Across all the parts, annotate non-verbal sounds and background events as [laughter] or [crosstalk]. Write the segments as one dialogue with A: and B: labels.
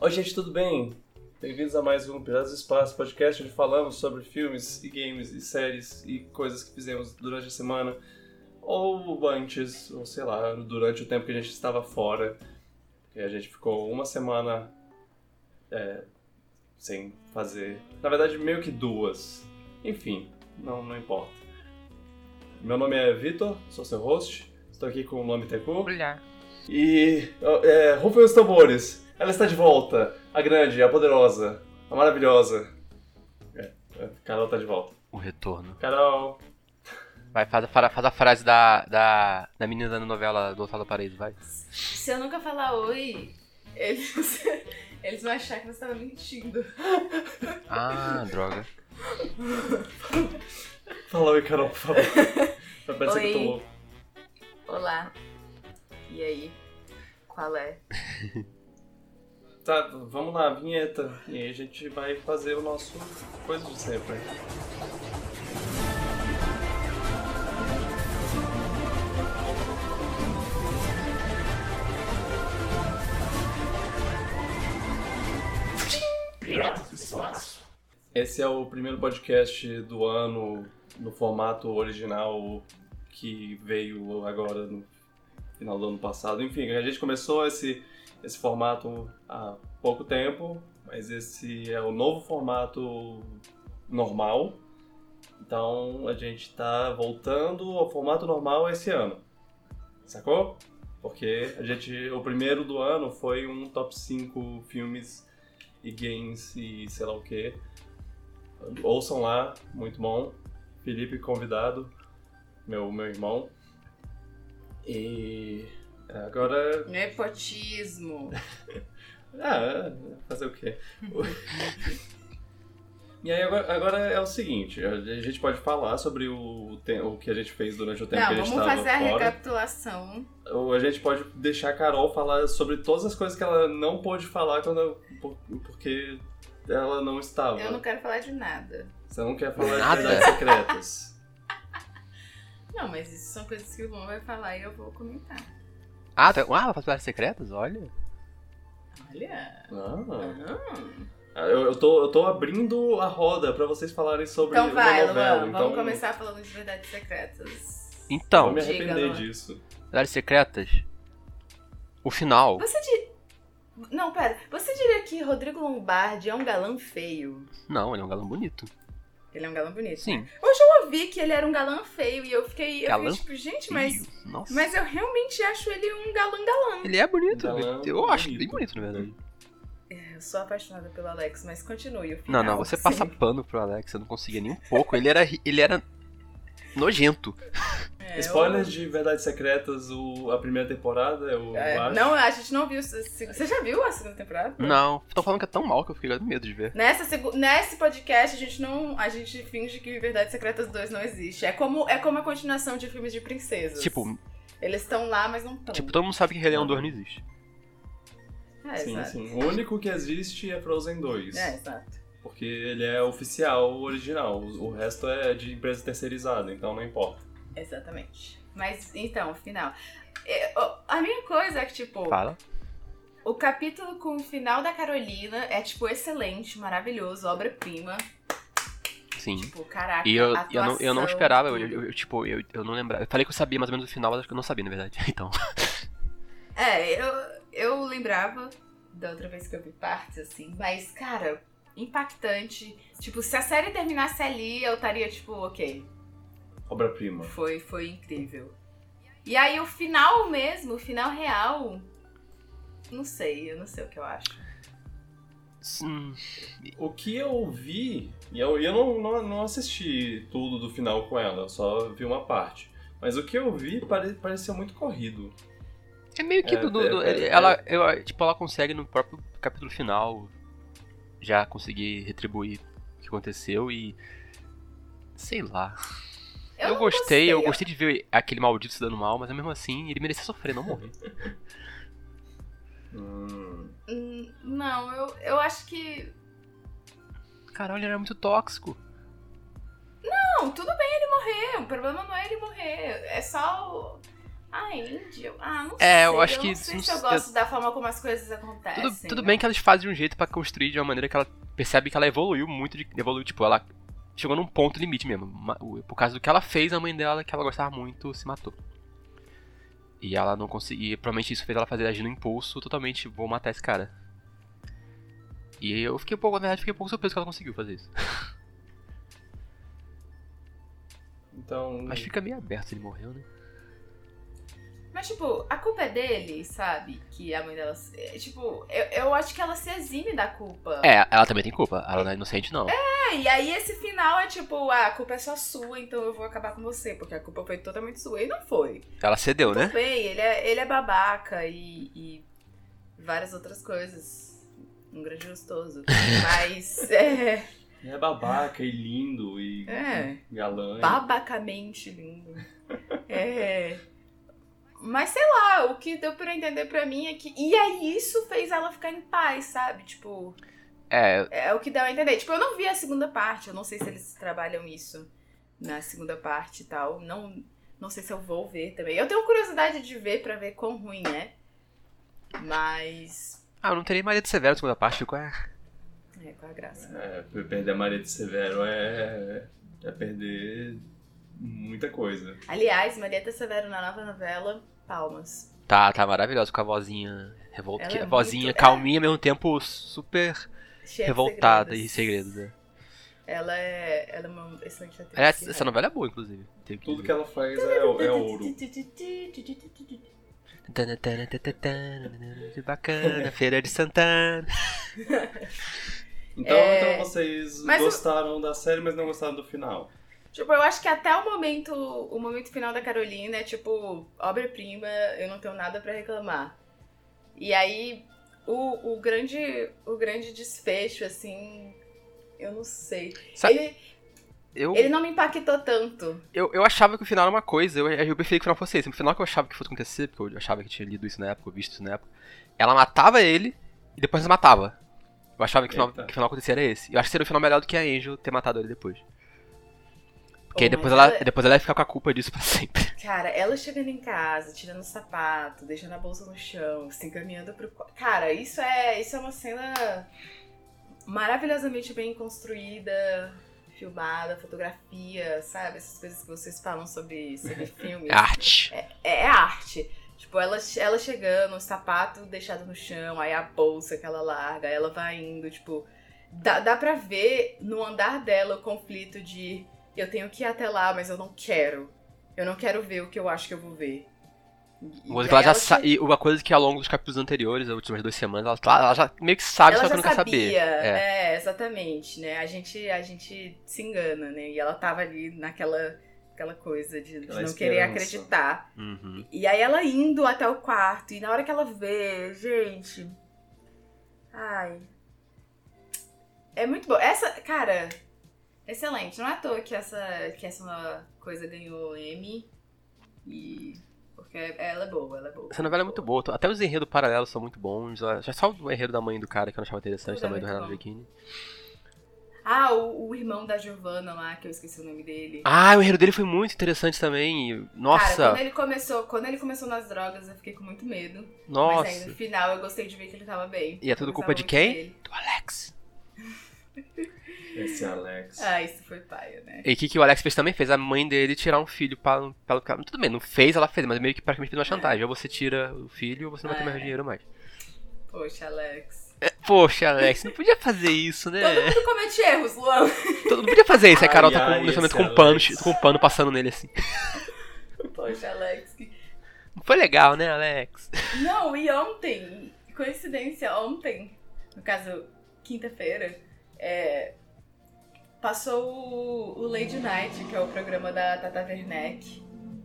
A: Oi, gente, tudo bem? Bem-vindos a mais um Piratas do Espaço podcast, onde falamos sobre filmes e games e séries e coisas que fizemos durante a semana, ou antes, ou sei lá, durante o tempo que a gente estava fora. Porque a gente ficou uma semana é, sem fazer. Na verdade, meio que duas. Enfim, não, não importa. Meu nome é Vitor, sou seu host, estou aqui com o nome Tecu.
B: Olhar.
A: E ó, é, rufem os tambores. Ela está de volta. A grande, a poderosa, a maravilhosa. É, é, Carol está de volta.
C: Um retorno.
A: Carol,
C: Vai, faz, a- faz a frase da, da, da menina da novela do Otávio Paraíso, vai.
D: Se eu nunca falar oi, eles, [laughs] eles vão achar que você tava mentindo.
C: Ah, [laughs] droga.
A: fala oi, Carol, por favor. Vai parecer que eu tô
D: Oi.
A: louco.
D: Olá. E aí? Qual é?
A: Tá, vamos lá, vinheta. E aí a gente vai fazer o nosso coisa de sempre. Esse é o primeiro podcast do ano no formato original que veio agora no final do ano passado. Enfim, a gente começou esse esse formato há pouco tempo, mas esse é o novo formato normal. Então a gente tá voltando ao formato normal esse ano. Sacou? Porque a gente, o primeiro do ano foi um top 5 filmes e games e sei lá o que. Ouçam lá, muito bom. Felipe convidado, meu, meu irmão. E agora
D: Nepotismo.
A: ah, fazer o quê? e aí agora, agora é o seguinte, a gente pode falar sobre o, te- o que a gente fez durante o tempo
D: Não,
A: que a gente
D: vamos
A: estava
D: fazer a
A: fora.
D: recapitulação.
A: Ou a gente pode deixar a Carol falar sobre todas as coisas que ela não pôde falar quando eu- por- porque ela não estava.
D: Eu não quero falar de nada.
A: Você não quer falar
C: Nada.
A: de verdades secretas.
D: Não, mas isso são coisas que o Luan vai falar e eu vou comentar.
C: Ah, tá, ah faturas secretas? Olha.
D: Olha.
A: Ah,
D: Hum.
A: eu, eu tô, eu tô abrindo a roda pra vocês falarem sobre
D: Então vai,
A: uma novela.
D: Luan.
A: então,
D: Vamos começar falando de verdades secretas.
A: Eu vou
C: Então,
A: me
D: Diga,
A: arrepender
D: Luan.
A: disso.
C: faturas secretas. O final.
D: Você di... Não, pera. Você diria que Rodrigo Lombardi é um galã feio?
C: Não, ele é um galão bonito.
D: Ele é um galã bonito.
C: Sim.
D: Hoje eu ouvi que ele era um galã feio e eu fiquei, eu
C: Galã
D: fiquei tipo, gente, mas,
C: Ih, Nossa.
D: mas eu realmente acho ele um galã galã.
C: Ele é bonito.
A: Galã
C: eu acho
A: bonito. né?
C: bem bonito, na verdade.
D: Eu sou apaixonada pelo Alex, mas continue. assim. O
C: Não,
D: final,
C: não, você
D: sim.
C: passa pano pro Alex, eu não conseguia nem um pouco. Ele era, ri- ele era nojento.
D: É,
A: Spoilers de Verdades Secretas, o, a primeira temporada, eu
D: eu- é,
A: acho.
D: não, a gente não viu. se- se- Você já viu a segunda temporada?
C: Não, estão falando que é tão mal que eu fiquei com medo de ver.
D: Nessa, segu- nesse podcast, a gente não. A gente finge que Verdades Secretas 2 não existe. É como, é como a continuação de filmes de princesas.
C: Tipo,
D: Eles estão lá, mas não estão.
C: tipo, todo mundo sabe que Rei Leão 2 não existe.
D: é,
A: sim,
D: exato.
A: sim. O único que existe é Frozen 2.
D: É, exato.
A: Porque ele é oficial, original. O o resto é de empresa terceirizada, então não importa.
D: Exatamente. Mas então, final. É, ó, A minha coisa é que, tipo,
C: Fala.
D: O capítulo com o final da Carolina é, tipo, excelente, maravilhoso, obra-prima.
C: Sim.
D: Tipo, caraca,
C: Uhum. E eu, eu,
D: atuação,
C: não, eu não esperava, eu,
D: tudo.
C: eu- eu, tipo, eu, eu não lembrava. Eu falei que eu sabia mais ou menos o final, mas acho que eu não sabia, na verdade. [laughs] Então,
D: É, eu, eu lembrava da outra vez que eu vi partes, assim, mas, cara, impactante. Tipo, se a série terminasse ali, eu estaria, tipo, ok,
A: Obra-prima.
D: foi, foi incrível. E aí, o final mesmo, o final real, não sei, eu não sei o que eu acho.
C: sim,
A: O que eu vi, e eu, e eu não, não, não assisti tudo do final com ela, eu só vi uma parte. Mas o que eu vi pare, pareceu muito corrido.
C: é meio que
A: É,
C: do, do- do-
A: é, é,
C: ela, eu- tipo, ela consegue no próprio capítulo final já conseguir retribuir o que aconteceu e sei lá. Eu,
D: não
C: gostei, eu gostei de ver aquele maldito se dando mal, mas mesmo assim, ele merecia sofrer, não morrer.
A: Hum.
D: Hum, Não, eu, eu acho que
C: Caralho, ele era muito tóxico.
D: Não, tudo bem ele morrer. O problema não é ele morrer. É só o- Ah, Angel? Ah, não sei.
C: É, eu acho que
D: não
C: isso
D: sei
C: não
D: se eu
C: se-
D: gosto da forma como as coisas acontecem. né?
C: Tudo, tudo bem que elas fazem de um jeito pra construir de uma maneira que ela percebe que ela evoluiu muito, de, evoluiu, tipo, ela chegou num ponto limite mesmo. Ma- o- Por causa do que ela fez, a mãe dela, que ela gostava muito, se matou. E ela não conseguia, provavelmente isso fez ela fazer agir no impulso, totalmente, vou matar esse cara. E eu fiquei um pouco, na verdade, fiquei um pouco surpreso que ela conseguiu fazer isso.
A: Então.
C: Mas fica meio aberto se ele morreu, né?
D: Mas, tipo, a culpa é dele, sabe? Que a mãe dela. se- é, Tipo, eu, eu acho que ela se exime da culpa.
C: É, ela também tem culpa, ela não é inocente não.
D: É, e aí esse final é tipo, ah, a culpa é só sua, então eu vou acabar com você, porque a culpa foi totalmente sua. E não foi.
C: Ela cedeu,
D: Tudo
C: né?
D: bem, ele é, ele é babaca e, e várias outras coisas. Um
C: [laughs]
D: grande gostoso. Mas é,
A: É babaca e lindo e
D: é
A: galã. e-
D: babacamente lindo. É. Mas sei lá, o que deu pra entender pra mim é que. E aí isso fez ela ficar em paz, sabe? Tipo,
C: É,
D: é o que deu a entender. Tipo, eu não vi a segunda parte, eu não sei se eles trabalham isso na segunda parte e tal. Não, não sei se eu vou ver também. Eu tenho curiosidade de ver pra ver quão ruim é. Mas.
C: ah, eu não terei Maria de Severo na segunda parte, ficou, é...
D: É, com a graça.
A: É, perder a Maria de Severo é, é perder muita coisa.
D: Aliás, Marieta Severo na nova novela, palmas.
C: Tá, tá maravilhosa com a vozinha revoltada.
D: Ela é
C: a vozinha
D: muito-
C: calminha, ao mesmo tempo super
D: Cheia de
C: revoltada e segredos. né?
D: Ela é, ela é uma excelente atriz.
C: Aliás, essa novela é boa, inclusive. Tenho
A: Tudo que
C: dizer.
A: ela faz é, é ouro. é
C: Tanatana, tatatana, que
D: [laughs]
C: Bacana, Feira de Santana.
A: Então,
D: É.
A: então vocês
D: Mas o-
A: gostaram da série, mas não gostaram do final.
D: Tipo, eu acho que até o momento, o momento final da Carolina é tipo, obra-prima, eu não tenho nada pra reclamar. E aí, o, o grande, o grande desfecho, assim, eu não sei.
C: Sabe-
D: Ele,
C: Eu,
D: ele não me impactou tanto.
C: eu, eu achava que o final era uma coisa, eu, eu preferia que o final fosse esse. O final que eu achava que fosse acontecer, porque eu achava que tinha lido isso na época, ou visto isso na época. Ela matava ele e depois se matava. Eu achava que o final,
A: Eita.
C: que o final acontecia era esse. Eu acho que seria o final melhor do que a Angel ter matado ele depois. Porque aí
D: Oh,
C: depois
D: mas
C: ela, depois ela ia ficar com a culpa disso pra [laughs] sempre.
D: Cara, ela chegando em casa, tirando o sapato, deixando a bolsa no chão, se encaminhando pro. qua- Cara, isso é, isso é uma cena maravilhosamente bem construída, filmada, fotografia, sabe? Essas coisas que vocês falam sobre, sobre filmes.
C: É arte.
D: É, é arte. Tipo, ela, ela chegando, o sapato deixado no chão, aí a bolsa que ela larga, ela vai indo, tipo. Dá, dá pra ver no andar dela o conflito de eu tenho que ir até lá, mas eu não quero. Eu não quero ver o que eu acho que eu vou ver. E-
C: Uma coisa
D: e
C: que ela
D: aí
C: já sa-
D: che-
C: e uma coisa que ao longo dos capítulos anteriores, as últimas duas semanas, ela, tá- ela já meio que sabe,
D: ela
C: só que
D: já
C: não
D: sabia,
C: quer saber. É.
D: É, exatamente, né? A gente, a gente se engana, né? E ela tava ali naquela aquela coisa de, de
A: Aquela
D: não querer
A: esperança.
D: acreditar.
C: Uhum.
D: E aí ela indo até o quarto, e na hora que ela vê, gente. Ai. É muito bom. Essa, cara, excelente. Não é à toa que essa, que essa coisa ganhou M. E. Porque ela é boa, ela é boa.
C: Essa novela é muito boa, tô- até os enredos paralelos são muito bons. ela- Já é só o enredo da mãe do cara que eu não achava interessante,
D: Tudo
C: da
D: é
C: mãe do
D: muito
C: Renato
D: bom.
C: Biquini.
D: Ah, o, o irmão da Giovanna lá, que eu esqueci o nome dele.
C: Ah, o enredo dele foi muito interessante também. e- Ah, Nossa,
D: Cara, quando ele começou, quando ele começou nas drogas, eu fiquei com muito medo. Mas assim, aí
C: nossa.
D: no final eu gostei de ver que ele tava bem.
C: E é tudo
D: Eu
C: culpa
D: gostava
C: de
D: muito
C: quem?
D: dele.
C: Do Alex.
A: Esse Alex.
D: Ah, isso foi paia, né?
C: E o que, que o Alex fez também? Fez a mãe dele tirar um filho pra, pra ela ficar- Tudo bem, não fez, ela fez, mas meio que praticamente fez uma chantagem. Ou você tira o filho, ou você não vai ter mais
D: É.
C: dinheiro mais.
D: Poxa, Alex.
C: Poxa, Alex, não podia fazer isso, né?
D: Todo mundo [laughs] comete erros, Luan.
C: Todo mundo podia fazer isso, a
A: Ai,
C: Carol tá
A: ai,
C: com, nesse momento
A: esse
C: com um pano,
A: Alex.
C: com um pano passando nele assim.
D: Poxa, Alex. que-
C: Não foi legal, né, Alex?
D: Não, e ontem, coincidência, ontem, no caso, quinta-feira, é, passou o, o Lady Night, que é o programa da Tata Werneck,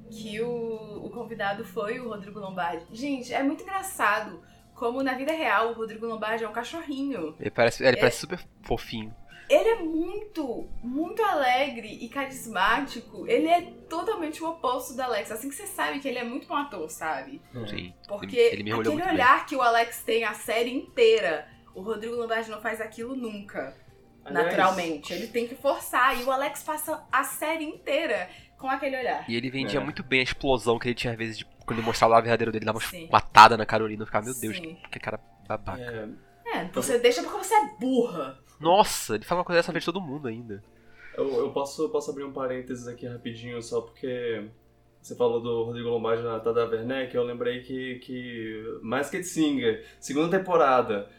D: que o, o convidado foi o Rodrigo Lombardi. Gente, é muito engraçado como na vida real o Rodrigo Lombardi é um cachorrinho.
C: Ele parece, ele
D: É.
C: parece super fofinho.
D: Ele é muito, muito alegre e carismático. Ele é totalmente o oposto do Alex. Assim que você sabe que ele é muito bom ator, sabe?
C: Sim.
D: Porque
C: Ele- ele me olhou
D: aquele
C: muito bem.
D: olhar que o Alex tem a série inteira, o Rodrigo Lombardi não faz aquilo nunca,
A: Aliás,
D: naturalmente. Ele tem que forçar. E o Alex passa a série inteira com aquele olhar.
C: E ele vendia
A: É.
C: muito bem a explosão que ele tinha às vezes de Quando ele mostrar o lado verdadeiro dele, dava
D: Sim.
C: uma patada na Carolina. Eu ficava, ah, meu Deus,
D: Sim.
C: que cara babaca.
A: É,
D: É, você deixa porque você é burra.
C: Nossa, ele fala uma coisa dessa vez todo mundo ainda.
A: Eu, eu posso, eu posso abrir um parênteses aqui rapidinho, só porque você falou do Rodrigo Lombardi na Tada Werneck, eu lembrei que, que Masked Singer, segunda temporada,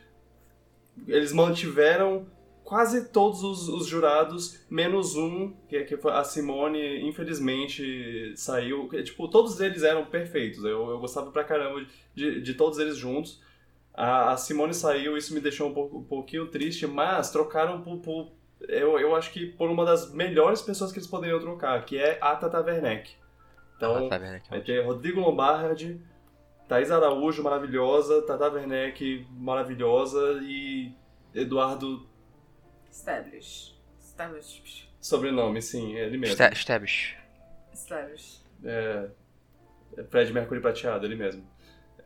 A: eles mantiveram quase todos os, os jurados, menos um, que, que foi a Simone, infelizmente, saiu. Que, Tipo, todos eles eram perfeitos, eu, eu gostava pra caramba de, de todos eles juntos. A, a Simone saiu, isso me deixou um, pouco, um pouquinho triste, mas trocaram por- por eu, eu acho que por uma das melhores pessoas que eles poderiam trocar, que é a Tata Werneck. Então,
C: Ah, tá vendo aqui, ó.
A: vai ter Rodrigo Lombardi, Thaís Araújo, maravilhosa, Tata Werneck, maravilhosa, e Eduardo,
D: Stablish. Stablish.
A: sobrenome, sim, ele é mesmo.
C: Ste- Stabish.
D: Stablish.
A: É Fred Mercury Prateado, ele mesmo.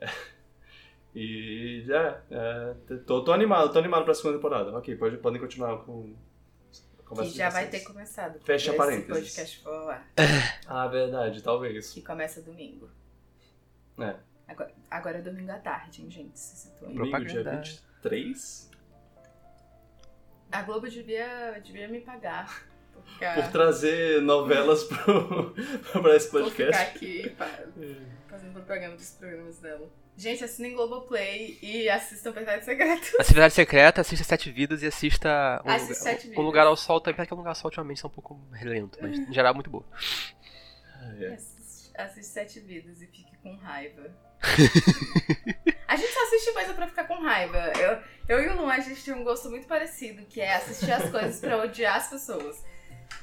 A: [laughs] E já, é, tô, tô animado, tô animado pra segunda temporada. Ok, pode, podem continuar com a
D: Que
A: conversa de
D: já vai ter
A: vocês.
D: começado.
A: assim. Fecha
D: esse
A: parênteses.
D: podcast for lá,
A: Ah, verdade, talvez.
D: que começa domingo.
A: É.
D: Agora, agora é domingo à tarde, hein, gente? Se situa aí.
A: Domingo, dia
C: Propaganda.
A: 23?
D: A Globo devia, devia me pagar. Por ficar,
A: por trazer novelas pro, [laughs] pra esse
D: por ficar
A: podcast.
D: aqui pa- fazendo propaganda dos programas dela. Gente, assinem Globoplay e assistam Verdade Secreta.
C: [laughs] Atividade secreta, assista Sete Vidas e assista Um,
D: Assiste
C: Lugar-
D: Sete
C: Um
D: Vidas. Uhum.
C: Lugar ao Sol também, porque Um Lugar ao Sol ultimamente tá um pouco relento, mas em geral é muito boa.
A: Ah, é.
D: Assiste, assiste Sete Vidas e fique com
C: [laughs]
D: raiva. a gente só assiste coisa pra ficar com raiva. Eu, eu e o Luan, a gente tem um gosto muito parecido, que é assistir as coisas pra odiar as pessoas.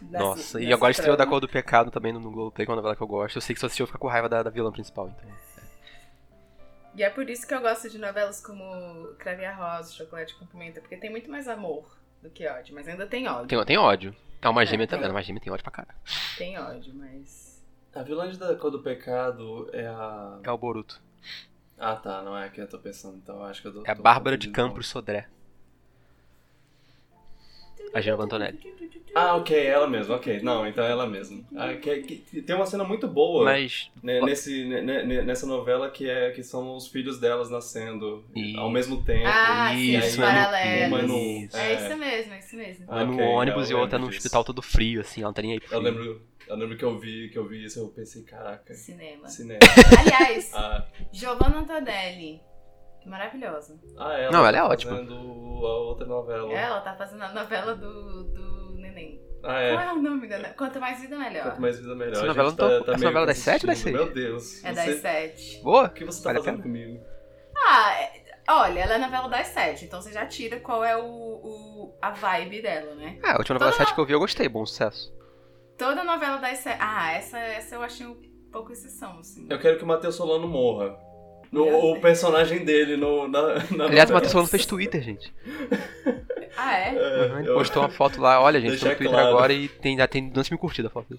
D: Nessa-
C: Nossa, e
D: nessa
C: agora estreou da
D: trama.
C: Cor do Pecado também no Globoplay, que é uma novela que eu gosto. Eu sei que se eu assistir eu vou ficar com raiva da, da vilã principal, então.
D: E é por isso que eu gosto de novelas como Crave a Rosa, Chocolate com Pimenta, porque tem muito mais amor do que ódio, mas ainda tem ódio.
C: Tem, tem ódio. Ah, uma
D: É,
C: gêmea
D: tem.
C: também,
A: então.
C: uma gêmea tem ódio pra caralho.
D: Tem ódio, mas.
A: A vilã de da Cor do Pecado é a.
C: É o Boruto.
A: Ah tá, não é a que eu tô pensando, então acho que eu tô.
C: É a
A: tô
C: Bárbara de
A: confundindo. então.
C: Campos Sodré. A Gina Antonelli.
A: Ah, ok, ela mesma, ok. Não, então é ela mesma. Ah, que- que- tem uma cena muito boa
C: Mas.
A: né, nesse, né, né, nessa novela que, é, que são os filhos delas nascendo
C: Isso.
A: ao mesmo tempo.
D: Ah, sim,
A: os
C: isso, é
D: paralelos.
A: Uma
C: no,
A: no-
C: isso.
D: É isso mesmo, é isso mesmo.
A: Ah,
C: Uma no
A: ok,
C: ônibus
A: eu
C: e outra no
A: lembro disso.
C: hospital todo frio, assim, ela não tá nem aí. pro
A: Eu
C: frio.
A: lembro, eu lembro que eu vi, que eu vi isso, eu pensei, caraca,
D: Cinema. [laughs]
A: cinema.
D: Aliás,
A: Ah,
D: Giovanna Antonelli. Maravilhosa.
A: ah, ela
C: Não, ela é
A: tá
C: ótima.
A: fazendo a outra novela.
D: Ela tá fazendo a novela do, do neném.
A: Ah, é.
D: Qual é o nome da novela? Quanto mais vida, melhor.
A: Quanto mais vida melhor. A
C: Essa
A: gente
C: novela não tá- essa
A: meio
C: novela
A: que
C: das sete ou das
A: assistindo.
C: seis?
A: Meu Deus. você-
D: É das sete.
C: Boa?
A: O que você tá
C: Vale a
A: fazendo
C: pena?
A: comigo?
D: Ah, é- olha, ela é novela das sete, então você já tira qual é o, o- a vibe dela, né?
C: Ah, a última
A: Tá.
C: novela 7 que eu vi eu gostei, bom sucesso.
D: Toda novela das sete. Ah, essa, essa eu achei um pouco exceção, assim.
A: Eu quero que o Matheus Solano morra. No-
D: Meu
A: o
D: Deus.
A: personagem dele no, na, na
C: Aliás, o
A: novela.
C: Matheus Solano fez Twitter, gente.
D: Ah, é?
A: É,
C: Uhum, Ele
A: eu-
C: postou uma foto lá, olha, gente, tô
A: Deixar
C: no Twitter
A: claro.
C: agora e tem, já tem 2 mil curtidas a foto.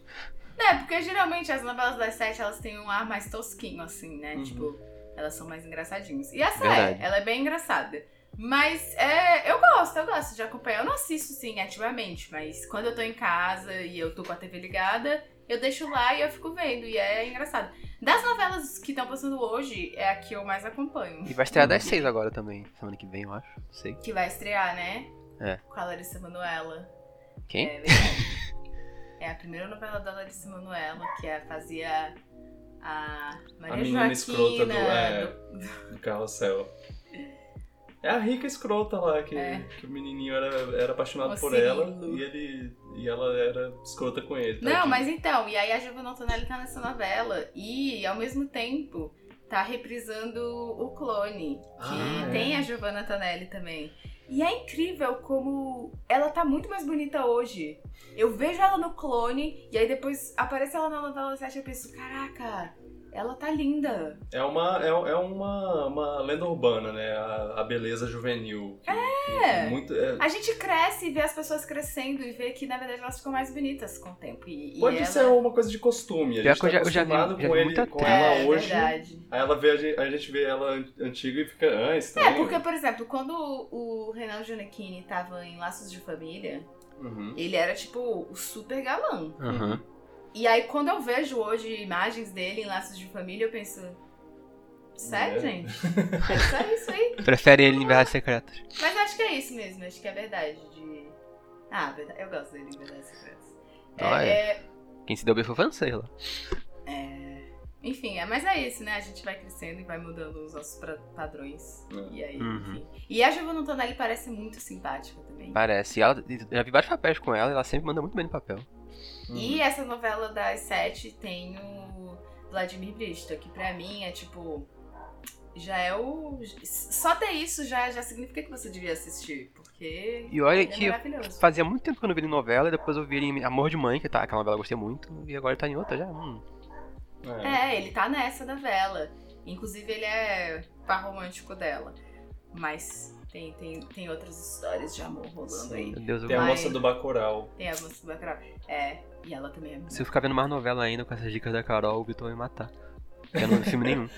D: É, porque geralmente as novelas das sete, elas têm um ar mais tosquinho, assim, né?
A: Uhum.
D: Tipo, elas são mais engraçadinhas. E essa
C: Verdade.
D: é, ela é bem engraçada. Mas é, eu gosto, eu gosto de acompanhar. Eu não assisto, sim, ativamente, mas quando eu tô em casa e eu tô com a TV ligada, eu deixo lá e eu fico vendo, e é engraçado. Das novelas que estão passando hoje, é a que eu mais acompanho.
C: E vai estrear das 6 agora também, semana que vem, eu acho. Não sei.
D: Que vai estrear, né?
C: É.
D: Com a Larissa Manoela.
C: Quem?
D: É, verdade. É a primeira novela da Larissa Manoela, que é, fazia a
A: A
D: Maria
A: menina
D: Joaquina.
A: escrota do, é,
D: do-
A: do carrossel. É a rica escrota lá, que,
D: É.
A: que o menininho era, era apaixonado
D: O
A: por ela
D: Cirilo.
A: e, ele, e ela era escrota com ele. tá?
D: Não,
A: tadinho.
D: mas então, e aí a Giovanna Antonelli tá nessa novela e, ao mesmo tempo, tá reprisando o Clone, que
A: Ah, é.
D: tem a Giovanna Antonelli também. E é incrível como ela tá muito mais bonita hoje. Eu vejo ela no Clone e aí depois aparece ela na novela 7 e eu penso, caraca, ela tá linda.
A: É, uma, é, é uma, uma lenda urbana, né? A, a beleza juvenil. que- que
D: É.
A: muito, é-
D: A gente cresce e vê as pessoas crescendo e vê que, na verdade, elas ficam mais bonitas com o tempo. E, e
A: Pode
D: ela...
A: ser um- uma coisa de costume. A
C: Pior
A: gente
C: que eu
A: tá
C: já- eu já vi-
A: acostumado
C: já
A: com,
C: vi
A: ele,
C: muita
A: com
C: treta.
A: ela
D: é,
A: hoje.
D: verdade.
A: Aí ela vê, a gente, a gente vê ela an- antiga e fica, ah, estranho.
D: É, porque, por exemplo, quando o Renan Giannichini tava em Laços de Família,
A: Uhum.
D: ele era, tipo, o super galã.
C: Aham.
D: E aí, quando eu vejo hoje imagens dele em Laços de Família, eu penso. Sério,
A: É.
D: gente? É só isso aí?
C: Preferem ele em Verdades Secretas.
D: Mas acho que é isso mesmo, acho que é verdade. De... Ah, verdade- eu gosto dele em Verdades Secretas. É,
C: Ah, é.
D: é-
C: Quem se deu bem foi o francês lá.
D: Enfim, é, mas é isso, né? A gente vai crescendo e vai mudando os nossos pra- padrões.
A: É.
D: E aí,
C: Uhum.
D: enfim. E a Giovanna Antonelli parece muito simpática também.
C: Parece. E Ela, já vi vários papéis com ela e ela sempre manda muito bem no papel. Hum. Uhum.
D: E essa novela das sete tem o Vladimir Brista, que pra mim é tipo. Já é o. Só ter isso já, já significa que você devia assistir, porque.
C: E olha
D: Ele é
C: que
D: maravilhoso.
C: fazia muito tempo que eu não vi ele em novela e depois eu vi ele em Amor de Mãe, que tá, aquela novela eu gostei muito, e agora ele tá em outra já. Hum.
A: É.
D: É, ele tá nessa novela. Inclusive, ele é par romântico dela. Mas tem, tem, tem outras histórias de amor rolando
A: Sim.
D: aí.
C: Meu Deus, eu
A: Tem a
D: Vai.
A: moça do Bacurau.
D: Tem a moça do Bacurau. É, e ela também é
C: Se eu ficar vendo mais novela ainda com essas dicas da Carol, o Vitor vai me matar. Porque eu não vi filme nenhum.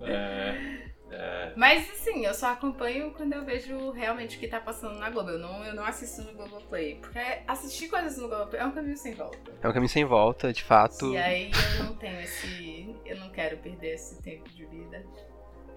A: É.
D: [laughs] Mas assim, eu só acompanho quando eu vejo realmente o que tá passando na Globo. Eu não, eu não assisto no Globoplay. Porque assistir coisas no Globoplay é um caminho sem volta.
C: É um caminho sem volta, de fato.
D: E
A: é.
D: aí eu não tenho esse. Eu não quero perder esse tempo de vida.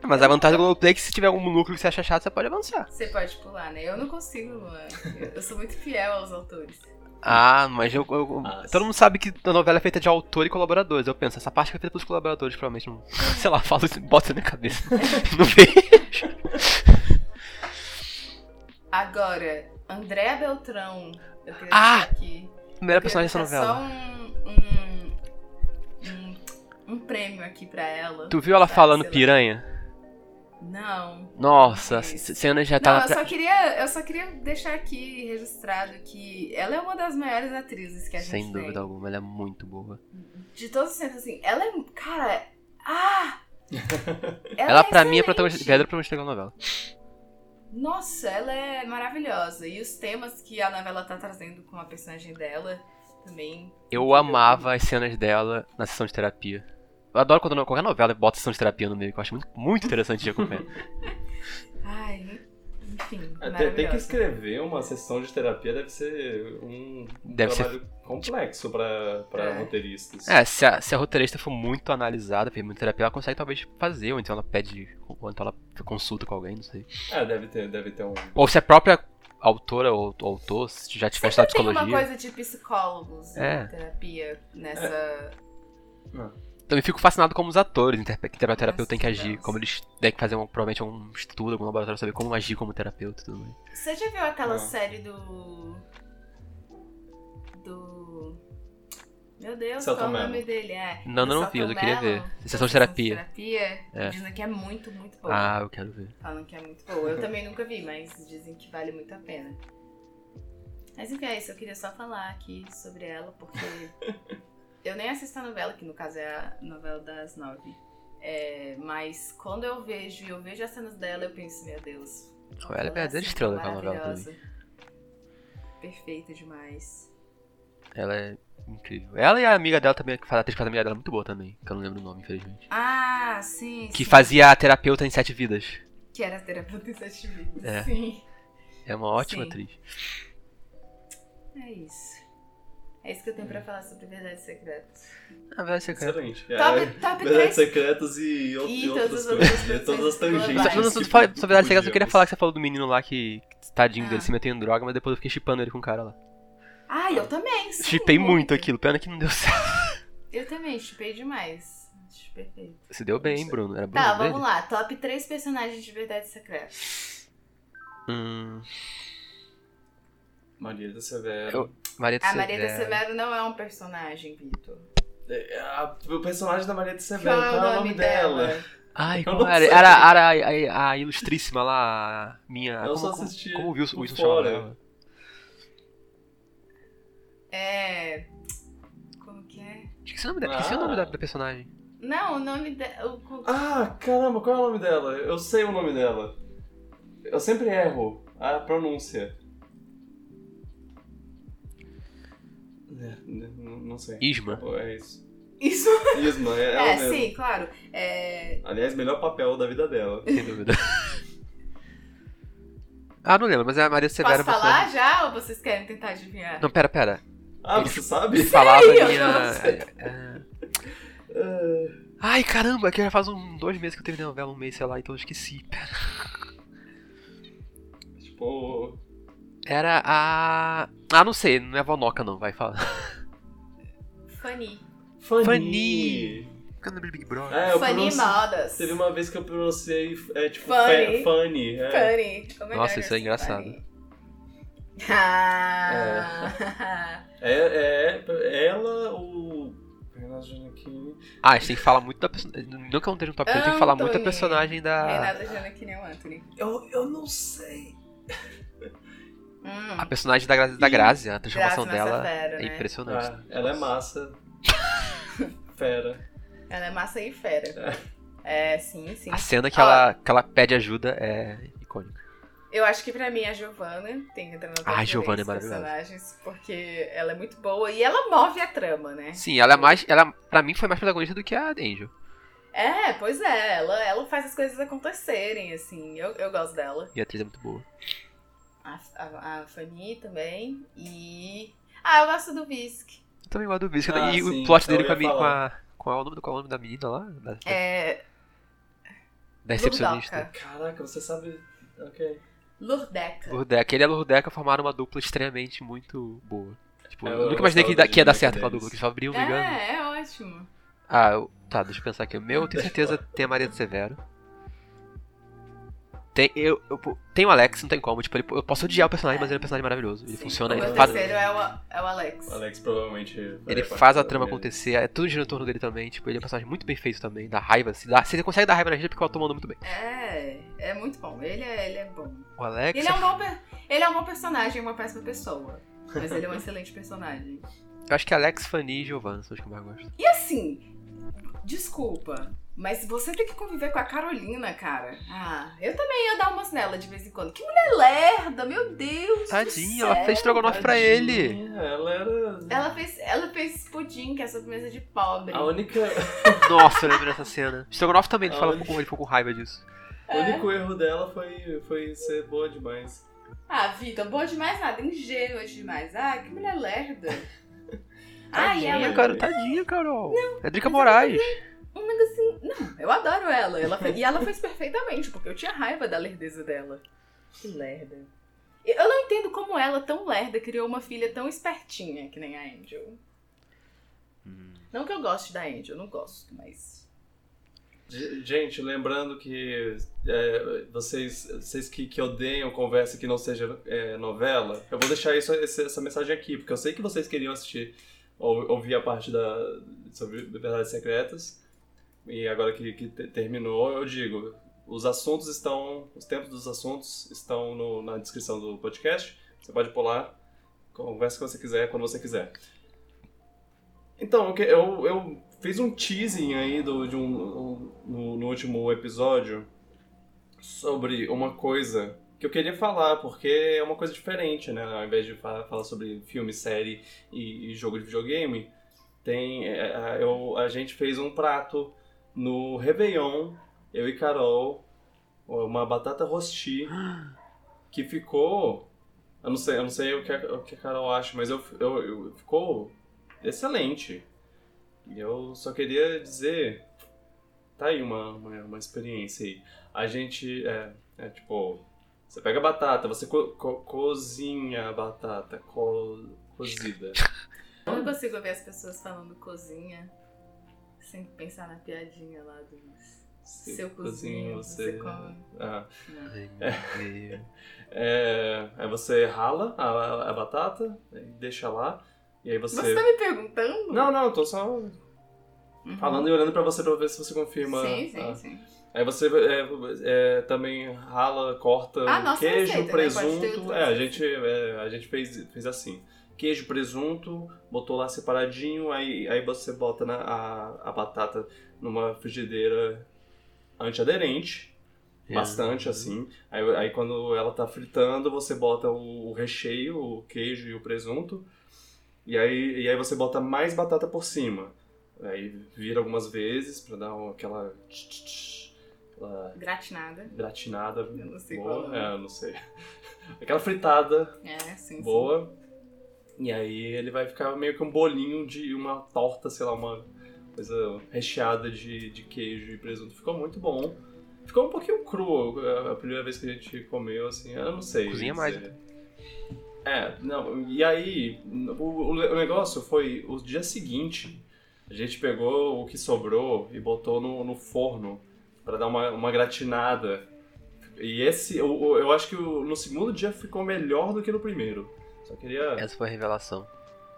C: Mas a vantagem do Globoplay é que se tiver um núcleo que você acha chato, você pode avançar.
D: Você pode pular, né? Eu não consigo, Luan. Eu, eu sou muito fiel aos autores.
C: Ah, mas eu, eu-
A: Ah,
C: todo mundo sabe que a novela é feita de autor e colaboradores. Eu penso, essa parte que é feita pelos colaboradores, provavelmente não. [laughs] Sei lá, falo isso, bota isso na minha cabeça. [laughs] não vejo.
D: Agora, Andréa Beltrão. Eu queria
C: Ah!
D: deixar aqui.
C: Primeira personagem
A: é
C: dessa
D: Eu queria
C: novela.
D: deixar Só um, um, um, um prêmio aqui pra ela.
C: Tu viu ela
D: Sabe,
C: falando
D: É, sei lá.
C: piranha?
D: Não.
C: Nossa,
D: Sim.
C: a cena já
D: Não,
C: tá.
D: eu só, queria, eu só queria deixar aqui registrado que ela é uma das maiores atrizes que a gente
C: Sem dúvida alguma, ela é muito boa.
D: tem. De todos os tempos, assim, ela é. Cara,
A: [laughs]
D: ah!
C: Ela, pra mim é
D: excelente.
C: protagonista, verdadeira protagonista da novela.
D: Nossa, ela é maravilhosa. E os temas que a novela tá trazendo com a personagem dela também.
C: Eu amava as cenas dela na sessão de terapia. Eu adoro quando no- qualquer novela bota sessão de terapia no meio, que eu acho muito, muito interessante de
D: [laughs]
C: acompanhar.
D: Ai, enfim.
A: Até
D: maravilhosa.
A: É, tem que escrever uma sessão de terapia deve ser um
C: Deve ser-
A: trabalho complexo pra, pra
D: É.
A: roteiristas.
C: é, se a, se a roteirista for muito analisada, fez muita terapia, ela consegue talvez fazer, ou então ela pede, ou então ela consulta com alguém, não sei.
A: É, deve ter, deve ter um.
C: Ou se a própria autora ou ou autor se já tiver estudado
D: Sempre tem uma
C: psicologia.
D: coisa de psicólogos
C: É.
D: na terapia nessa.
A: É.
C: Também fico fascinado como os atores interpe- que terapeuta
D: Nossa,
C: tem que agir,
D: nossa.
C: como eles têm que fazer um, provavelmente um estudo, algum laboratório, saber como agir como terapeuta e tudo mais.
D: Você já viu aquela
A: Não.
D: série do. Do. Meu Deus,
A: Celton
D: qual o
A: Mello.
D: nome dele? É.
C: Não,
D: Do
C: não, não vi, mas eu
D: Celton
C: queria
D: Mello,
C: ver.
D: da
C: Sessão de terapia.
D: terapia.
C: É.
D: Dizem que é muito, muito boa.
C: Ah, eu quero ver.
D: Falam que é muito boa.
C: Uhum.
D: Eu também nunca vi, mas dizem que vale muito a pena. Mas enfim, é isso. Eu queria só falar aqui sobre ela, porque
C: [laughs]
D: eu nem assisto a novela, que no caso é a novela das nove. É, mas quando eu vejo e eu vejo as cenas dela, eu penso, meu Deus.
C: Ela é a verdadeira
D: assim,
C: estrela daquela novela pra mim.
D: maravilhosa. Perfeita demais.
C: Ela é incrível. Ela e a amiga dela também, que faz a atriz que faz a amiga dela é muito boa também, que eu não lembro o nome, infelizmente.
D: Ah, sim.
C: Que
D: sim.
C: fazia a terapeuta em Sete Vidas.
D: Que era terapeuta em sete vidas.
C: É.
D: Sim.
C: É uma ótima
D: Sim.
C: atriz.
D: É isso. É isso que eu tenho
C: Hum.
D: pra falar sobre Verdades Secretas.
C: Na verdade, você quer.
A: Excelente.
D: Top,
A: É,
D: top
A: Verdades
D: 3
A: secretas e, out-
D: E
A: e outras
D: todas as outras
A: coisas. E todas as
D: coisas
A: tangentes.
D: globais.
A: que
C: Só, não, só,
A: podíamos-
C: só, só verdade, secreta, eu queria falar que você falou do menino lá que, tadinho
D: Ah.
C: dele, se meteu em droga, mas depois eu fiquei chipando ele com o cara lá.
D: Ah, eu também. sim,
C: Chipei muito aquilo, pena que não deu certo.
D: Eu também, chipei demais. Acho perfeito.
C: Se deu bem, hein, Bruno? Era Bruno
D: Tá,
C: dele?
D: vamos lá. Top 3 personagens de Verdade Secreta.
C: Hum,
A: Maria da Severo.
C: Eu- Maria do
D: A Maria
C: Severo.
D: da Severo não é um personagem, Vitor.
A: É, a- o personagem da Maria de
D: Qual
A: Severo,
D: é o nome dela?
C: Ai,
A: Eu
C: como
A: não
C: era?
A: sei.
C: Era, era a- a, a ilustríssima lá, a minha.
A: Eu
C: como,
A: só
C: como-
A: assisti
C: Como, o Wilson,
A: por
C: Wilson chamava
A: fora.
C: ela?
D: É. Como que é?
C: Esqueci o nome, da, esqueci o
A: Ah.
C: nome da, da personagem.
D: Não, o nome dela.
A: Ah, caramba, qual é o nome dela? Eu sei o nome dela. Eu sempre erro a pronúncia. É, n- n- não sei.
C: Isma.
A: Pô, É isso.
D: Isso.
A: Isma, é ela
D: É,
A: mesmo.
D: sim, claro. É.
A: Aliás, melhor papel da vida dela.
C: Sem dúvida. [laughs] ah, não lembro, mas é a Maria do Severo.
D: Posso
C: é uma
D: falar já ou vocês querem tentar adivinhar?
C: personagem- Não, pera, pera.
A: Ah,
C: Ele-
A: você sabe?
C: Falava
D: eu
C: ali
D: não
C: na-
D: sei.
C: é.
A: É,
C: Ai, caramba, que já faz um, dois meses que eu terminei a novela, um mês, sei lá, então eu esqueci.
A: tipo.
C: Era a. Ah, não sei, não é a Vonoca não, vai [laughs] falar.
D: Funny.
A: Fanny.
C: Fanny. Eu lembro de Big Brother.
A: É, eu
D: Funny
A: pronuncio-
D: Maldas.
A: Teve uma vez que eu pronunciei, é tipo,
D: Fanny.
A: fe- Fanny. é.
D: Funny. O melhor
C: Nossa, isso é
D: assim,
C: engraçado.
D: funny. [laughs] [laughs] Ah.
A: É, é, ela, o. Renato Giannichini.
C: Ah, a gente tem que falar muito da é personagem. Não que eu não esteja no top 1, tem que falar muito da
D: Anthony.
C: personagem da.
D: Reinaldo Jana tá que nem o Anthony.
A: Eu, eu não sei.
D: Hum,
C: A personagem da Grazi, da Grazi a transformação
D: Graça Massa
C: dela
D: Fera,
C: é
D: né?
C: impressionante.
A: Ah, ela é massa. [laughs] Fera.
D: Ela é massa e fera. É, sim, sim.
C: A cena que,
D: Ó.
C: ela, que ela pede ajuda é icônica.
D: Eu acho que pra mim a Giovanna tem que entrar na
C: Ah,
D: top
C: a Giovanna
D: três
C: é maravilhosa.
D: personagens, porque ela é muito boa e ela move a trama, né?
C: Sim, ela é mais. Ela, pra mim foi mais protagonista do que a Angel.
D: É, pois é, ela, ela faz as coisas acontecerem, assim. Eu, eu gosto dela.
C: E a atriz é muito boa.
D: A, a, a Fanny também. E. Ah, eu gosto do Visk.
C: Eu também gosto do Biscuit.
A: Ah,
C: e
A: sim,
C: o plot
A: eu
C: dele com a,
A: ia
C: mi- com
A: falar.
C: a. Qual é o nome, do- qual é o nome da menina lá? Da,
D: É.
C: da recepcionista.
D: Lurdoca.
A: Caraca, você sabe. Ok.
D: Lurdeca.
C: Lurdeca. Ele e a Lurdeca formaram uma dupla extremamente muito boa. Tipo,
A: É,
C: eu,
A: eu
C: nunca imaginei que,
A: gostava da
C: que ia dar
A: dinâmica
C: certo aquela
A: deles.
C: dupla, que eles só abriam brigando.
D: É, é ótimo.
C: Ah, eu- tá, deixa eu pensar aqui. O meu, eu tenho certeza, tem a Maria do Severo. Tem, eu, eu, pô, tem o Alex, não tem como. Tipo, ele- eu posso odiar o personagem, mas ele é um personagem maravilhoso. Ele
D: Sim.
C: funciona,
D: O
C: ele
D: meu
C: faz,
D: terceiro é o, é o Alex.
A: O Alex provavelmente.
C: ele
A: faria parte
C: faz a
A: da
C: trama
A: primeira.
C: acontecer. É tudo gira em torno dele também. Tipo, ele é um personagem muito bem feito também. Dá raiva. Se dá, você consegue dar raiva na gente porque o ator manda muito bem.
D: É, é muito bom. Ele é, ele é bom.
C: O Alex.
D: Ele é, um bom per- ele é um bom personagem, uma péssima pessoa. Mas ele é um excelente personagem.
C: Eu acho que é Alex, Fanny e Giovanna são os que eu mais gosto.
D: E assim, desculpa, mas você tem que conviver com a Carolina, cara. Ah, eu também ia dar umas nela de vez em quando. Que mulher lerda, meu Deus! do
C: Tadinha,
D: céu.
C: ela fez estrogonofe pra ele.
A: Tadinha, Ela era.
D: Ela fez, ela fez pudim, que é sobremesa de pobre.
A: A única.
C: Nossa, eu lembro dessa cena. Estrogonofe também, ele,
A: Ah,
C: fala,
A: olha.
C: pô, ele ficou com raiva disso.
A: O único erro dela foi, foi ser boa demais.
D: Ah, Vitor, boa demais nada, ingênua demais. Ah, que mulher lerda. ah, e ela
C: Tadinha,
A: Ela-
C: cara, tadinha, Carol. É Drica Moraes.
D: um negocinho. Não, eu adoro ela. ela fe- E ela fez perfeitamente, porque eu tinha raiva da lerdeza dela. Que lerda. E Eu não entendo como ela, tão lerda, criou uma filha tão espertinha que nem a Angel.
A: Hum.
D: Não que eu goste da Angel, não gosto, mas.
A: G- Gente, lembrando que é, vocês, vocês que, que odeiam conversa que não seja é, novela, eu vou deixar isso, esse- essa mensagem aqui, porque eu sei que vocês queriam assistir ou ouvir a parte da, sobre Verdades Secretas, e agora que, que te- terminou, eu digo: os assuntos estão, os tempos dos assuntos estão no- na descrição do podcast. Você pode pular, conversa que você quiser, quando você quiser. Então, eu que- eu, eu fiz um teasing aí do, de um, um- no, no último episódio sobre uma coisa que eu queria falar, porque é uma coisa diferente, né? Ao invés de falar, falar sobre filme, série e, e jogo de videogame, tem, é, a- eu, a gente fez um prato no Réveillon, eu e Carol, uma batata rosti, que ficou... Eu não sei, eu não sei o, que a, o que a Carol acha, mas eu, eu, eu- ficou excelente. E eu só queria dizer. Tá aí uma, uma, uma experiência aí. A gente. É, é tipo. Você pega a batata, você co- co- cozinha a batata co- cozida.
D: Eu não consigo ouvir as pessoas falando cozinha sem pensar na piadinha lá dos.
A: Você
D: Seu cozinho, você come.
A: Ah,
D: Não.
C: Ai, meu Deus.
A: é, aí você rala a, a batata, deixa lá, e aí você.
D: Você tá me perguntando?
A: Não, não, eu tô só
D: Uhum.
A: falando ah. e olhando pra você pra ver se você confirma.
D: Sim, sim,
A: a-
D: sim.
A: Aí você é, é, também rala, corta
D: Ah,
A: o
D: nossa
A: queijo,
D: receita, né? Pode ter
A: presunto.
D: outras
A: É, a
D: receitas.
A: gente, é, a gente fez, fez assim. Queijo, presunto, botou lá separadinho, aí, aí você bota na, a, a batata numa frigideira antiaderente,
C: É.
A: bastante assim. Aí, aí quando ela tá fritando, você bota o, o recheio, o queijo e o presunto. E aí, e aí você bota mais batata por cima. Aí vira algumas vezes pra dar um- aquela- aquela
D: Gratinada.
A: gratinada.
D: Eu não sei
A: boa. [laughs]
D: qual é o nome.
A: É, eu não sei. Aquela fritada
D: É, sim, sim.
A: boa. E aí ele vai ficar meio que um bolinho de uma torta, sei lá, uma coisa recheada de, de queijo e presunto. Ficou muito bom. Ficou um pouquinho cru a- a primeira vez que a gente comeu, assim, eu não sei.
C: Cozinha
A: dizer.
C: mais, né?
A: É, não, e aí, o, o le- o negócio foi o dia seguinte, a gente pegou o que sobrou e botou no, no forno pra dar uma, uma gratinada. E esse, o- o- eu acho que o- no segundo dia ficou melhor do que no primeiro. Só queria.
C: Essa foi a revelação.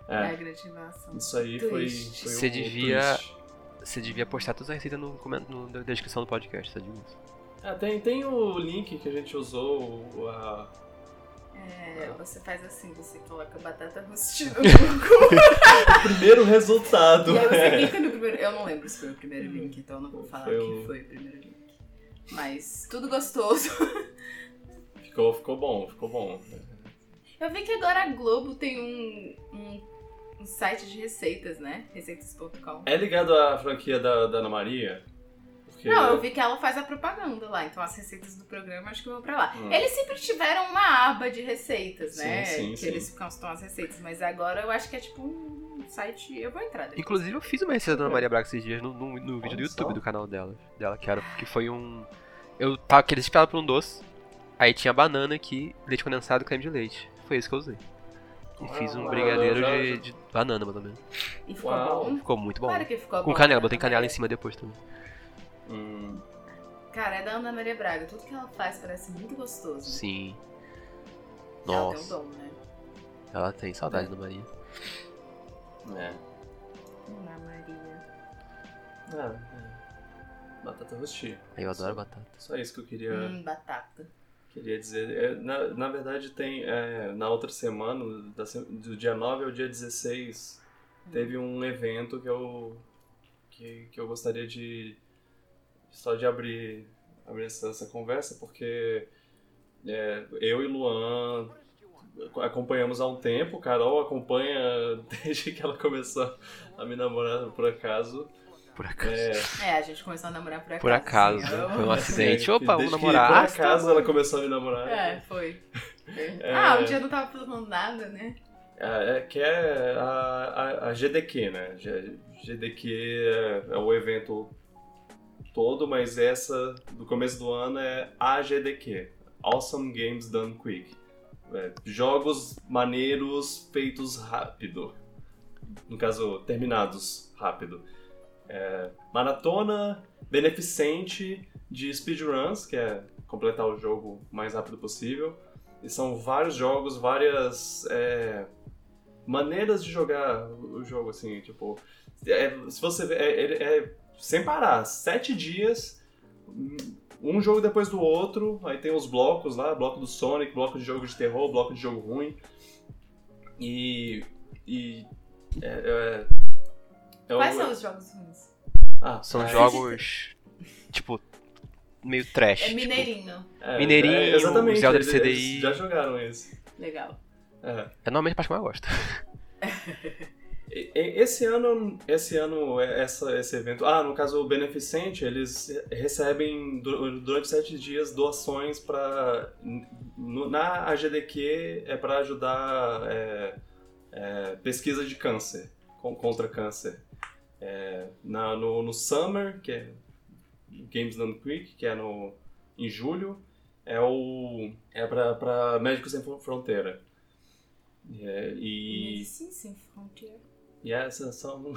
A: É.
D: É, grande inovação.
A: Isso aí foi, foi
D: Twist.
A: um
C: Você devia-
A: twist.
C: Você devia postar todas as receitas no, comen- no- na descrição do podcast, sabe disso?
A: Ah, tem, tem o link que a gente usou, o- [laughs] a,
D: É, você faz assim, você coloca batata
A: [laughs]
D: rosti no Google.
A: primeiro resultado.
D: e aí você
A: É. Hum.
D: clica no primeiro. Eu não lembro se foi o primeiro link, então eu não vou falar
A: Foi
D: o
A: o-
D: que foi o primeiro link. Mas tudo gostoso. [laughs]
A: Ficou, ficou bom, ficou bom.
D: Eu vi que agora a Globo tem um, um, um site de receitas, né? Receitas.com.
A: É ligado à franquia da, da Ana Maria? Porque
D: Não, eu vi que ela faz a propaganda lá, então as receitas do programa acho que vão pra lá.
A: Hum.
D: Eles sempre tiveram uma aba de receitas, né?
A: Sim, sim,
D: que
A: sim.
D: eles constam as receitas, mas agora eu acho que é tipo um site. Eu vou entrar depois.
C: Inclusive, eu fiz uma receita
D: É.
C: da Ana Maria Braga esses dias no, no- no vídeo do
A: Olha
C: YouTube
A: só.
C: do canal dela. Dela, que, era, que foi um. Eu tava querendo esperar por um doce, aí tinha banana aqui, leite condensado e creme de leite. Foi isso que eu usei. E fiz um
A: Ah,
C: brigadeiro
A: já-
C: de,
A: já-
C: de banana, mais ou menos.
D: E ficou
A: Uau.
D: bom.
C: Ficou muito bom.
D: Hum, Claro que ficou
C: Com
D: bom.
C: canela,
D: né?
C: botei canela em cima depois também.
A: Hum,
D: Cara, é da Ana Maria Braga. Tudo que ela faz parece muito gostoso. né?
C: Sim.
D: Ela tem um
C: Nossa,
D: dom, né?
C: ela tem saudade da Maria.
A: é.
D: Ana Maria.
A: Ah, é. Batata rosti.
C: Eu adoro batata.
A: Só isso que eu queria,
D: Hum, batata.
A: queria dizer. É, na, na verdade, tem é, na outra semana, da se- do dia 9 ao dia 16, teve um evento que eu, que, que eu gostaria de só de abrir, abrir essa, essa conversa, porque é, eu e Luan acompanhamos há um tempo, Carol acompanha [laughs] desde que ela começou a me namorar, por acaso.
C: Por acaso.
A: É,
D: É, a gente começou a namorar por acaso.
C: Por acaso.
D: assim, eu-
C: Foi um acidente.
A: É,
C: Opa, vamos
A: desde que
C: namorar. Ah,
A: Por acaso ela começou a me namorar.
D: É, foi.
A: É.
D: Ah, um dia eu não tava falando nada, né?
A: É, é que é a, a, a GDQ, né? G- GDQ é, é o evento todo, mas essa do começo do ano é a GDQ. Awesome Games Done Quick. É, jogos maneiros feitos rápido. No caso, terminados rápido. É, maratona beneficente de speedruns, que é completar o jogo o mais rápido possível. E são vários jogos, várias é, maneiras de jogar o o jogo, assim, tipo. é, se você vê, é, ele- é sem parar, sete dias, um jogo depois do outro, aí tem os blocos lá, bloco do Sonic, bloco de jogo de terror, bloco de jogo ruim. E. e é, é, é o-
D: Quais são os jogos ruins?
A: Ah,
C: São
A: é,
C: jogos. tipo. meio trash.
D: É
C: tipo,
D: Mineirinho.
A: é,
C: Mineirinho,
A: é, exatamente,
C: Zelda
A: eles-
C: CDI.
A: eles Já jogaram esse.
D: Legal.
A: É.
C: é normalmente a parte que eu mais gosto.
A: E- e- Esse ano, esse ano, é- essa, esse evento. Ah, no caso o beneficente, eles recebem du- durante sete dias doações para na AGDQ é para ajudar é, é, pesquisa de câncer con- contra câncer. É, na, no, no Summer, que é Games Done Quick, que é no em julho, é o é para Médicos Sem Fron- Fronteira. É, e
D: Sim, sim, um Frontier.
A: e essa são.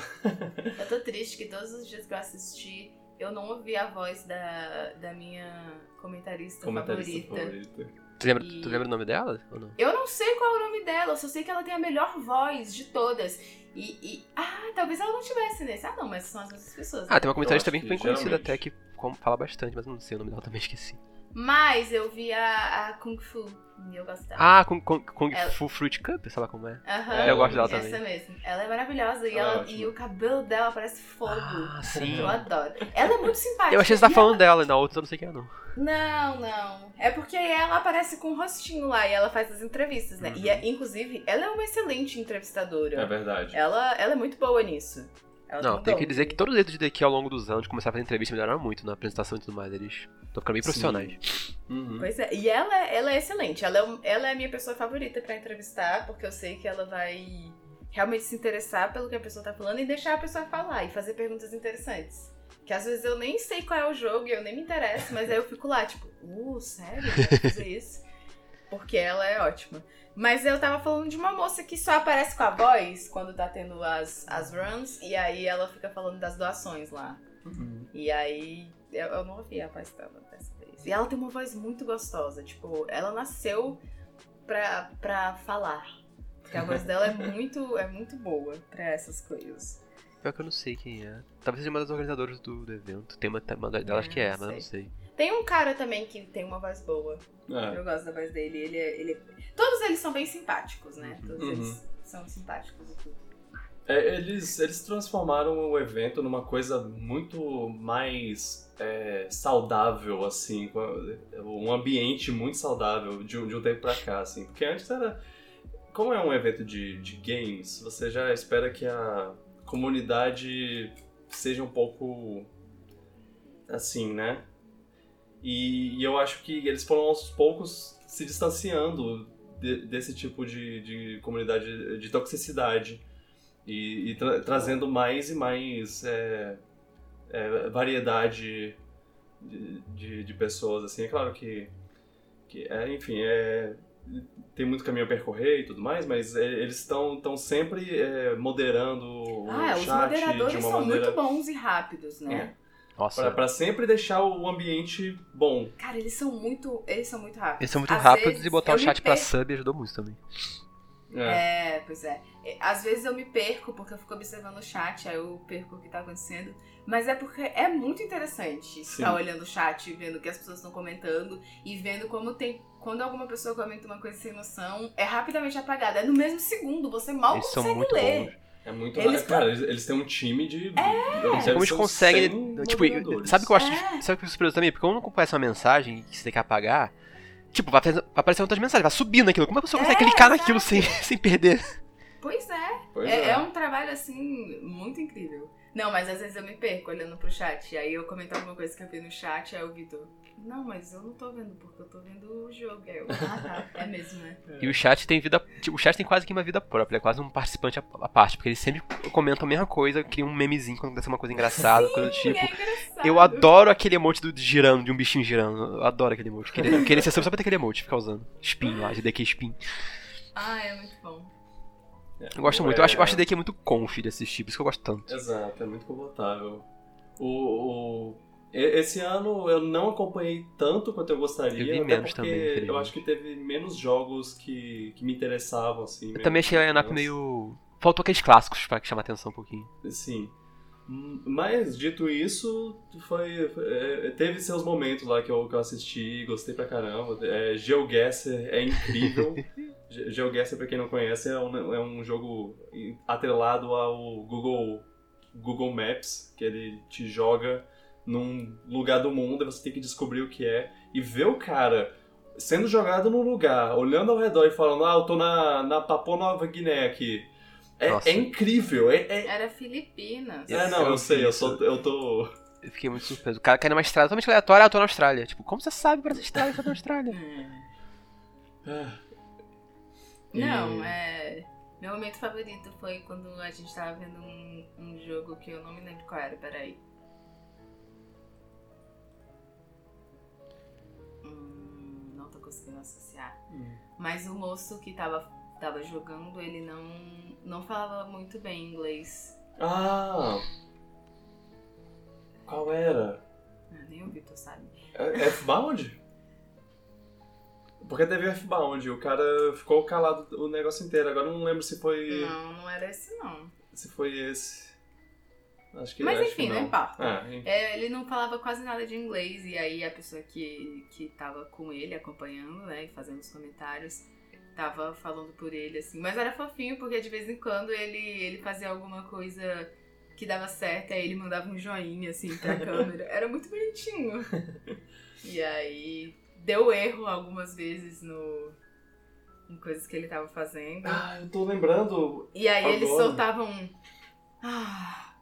D: Eu tô triste que todos os dias que eu assisti, eu não ouvi a voz da, da minha comentarista,
A: Comentarista
D: favorita.
A: favorita.
C: Tu lembra,
D: E-
C: tu lembra o nome dela? Ou não?
D: Eu não sei qual é o nome dela, eu só sei que ela tem a melhor voz de todas. E, e- Ah, talvez ela não tivesse nesse. Ah, não, mas são as outras pessoas. né?
C: Ah, tem uma comentarista
A: acho
C: bem,
A: que
C: bem conhecida
A: geralmente-
C: até que com- fala bastante, mas eu não sei o nome dela, [laughs] também esqueci.
D: Mas eu vi a, a Kung Fu e eu gostava.
A: Tá.
C: Ah, Kung, Kung, Kung
D: Ela-
C: Fu Fruit Cup, sei lá como é.
D: Aham.
A: É, eu gosto
C: dela
D: Essa
C: também.
D: mesmo. Ela é maravilhosa e,
A: Ela é
D: ela,
A: ótima.
D: e o cabelo dela parece fogo.
C: Ah, sim.
D: Eu adoro. Ela é muito
A: Ah,
D: simpática.
C: Eu achei que você
D: E
C: tá falando dela, e na outra eu não sei quem é, não.
D: Não, não. É porque ela aparece com o rostinho lá e ela faz as entrevistas, né? E, é- inclusive, ela é uma excelente
A: Uhum. É
D: entrevistadora.
A: verdade.
D: Ela, ela é muito boa nisso.
A: tá
D: Ela
C: Não, tem que
D: dom
C: dizer
D: de-
C: que todos os editores daqui ao longo dos anos de começar a fazer entrevista melhoraram muito na apresentação e tudo mais. Eles estão ficando bem
A: Sim.
C: profissionais.
A: Uhum.
D: Pois é, e ela, ela é excelente. Ela é, um- ela é a minha pessoa favorita pra entrevistar, porque eu sei que ela vai realmente se interessar pelo que a pessoa tá falando e deixar a pessoa falar e fazer perguntas interessantes. Que às vezes eu nem sei qual é o jogo e eu nem me interesso, mas aí eu fico lá, tipo, uh, sério? Vai fazer isso? Porque ela é ótima. Mas eu tava falando de uma moça que só aparece com a voz quando tá tendo as, as runs, e aí ela fica falando das doações lá.
A: Uhum.
D: E aí, eu, eu não ouvi a voz dela dessa vez. E ela tem uma voz muito gostosa, tipo, ela nasceu pra, pra falar. Porque a voz [laughs] dela é muito, é muito boa pra essas coisas.
C: Pior que eu não sei quem é. Talvez seja uma das organizadoras do, do evento. Tem uma, uma delas
D: É,
C: que é,
D: não
C: mas eu não sei.
D: Tem um cara também que tem uma voz boa.
A: É.
D: Eu gosto da voz dele. Ele, é- ele... é- Todos eles são bem simpáticos, né? Todos
A: Uhum.
D: eles são simpáticos e tudo.
A: É, eles, eles transformaram o evento numa coisa muito mais é, saudável, assim, com a- um ambiente muito saudável de, um- de um tempo pra cá, assim. Porque antes era. Como é um evento de, de games, você já espera que a comunidade seja um pouco assim, né? E, e eu acho que eles foram aos poucos se distanciando de- desse tipo de, de comunidade de toxicidade e, e tra- trazendo mais e mais é, é, variedade de, de, de pessoas assim é claro que, que é, enfim é tem muito caminho a percorrer e tudo mais mas é, eles estão tão sempre é, moderando o
D: Ah, os
A: chat de
D: moderadores
A: uma
D: são
A: maneira
D: muito bons e rápidos, né?
C: Nossa,
A: Pra, pra sempre deixar o ambiente bom.
D: Cara, eles são muito. Eles são muito rápidos.
C: eles são muito
D: Às
C: rápidos
D: vezes
C: e botar
D: eu
C: o
D: me
C: chat pra
D: perco.
C: sub ajudou muito também.
A: É.
D: É, pois é. É, Às vezes eu me perco porque eu fico observando o chat, aí eu perco o que tá acontecendo. Mas é porque é muito
A: Sim.
D: interessante ficar olhando o chat, vendo o que as pessoas estão comentando e vendo como tem. Quando alguma pessoa comenta uma coisa sem noção, é rapidamente apagada. É no mesmo segundo, você mal
C: Eles são
D: consegue
C: muito
D: ler.
C: bons.
A: É muito.
D: Eles-
A: Cara, eles, eles têm um time de. É.
C: Como eles conseguem. Tipo, sabe o que eu
D: É.
C: acho? Sabe o que eu fico surpreso também? Porque quando aparece uma mensagem que você tem que apagar, tipo, vai, fazendo- vai aparecendo outras mensagens, vai subindo aquilo. Como é que você consegue clicar naquilo sem, [laughs] sem perder?
D: Pois é.
A: Pois
D: É,
A: é.
D: é um trabalho, assim, muito incrível. Não, mas às vezes eu me perco olhando pro chat. Aí eu comento alguma coisa que eu vi no chat, aí o Vitor. Não, mas eu não tô vendo, porque eu tô vendo o jogo. Aí eu, ah, tá, é mesmo, né?
C: E o chat tem vida. tipo, o chat tem quase que uma vida própria, é quase um participante à- à parte, porque eles sempre comentam a mesma coisa, criam um memezinho quando acontece uma coisa engraçada, coisa do tipo.
D: É engraçado.
C: Eu adoro aquele emote do girando, de um bichinho girando. Eu adoro aquele emote. Queria, queria ser só pra ter aquele emote, ficar usando. Spin lá, GDQ Spin.
D: Ah, é muito bom.
C: Eu gosto muito. Eu acho, eu acho GDQ muito conf desses tipos, que eu gosto tanto.
A: Exato, é muito confortável. O, o- e- Esse ano eu não acompanhei tanto quanto eu gostaria.
C: Eu vi
A: até
C: menos
A: porque
C: também,
A: Eu
C: infelizmente.
A: acho que teve menos jogos que, que me interessavam, assim.
C: Eu também achei a lineup meio. Faltou aqueles clássicos pra chamar atenção um pouquinho.
A: Sim. Hum, Mas, dito isso, foi, é, teve seus momentos lá que eu, que eu assisti e gostei pra caramba. É, GeoGuessr é incrível. Ge- GeoGuessr, pra quem não conhece, é um, é um jogo atrelado ao Google, Google Maps, que ele te joga num lugar do mundo e você tem que descobrir o que é. E ver o cara sendo jogado num lugar, olhando ao redor e falando, ah, eu tô na, na Papua Nova Guiné aqui. É,
C: Nossa.
A: é incrível, é- é,
D: Era Filipinas.
A: é,
C: Eu
A: não, eu
C: vi
A: sei, eu,
C: isso.
A: sou, eu tô.
C: Eu fiquei muito surpreso. O cara cai numa estrada totalmente aleatória, ah, eu tô na Austrália. Tipo, como você sabe pra essa estrada que eu tô na [laughs] Austrália?
D: Hum.
A: Ah,
D: Não,
A: E-
D: é. Meu momento favorito foi quando a gente tava vendo um, um jogo que eu não me lembro qual era, peraí. Hum, não tô conseguindo associar. Mas o moço que tava, tava jogando, ele não, não falava muito bem inglês.
A: Ah! Qual era?
D: Ah, Nem o Vitor sabe.
A: É- F-Bound? Porque teve F-Bound, o cara ficou calado o negócio inteiro. Agora eu não lembro se foi.
D: Não, não era esse não.
A: se foi esse. Acho que
D: Mas
A: acho
D: enfim, né?
A: que
D: não importa.
A: Ah, enfim.
D: É, ele não falava quase nada de inglês, e aí a pessoa que, que tava com ele, acompanhando, né, e fazendo os comentários, tava falando por ele, assim. Mas era fofinho, porque de vez em quando ele, ele fazia alguma coisa que dava certo, aí ele mandava um joinha, assim, pra câmera. Era muito bonitinho. E aí deu erro algumas vezes no... em coisas que ele tava fazendo.
A: Ah, eu tô lembrando.
D: E aí ele
A: Agora.
D: soltava um. Ah,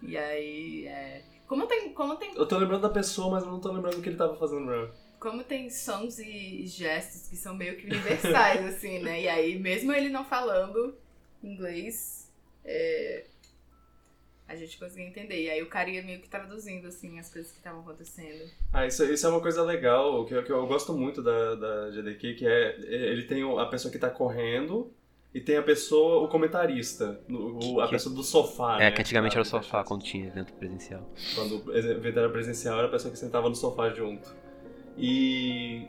D: E aí, é... Como tem, como tem,
A: Eu tô lembrando da pessoa, mas não tô lembrando o que ele tava fazendo, bro.
D: como tem sons e gestos que são meio que universais, assim, né? E aí, mesmo ele não falando inglês, é, a gente conseguia entender. E aí o carinha meio que traduzindo, assim, as coisas que estavam acontecendo.
A: Ah, isso, isso é uma coisa legal, que, eu- que eu gosto muito da, da GDQ, que é... Ele tem o- a pessoa que tá correndo e tem a pessoa, o comentarista. no- o- a
C: Que-
A: pessoa do sofá,
C: É,
A: né,
C: que antigamente era o
A: sabe, da
C: sofá
A: chave.
C: quando tinha evento presencial.
A: Quando o evento era presencial, era a pessoa que sentava no sofá junto. E.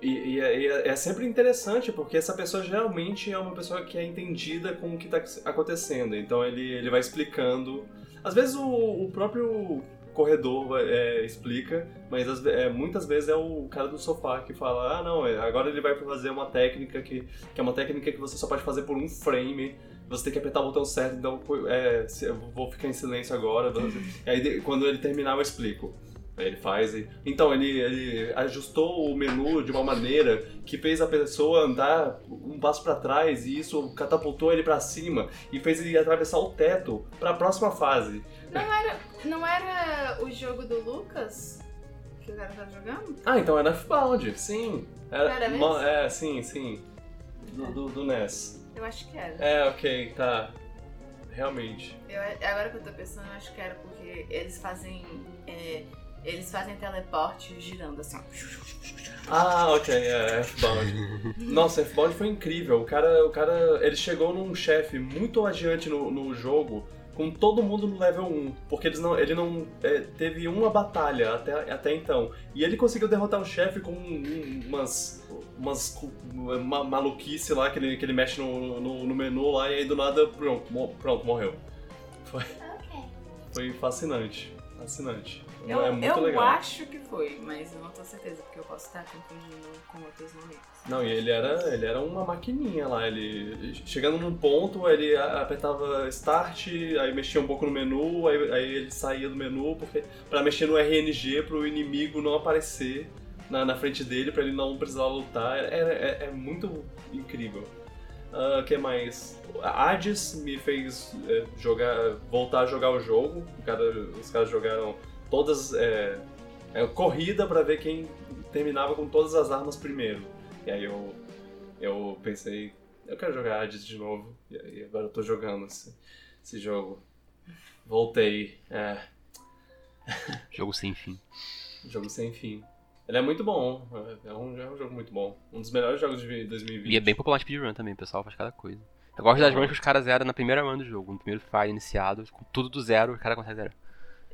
A: E, e é, e é- é sempre interessante, porque essa pessoa geralmente é uma pessoa que é entendida com o que está acontecendo. Então ele, ele vai explicando. Às vezes o, o próprio corredor vai- é, explica, mas às ve- é, muitas vezes é o cara do sofá que fala: ah, não, é, agora ele vai fazer uma técnica que, que é uma técnica que você só pode fazer por um frame. Você tem que apertar o botão certo, então é, se- eu vou ficar em silêncio agora. você- e aí, de- quando ele terminar, eu explico. Aí ele faz e. Então, ele, ele ajustou o menu de uma maneira que fez a pessoa andar um passo pra trás e isso catapultou ele pra cima e fez ele atravessar o teto pra próxima fase.
D: Não era, não era o jogo do Lucas que o cara tava jogando?
A: Ah, então era F-Bound, sim.
D: Era mesmo?
A: mo- É, sim, sim. Do, do, do NES.
D: Eu acho que era.
A: É, ok, tá. Realmente.
D: Eu- agora que eu tô pensando, eu acho que era porque eles fazem. é, eles fazem teleporte girando assim, ó.
A: Ah, ok, é, F-Bound. Nossa, F-Bound foi incrível. O cara, o cara, ele chegou num chefe muito adiante no, no jogo, com todo mundo no level 1, porque eles não, ele não é, teve uma batalha até, até então. E ele conseguiu derrotar o chefe com um- umas, umas cu- uma maluquice lá, que ele, que ele mexe no, no, no menu lá, e aí do nada, pronto, mo- pronto morreu. Foi, foi fascinante, fascinante.
D: Eu,
A: é muito
D: eu
A: legal.
D: acho que foi, mas eu não tô certeza, porque eu posso estar confundindo com outros momentos.
A: Não, e ele era, ele era uma maquininha lá, ele chegando num ponto, ele a- apertava start, aí mexia um pouco no menu, aí, aí ele saía do menu porque para mexer no RNG pro inimigo não aparecer na, na frente dele, pra ele não precisar lutar. Era- É, é, muito incrível. O que mais? A Hades me fez é, jogar, voltar a jogar o jogo. O cara- os caras jogaram todas é, é, corrida pra ver quem terminava com todas as armas primeiro. E aí eu, eu pensei, eu quero jogar Hades de novo. E aí agora eu tô jogando esse, esse jogo. Voltei. É,
C: Jogo sem fim.
A: jogo sem fim. Ele é muito bom. É é um, é um jogo muito bom. Um dos melhores jogos de
C: E
A: 2020.
C: é bem popular de speedrun também, o pessoal faz cada coisa. Eu gosto das runs que os caras zeram na primeira run do jogo, no primeiro fire iniciado, com tudo do zero, o cara consegue zerar.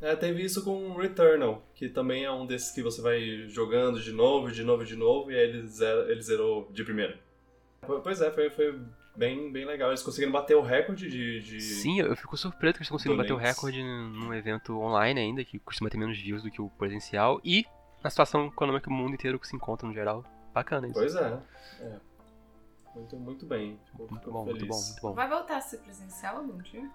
A: É, teve isso com Returnal, que também é um desses que você vai jogando de novo, de novo, de novo, e aí ele, zera, ele zerou de primeira. Po- Pois é, foi, foi bem, bem legal. Eles conseguiram bater o recorde de. de...
C: Sim, eu eu fico surpreso que eles conseguiram bater o
A: Doentes.
C: recorde num evento online ainda, que costuma ter menos views do que o presencial, e na situação econômica que o mundo inteiro que se encontra no geral. Bacana isso.
A: Pois é. é. Muito, muito bem. Fico,
C: Muito
A: fico
C: bom,
A: feliz.
C: muito bom, muito bom.
D: Vai voltar a ser presencial algum dia?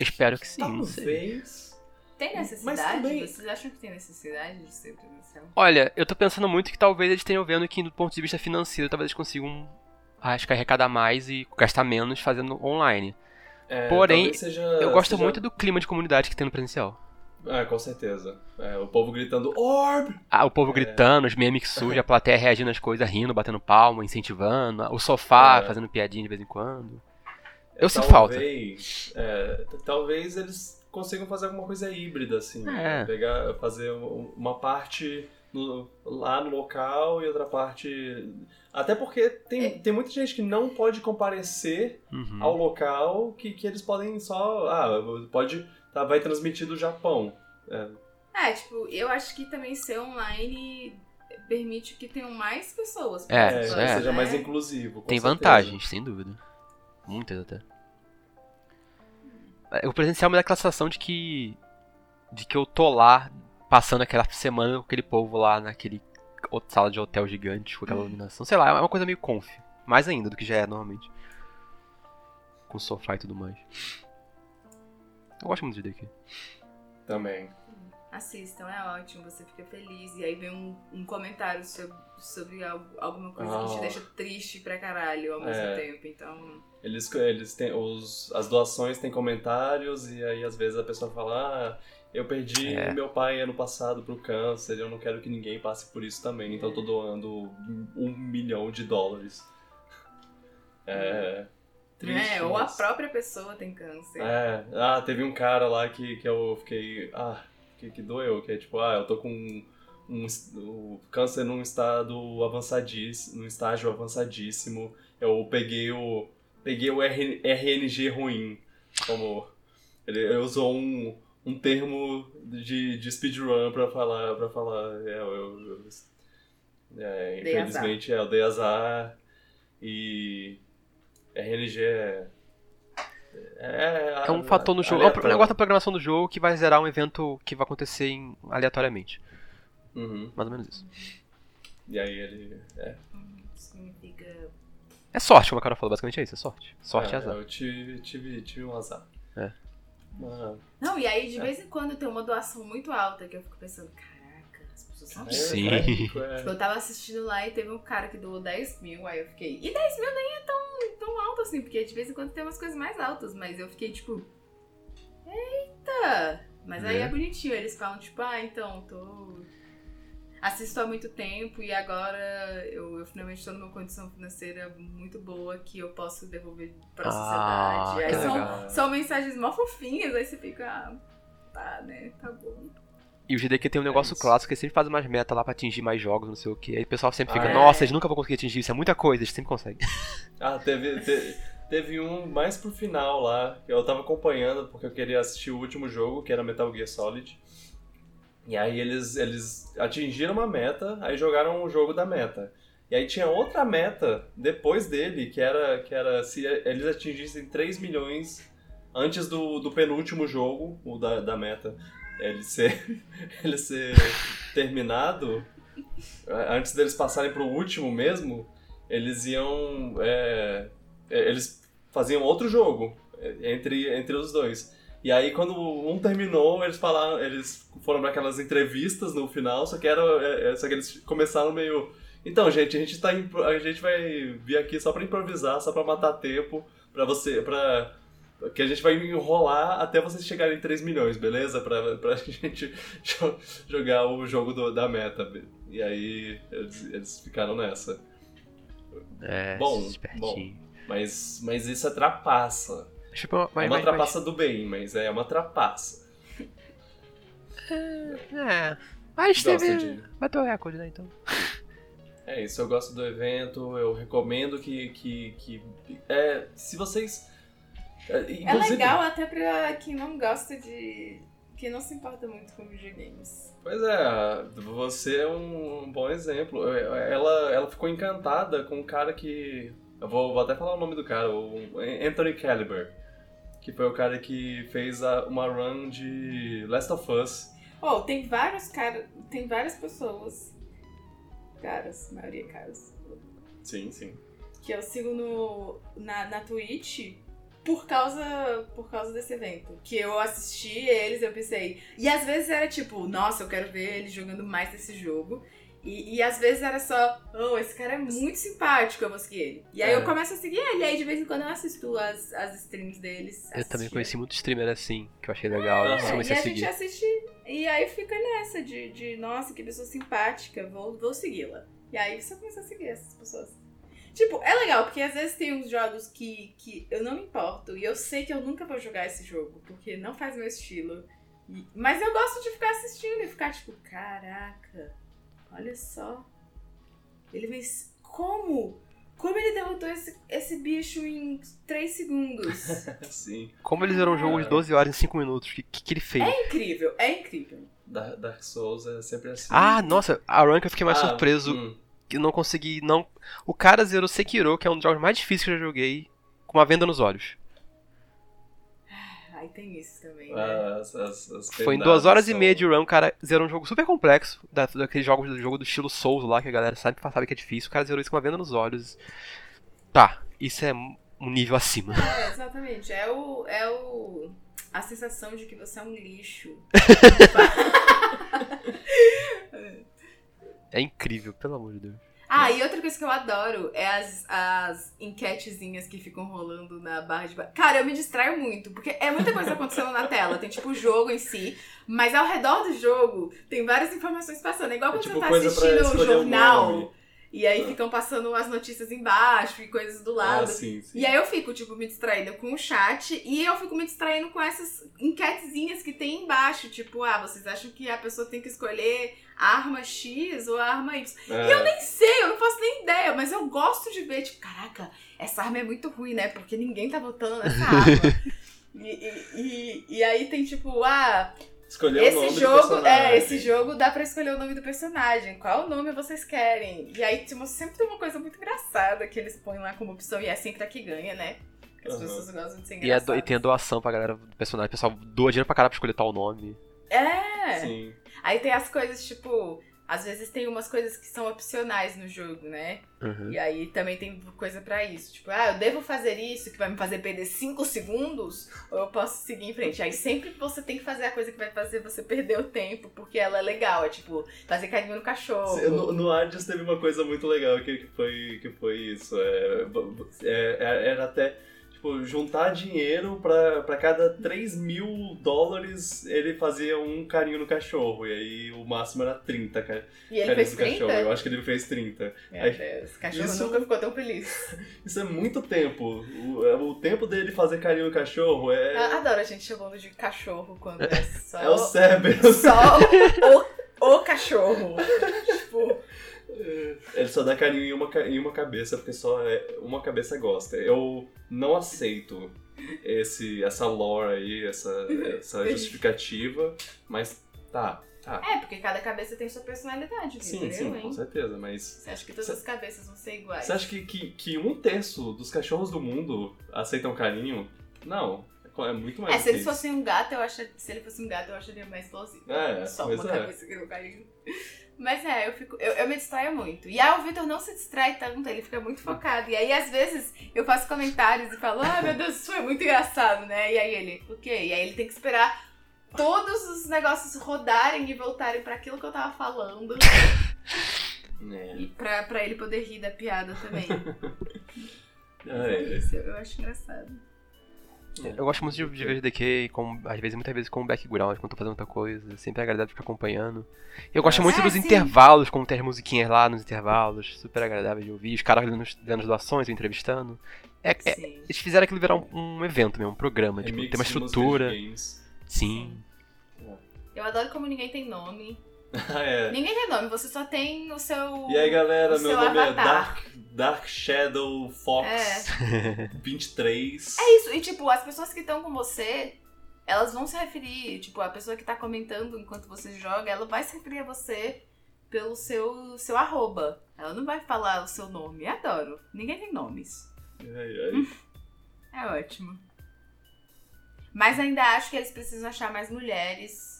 C: Espero que sim, não sei.
A: Talvez.
D: Tem
A: Mas
D: necessidade?
A: também-
D: Vocês acham que tem necessidade de ser presencial?
C: Olha, eu tô pensando muito que talvez eles tenham vendo que do ponto de vista financeiro, talvez eles consigam acho que arrecadar mais e gastar menos fazendo online.
A: É,
C: Porém,
A: talvez seja,
C: eu gosto
A: seja-
C: muito do clima de comunidade que tem no presencial.
A: É, com certeza. É, o povo gritando Orb!
C: Ah, o povo gritando, os memes que surgem, a plateia reagindo às coisas, rindo, batendo palma, incentivando, o sofá
A: É.
C: fazendo piadinha de vez em quando. Eu sinto
A: talvez, é, t- talvez eles consigam fazer alguma coisa híbrida, assim.
C: É.
A: Pegar, fazer um- uma parte no- lá no local e outra parte. Até porque tem,
C: É.
A: tem muita gente que não pode comparecer
C: Uhum.
A: ao local que, que eles podem só. Ah, pode. Tá, vai transmitir do Japão.
D: É, tipo, eu acho que também ser online permite que tenham mais pessoas.
C: É,
A: É,
C: isso
A: que
D: participando,
C: é.
A: seja
D: né?
A: mais inclusivo. com
C: Tem
A: certeza.
C: vantagens, sem dúvida. Muitas até. É, O presencial me dá aquela sensação de que. de que eu tô lá passando aquela semana com aquele povo lá naquele o- sala de hotel gigante
A: Uhum.
C: com aquela iluminação. Sei lá, é uma coisa meio conf. Mais ainda do que já é normalmente. Com sofá e tudo mais. Eu gosto muito de daqui.
A: Também.
D: Assistam, é ótimo, você fica feliz. E aí vem um, um comentário sobre, sobre algo- alguma coisa que te
A: Ah.
D: deixa triste pra caralho ao mesmo
A: É.
D: tempo. Então,
A: Eles, eles têm os, as doações têm comentários e aí às vezes a pessoa fala, ah, eu perdi
C: É.
A: meu pai ano passado pro câncer, eu não quero que ninguém passe por isso também, então eu tô doando um milhão de dólares. É. Triste.
D: é, ou a
A: mas-
D: própria pessoa tem câncer.
A: É, ah, teve um cara lá que, que eu fiquei. Ah, que, que doeu, que é tipo, ah, eu tô com um, es- o câncer num estado avançadíssimo, num estágio avançadíssimo. Eu peguei o. Peguei o RN RNG ruim. Como. Ele, ele usou um, um termo de, de speedrun pra falar. Pra falar é, eu, eu- é,
D: Dei azar.
A: infelizmente, é, eu dei azar. E. RNG é. É,
C: É um fator no jogo. É um negócio da programação do jogo que vai zerar um evento que vai acontecer em- aleatoriamente.
A: Uhum.
C: Mais ou menos isso.
A: E aí ele. É,
D: Significa.
C: É sorte, como a cara falou, basicamente é isso, é sorte. Sorte
A: é,
C: e azar.
A: Eu tive, tive, tive um azar.
C: É.
A: Mano,
D: Não, e aí de
A: É.
D: vez em quando tem uma doação muito alta que eu fico pensando, caraca, as pessoas são
A: é,
D: ricas.
C: Sim.
A: trágico,
D: [laughs]
A: é.
D: Tipo, eu tava assistindo lá e teve um cara que doou 10 mil, aí eu fiquei. E 10 mil nem é tão, tão alto assim, porque de vez em quando tem umas coisas mais altas, mas eu fiquei tipo. Eita! Mas aí
C: É.
D: é bonitinho, eles falam, tipo, ah, então, tô. Assisto há muito tempo e agora eu, eu finalmente tô numa condição financeira muito boa que eu posso devolver pra
C: Ah,
D: sociedade. Aí
C: que
D: são,
A: legal.
D: são mensagens mó fofinhas, aí você fica, ah, tá, né? Tá bom.
C: E o GDQ tem um negócio
A: isso.
C: clássico, que eles sempre fazem umas metas lá pra atingir mais jogos, não sei o que. Aí o pessoal sempre fica,
A: Ah, é.
C: nossa, eles nunca vão conseguir atingir isso, é muita coisa, eles sempre conseguem.
A: Ah, teve, te- teve um mais pro final lá. Eu tava acompanhando porque eu queria assistir o último jogo, que era Metal Gear Solid. E aí eles, eles atingiram uma meta, aí jogaram o jogo da meta. E aí tinha outra meta depois dele, que era, que era se eles atingissem 3 milhões antes do, do penúltimo jogo, o da, da meta, ele ser, [laughs] ele ser terminado, antes deles passarem pro último mesmo, eles iam. é, é, eles faziam outro jogo é, entre, entre os dois. E aí, quando um terminou, eles falaram. Eles foram para aquelas entrevistas no final, só que, era, é, é, só que eles começaram meio. Então, gente, a gente, tá, impro- a gente vai vir aqui só pra improvisar, só pra matar tempo, pra você. Pra, que a gente vai enrolar até vocês chegarem em 3 milhões, beleza? Pra, pra [laughs] gente jo- jogar o jogo do- da meta. E aí, eles- eles ficaram nessa.
C: É,
A: Bom,
C: espertinho.
A: Mas, mas isso é trapaça.
C: Tipo, mas,
A: é uma trapaça do bem, mas é uma trapaça.
C: mas, é. Mas
A: Gosto
C: teve. um
A: de-
C: Bateu o recorde, né? Então.
A: É isso, eu gosto do evento, eu recomendo que. que, que é, se vocês. É,
D: É
A: inclusive-
D: legal até pra quem não gosta de. quem não se importa muito com videogames.
A: Pois é, você é um bom exemplo. É, Ela, ela ficou encantada com um cara que. Eu vou, vou até falar o nome do cara, o um, Anthony Caliber. Que foi o cara que fez a- uma run de Last of Us.
D: Oh, tem vários caras. Tem várias pessoas. Caras, maioria caras.
A: Sim, sim. [laughs]
D: Que eu sigo no, na, na Twitch por causa, por causa desse evento. Que eu assisti eles, eu pensei. E às vezes era tipo, nossa, eu quero ver ele jogando mais desse jogo. E, e às vezes era só, oh, esse cara é muito simpático, eu vou seguir ele. E aí
A: É.
D: eu começo a seguir ele, e aí de vez em quando eu assisto as, as streams deles.
C: Eu também
D: assisti.
C: conheci muito streamer assim, que eu achei legal.
A: Ah,
C: eu
D: É, e
C: comecei
D: a
C: a
D: gente
C: seguir.
D: assiste e aí fica nessa de, de nossa, que pessoa simpática, vou, vou segui-la. E aí você começa a seguir essas pessoas. Tipo, é legal, porque às vezes tem uns jogos que, que eu não me importo e eu sei que eu nunca vou jogar esse jogo, porque não faz meu estilo. E- Mas eu gosto de ficar assistindo e ficar tipo, caraca, olha só. Ele vence. Como? Como ele derrotou esse, esse bicho em 3 segundos?
A: [laughs] Sim.
C: Como eles viram um jogo de
A: É.
C: 12 horas em 5 minutos, o que, que, que ele fez?
D: É incrível, é incrível.
A: Da- Dark Souls é sempre assim.
C: Ah, nossa, a run que eu fiquei mais
A: Ah,
C: surpreso,
A: hum.
C: que eu não consegui, não... O cara zerou Sekiro, que é um dos jogos mais difíceis que eu já joguei, com uma venda nos olhos.
D: Aí tem isso também, né?
A: As- as- as
C: Foi em
A: penadas
C: 2 horas e
A: são-
C: meia de run, o cara zerou um jogo super complexo, da, daqueles jogos do jogo do estilo Souls lá, que a galera sabe, sabe que é difícil, o cara zerou isso com uma venda nos olhos. Tá, isso é um nível acima.
D: É, exatamente. É o. É o. A sensação de que você é um lixo.
C: É incrível, pelo amor de Deus.
D: Ah, e outra coisa que eu adoro é as, as enquetezinhas que ficam rolando na barra de. ba- Cara, eu me distraio muito, porque é muita coisa acontecendo na tela. Tem tipo o jogo em si, mas ao redor do jogo tem várias informações passando. É igual
A: É
D: quando
A: tipo
D: você tá
A: coisa pra
D: assistindo o
A: escolher o
D: jornal
A: nome. É.
D: e aí ficam passando as notícias embaixo e coisas do lado.
A: Ah, sim, sim.
D: E aí eu fico, tipo, me distraindo com o chat e eu fico me distraindo com essas enquetezinhas que tem embaixo. Tipo, ah, vocês acham que a pessoa tem que escolher a arma X ou a arma Y?
A: É,
D: Nem sei, eu não faço nem ideia, mas eu gosto de ver, tipo, caraca, essa arma é muito ruim, né? Porque ninguém tá votando nessa arma. E, e- e- e aí tem tipo, ah,
A: Escolher o nome
D: esse
A: do
D: jogo,
A: personagem.
D: é, esse jogo dá pra escolher o nome do personagem, qual nome vocês querem. E aí tipo, sempre tem uma coisa muito engraçada que eles põem lá como opção, e é sempre a que ganha, né? As
A: Aham.
D: pessoas gostam de ser
C: E, a do- e
D: engraçadas.
C: tem a doação pra galera do personagem. O pessoal doa dinheiro pra caralho pra escolher tal nome.
D: É!
A: Sim.
D: Aí tem as coisas, tipo, às vezes tem umas coisas que são opcionais no jogo, né?
C: Uhum.
D: E aí também tem coisa pra isso. Tipo, ah, eu devo fazer isso que vai me fazer perder 5 segundos? Ou eu posso seguir em frente? Aí sempre você tem que fazer a coisa que vai fazer você perder o tempo, porque ela é legal. É tipo, fazer carinho no cachorro.
A: No, no Hades teve uma coisa muito legal que, que, foi, que foi isso. É, é, era até tipo, juntar dinheiro pra, pra cada 3 mil dólares ele fazia um carinho no cachorro. E aí o máximo era 30 ca-
D: E ele
A: carinhos
D: fez
A: no cachorro.
D: 30?
A: Eu acho que ele fez 30.
D: Meu Deus, o É, cachorro
A: Isso-
D: nunca ficou tão feliz.
A: Isso é muito tempo. O, é, o tempo dele fazer carinho no cachorro é.
D: Eu adoro a gente chamando de cachorro quando é só.
A: É o Cerberus.
D: só o, o cachorro. [laughs] tipo,
A: [laughs] Ele só dá carinho em uma, ca- em uma cabeça, porque só é- uma cabeça gosta. Eu não aceito esse, essa lore aí,
D: [laughs]
A: essa, essa justificativa, mas tá, tá.
D: é, porque cada cabeça tem sua personalidade,
A: Sim,
D: entendeu,
A: sim,
D: hein?
A: com certeza, mas.
D: Você acha que todas as cabeças vão ser iguais?
A: Você acha que, que, que um terço dos cachorros do mundo aceitam carinho? Não. É muito mais. do
D: É, se
A: que
D: ele
A: isso.
D: fosse um gato, eu acho. Se ele fosse um gato, eu acharia mais plausível.
A: É,
D: Só
A: pois
D: uma
A: é.
D: cabeça que não caiu. Mas é, eu fico. Eu, eu me distraio muito. E aí o Vitor não se distrai tanto, ele fica muito focado. E aí, às vezes, eu faço comentários e falo, ah, meu Deus, isso foi muito engraçado, né? E aí ele, o quê? E aí ele tem que esperar todos os negócios rodarem e voltarem pra aquilo que eu tava falando.
A: É.
D: e pra, pra ele poder rir da piada também.
A: Ah,
D: É
A: [laughs] é.
D: isso, eu acho engraçado.
C: Eu gosto muito de, de ver GDK, com, às vezes, muitas vezes como background, quando eu tô fazendo outra coisa. Sempre é agradável ficar acompanhando. Eu gosto
A: É.
C: muito
D: É,
C: dos
D: sim.
C: intervalos, como tem as musiquinhas lá nos intervalos. Super agradável de ouvir. Os caras dando, dando as doações, eu entrevistando. É, é-
D: Sim.
C: eles fizeram aquilo virar um, um evento mesmo, um programa.
A: É
C: tipo,
A: mix
C: tem uma
A: de música de
C: estrutura.
A: games.
C: Sim.
D: Eu adoro como ninguém tem nome.
A: Ah, [laughs] é.
D: Ninguém tem nome, você só tem o seu.
A: E aí galera,
D: o
A: meu
D: seu
A: nome é
D: avatar.
A: Dark, Dark Shadow Fox
C: [laughs] É.
A: 23.
D: É isso, e tipo, as pessoas que estão com você, elas vão se referir, tipo, a pessoa que tá comentando enquanto você joga, ela vai se referir a você pelo seu, seu arroba. Ela não vai falar o seu nome. Eu adoro. Ninguém tem nomes.
A: Ai, ai.
D: É ótimo. Mas ainda acho que eles precisam achar mais mulheres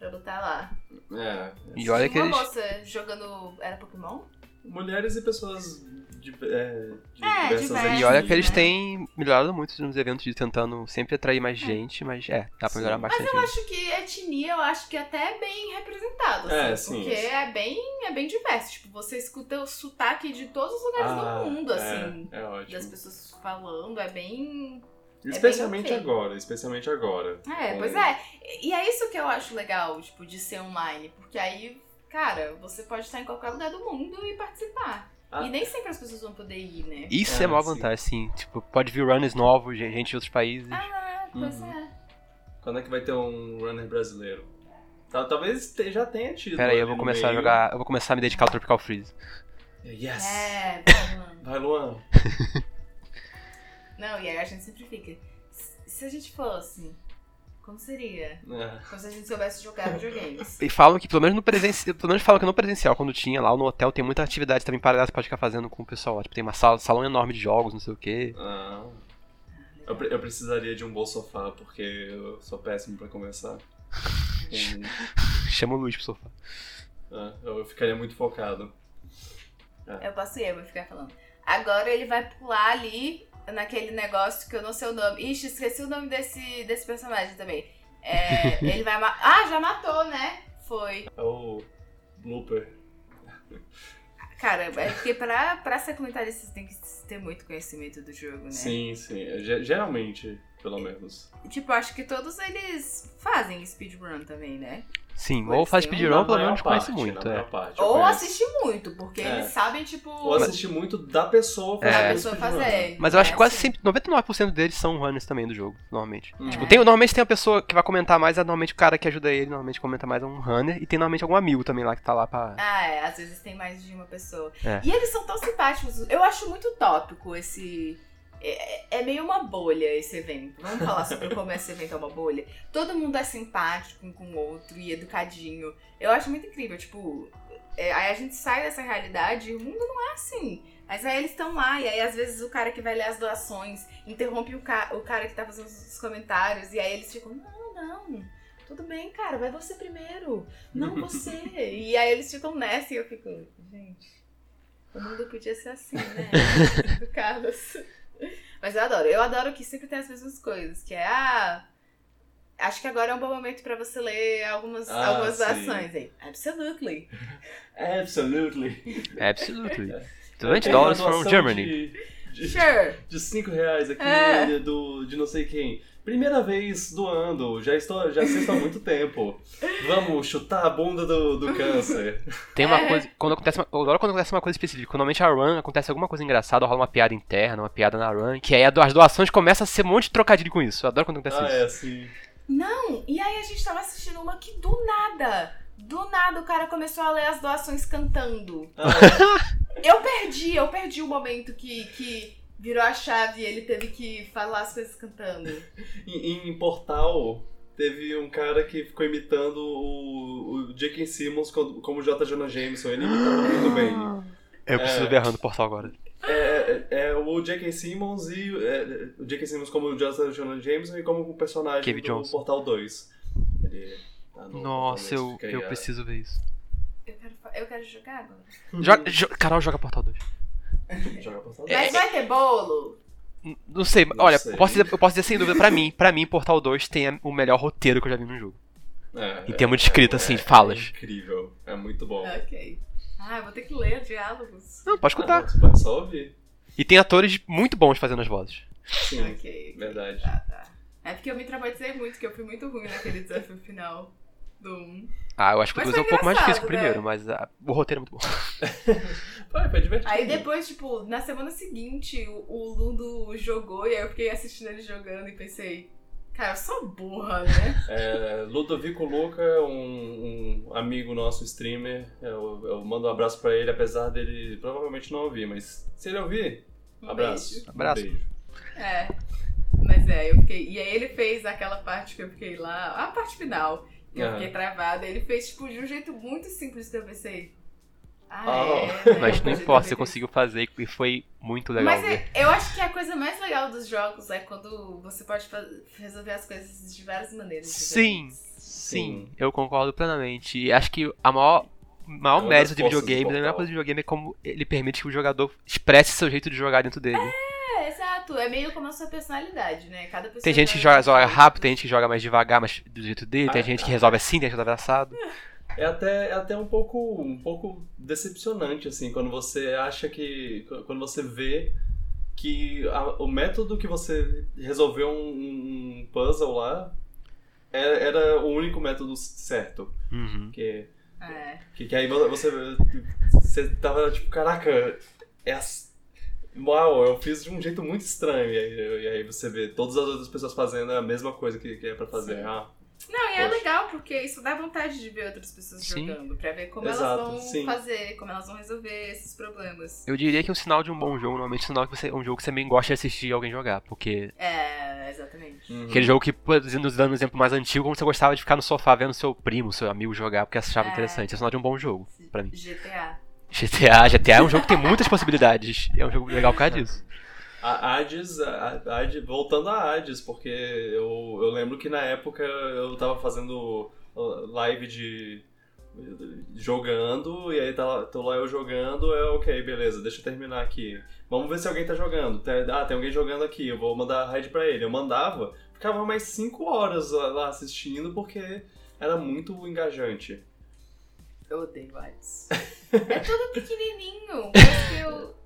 D: pra botar lá.
A: É.
C: E olha
D: Tinha
C: que eles.
D: uma moça jogando. Era Pokémon?
A: Mulheres e pessoas de, é, de
D: É,
A: diversas
D: diversas.
A: etnias.
C: E olha que eles
D: né?
C: têm melhorado muito nos eventos de tentando sempre atrair mais gente, mas é, dá pra
A: Sim.
C: melhorar
A: Mas
C: bastante.
D: Eu acho que etnia, eu acho que até é bem representado, assim,
A: É, sim,
D: porque
A: sim.
D: é bem, é bem diverso. Tipo, você escuta o sotaque de todos os lugares
A: Ah,
D: do mundo,
A: é,
D: assim,
A: É,
D: das
A: ótimo.
D: pessoas falando, é bem...
A: Especialmente
D: ok.
A: agora, especialmente agora.
D: É,
A: Com-
D: pois é. E é isso que eu acho legal, tipo, de ser online, porque aí, cara, você pode estar em qualquer lugar do mundo e participar.
A: Ah.
D: E nem sempre as pessoas vão poder ir, né?
C: Isso
A: É,
C: é uma
A: sim.
C: vantagem, sim. Tipo, pode vir runners novos, gen- gente de outros países.
D: Ah, pois
A: Uhum.
D: é.
A: Quando é que vai ter um runner brasileiro? Tal- Talvez te- já tenha tido.
C: Pera aí,
A: ali
C: eu vou
A: no
C: começar a
A: meio.
C: jogar. Eu vou começar a me dedicar ao Tropical Freeze.
A: Yes!
D: É, vai, mano.
A: Vai, Luan.
D: Não, e aí a gente sempre fica. "Se- Se a gente fosse, como seria?
A: É.
D: Como se a gente soubesse jogar videogames.
C: E falam que, pelo menos no presencial, pelo menos falam que no presencial, quando tinha lá no hotel, tem muita atividade também paralela que você pode ficar fazendo com o pessoal. lá. Tipo, tem uma sala, salão enorme de jogos, não sei o quê.
A: Ah, eu, pre- eu precisaria de um bom sofá, porque eu sou péssimo pra conversar. Com-
C: Chama o Luiz pro sofá.
A: Ah, eu ficaria muito focado.
D: Eu posso ir, eu vou ficar falando. Agora ele vai pular ali naquele negócio que eu não sei o nome. Ixi,
A: [laughs]
D: esqueci o nome desse, desse personagem também. É, ele vai ma- Ah, já matou, né? Foi.
A: É o blooper.
D: Cara, é porque pra, pra ser comentarista você tem que ter muito conhecimento do jogo, né?
A: Sim, sim. É, ge- Geralmente, pelo menos.
D: Tipo, acho que todos eles fazem speedrun também, né?
C: Sim,
D: Pode
C: ou faz
D: ser.
C: speedrun, pelo
A: maior
C: menos conhece
A: parte, né?
C: muito.
A: na
C: É.
A: maior parte, eu
D: Ou
A: conheço.
D: assiste muito, porque
A: É.
D: eles sabem, tipo,
A: Ou assiste muito da pessoa
D: a
A: fazendo tipo
C: É.
D: pessoa
A: speedrun.
D: fazer.
C: Mas eu acho
D: É,
C: que quase
D: assim.
C: sempre, 99% deles são runners também do jogo, normalmente.
A: Hum.
C: Tipo,
D: É.
C: tem, normalmente tem uma pessoa que vai comentar mais, é normalmente o cara que ajuda ele, normalmente comenta mais é um runner, e tem normalmente algum amigo também lá que tá lá pra.
D: Ah, é, às vezes tem mais de uma pessoa.
C: É.
D: E eles são tão simpáticos. Eu acho muito tópico esse. É, é- é meio uma bolha esse evento. Vamos falar sobre como esse evento é uma bolha. Todo mundo é simpático um com o outro e educadinho. Eu acho muito incrível. Tipo, é, aí a gente sai dessa realidade e o mundo não é assim. Mas aí eles estão lá, e aí às vezes o cara que vai ler as doações interrompe o, ca o cara que tá fazendo os comentários, e aí eles ficam, não, não, tudo bem, cara, vai você primeiro.
A: [laughs]
D: Não, você. e aí eles ficam nessa e eu fico, gente, o mundo podia ser assim,
A: [laughs]
D: né? Educados. Mas eu adoro. Eu adoro que sempre tem as mesmas coisas, que é, ah, acho que agora é um bom momento pra você ler algumas,
A: Ah,
D: algumas
A: sim.
D: doações aí. Absolutely.
A: Absolutely.
C: É absolutely. 20
A: Tem
C: dólares
A: uma
C: from
A: doação
C: Germany.
A: De, de,
D: Sure.
A: de 5 reais aqui
D: É.
A: do, de não sei quem. Primeira vez doando, já estou, já assisto há muito tempo. Vamos chutar a bunda do, do
C: [laughs]
A: câncer.
C: Tem uma
D: É.
C: coisa. Quando acontece uma, eu adoro quando acontece uma coisa específica. Normalmente a run acontece alguma coisa engraçada, rola uma piada interna, uma piada na run, que aí a do- as doações começa a ser um monte de trocadilho com isso. Eu adoro quando acontece
A: Ah,
C: isso.
A: é assim.
D: Não, e aí a gente tava assistindo uma que do nada, do nada o cara começou a ler as doações cantando.
A: Ah,
C: [laughs]
D: Eu perdi, eu perdi o momento que, que virou a chave e ele teve que falar as coisas cantando.
A: em, em Portal, teve um cara que ficou imitando o, o J.K. Simmons como, como J. Jonah Jameson. Ele imitou muito
D: [gasps]
A: bem.
D: Ah.
C: Eu preciso
A: É.
C: ver a run do portal agora.
A: É, é, é o J.K. Simmons e é, o J.K. Simmons como o Jonathan Jonah Jameson e como o personagem
C: Cave
A: do
C: Johnson.
A: Portal 2. Ele tá no
C: Nossa,
A: Portal
C: eu,
A: 2, fica aí é.
C: eu
A: a-
C: preciso ver isso.
D: Eu quero, fa- eu quero jogar agora.
A: Uhum.
C: Joga, jo- Carol joga Portal 2.
A: Joga Portal 2.
D: É, Mas vai ter bolo?
C: N- Não sei,
A: Não
C: olha,
A: sei.
C: Eu, posso dizer, eu posso dizer sem dúvida, pra mim, pra mim, Portal 2 tem a- o melhor roteiro que eu já vi no jogo.
A: É,
C: Em termos de escrita, assim, falas.
A: incrível, é muito bom.
D: Ok. Ah, eu vou ter que ler diálogos.
C: Não, pode
A: Ah,
C: escutar.
A: você pode só ouvir.
C: E tem atores muito bons fazendo as vozes.
A: Sim,
D: Ok.
A: verdade.
D: Tá, tá. É porque eu me traumatizei muito, que eu fui muito ruim naquele desafio final do 1.
C: Ah, eu acho que o
D: Mas
C: 2 é um
D: foi
C: pouco mais difícil que o
D: engraçado, né?
C: primeiro, mas ah, o roteiro é muito bom.
A: Foi, foi divertido.
D: Aí depois, tipo, na semana seguinte, o, o Lundo jogou e aí eu fiquei assistindo ele jogando e pensei, cara, eu sou burra,
C: [laughs]
D: né?
A: É, Ludovico Luca, é um, um amigo nosso streamer, eu, eu mando um abraço pra ele, apesar dele provavelmente não ouvir, mas se ele ouvir,
D: Um
A: abraço.
D: beijo.
C: Abraço.
A: Beijo.
D: É. Mas é, eu fiquei. E aí ele fez aquela parte que eu fiquei lá, a parte final. que Eu
C: Ah.
A: Aham.
D: fiquei travada. Ele fez, tipo, de um jeito muito simples que eu pensei. Ah,
A: Oh.
D: é, né?
C: Mas
D: Eu
C: não
D: podia
C: importa,
D: ter
C: você
D: feito
C: conseguiu fazer e foi muito legal
D: Mas
C: ver.
D: é- eu acho que a coisa mais legal dos jogos é quando você pode fa- resolver as coisas de várias maneiras.
C: Sim.
D: diferentes.
C: Sim, eu concordo plenamente. E Acho que a maior, o maior
A: É uma
C: mérito
A: das
C: de
A: forças do
C: videogame, a melhor
A: Portal.
C: coisa de videogame é como ele permite que o jogador expresse seu jeito de jogar dentro dele.
D: É, exato. É meio como a sua personalidade, né? Cada pessoa
C: Tem gente que joga, joga rápido, tem gente que joga mais devagar, mas do jeito dele, tem gente que resolve assim, tem gente que resolve assado.
A: É até, é até um pouco um pouco decepcionante, assim, quando você acha que. Quando você vê que a- o método que você resolveu um, um puzzle lá é- era o único método certo.
C: Uhum.
A: Que,
D: É.
A: que, que aí você. Você tava tipo, caraca, é as- Uau, eu fiz de um jeito muito estranho. E aí, e aí você vê todas as outras pessoas fazendo a mesma coisa que, que é pra fazer.
D: Sim.
A: Ah,
D: Não, e é
A: Poxa.
D: legal porque isso dá vontade de ver outras pessoas
C: Sim.
D: jogando, pra ver como
A: Exato,
D: elas vão
A: sim.
D: fazer, como elas vão resolver esses problemas.
C: Eu diria que o sinal de um bom jogo, normalmente, é um sinal que você, um jogo que você bem gosta de assistir alguém jogar, porque
D: É, exatamente.
A: uhum.
C: aquele jogo que, pô, nos dando um exemplo mais antigo, como você gostava de ficar no sofá vendo seu primo, seu amigo jogar, porque achava
D: É.
C: interessante. É o sinal de um bom jogo, pra mim.
D: GTA.
C: GTA, GTA é um jogo que tem muitas possibilidades. É um jogo legal por causa disso.
A: A Hades, a- a Hades- voltando a Hades, porque eu, eu lembro que na época eu tava fazendo live de jogando, e aí tá, lá- tô lá eu jogando, é ok, beleza, deixa eu terminar aqui. Vamos ver se alguém tá jogando. Tem- Ah, tem alguém jogando aqui, eu vou mandar raid pra ele. Eu mandava, ficava mais 5 horas lá assistindo, porque era muito engajante.
D: Eu
A: [laughs]
D: odeio Hades. é tudo pequenininho. Parece que eu,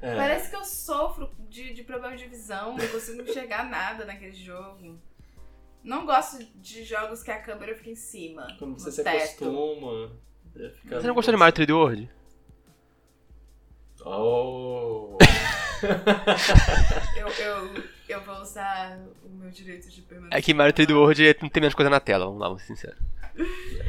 A: É.
D: parece que eu sofro de, de problema de visão. Não consigo enxergar nada naquele jogo. Não gosto de jogos que a câmera fica em cima.
A: Quando você
D: no
A: se
D: um teto.
A: acostuma. é, fica
C: Você não gostou de Mario 3D World?
A: Oh!
D: Eu, eu, eu vou usar o meu direito de permanecer.
C: É que Mario 3D World não tem menos coisa na tela, vamos lá, vamos ser sinceros.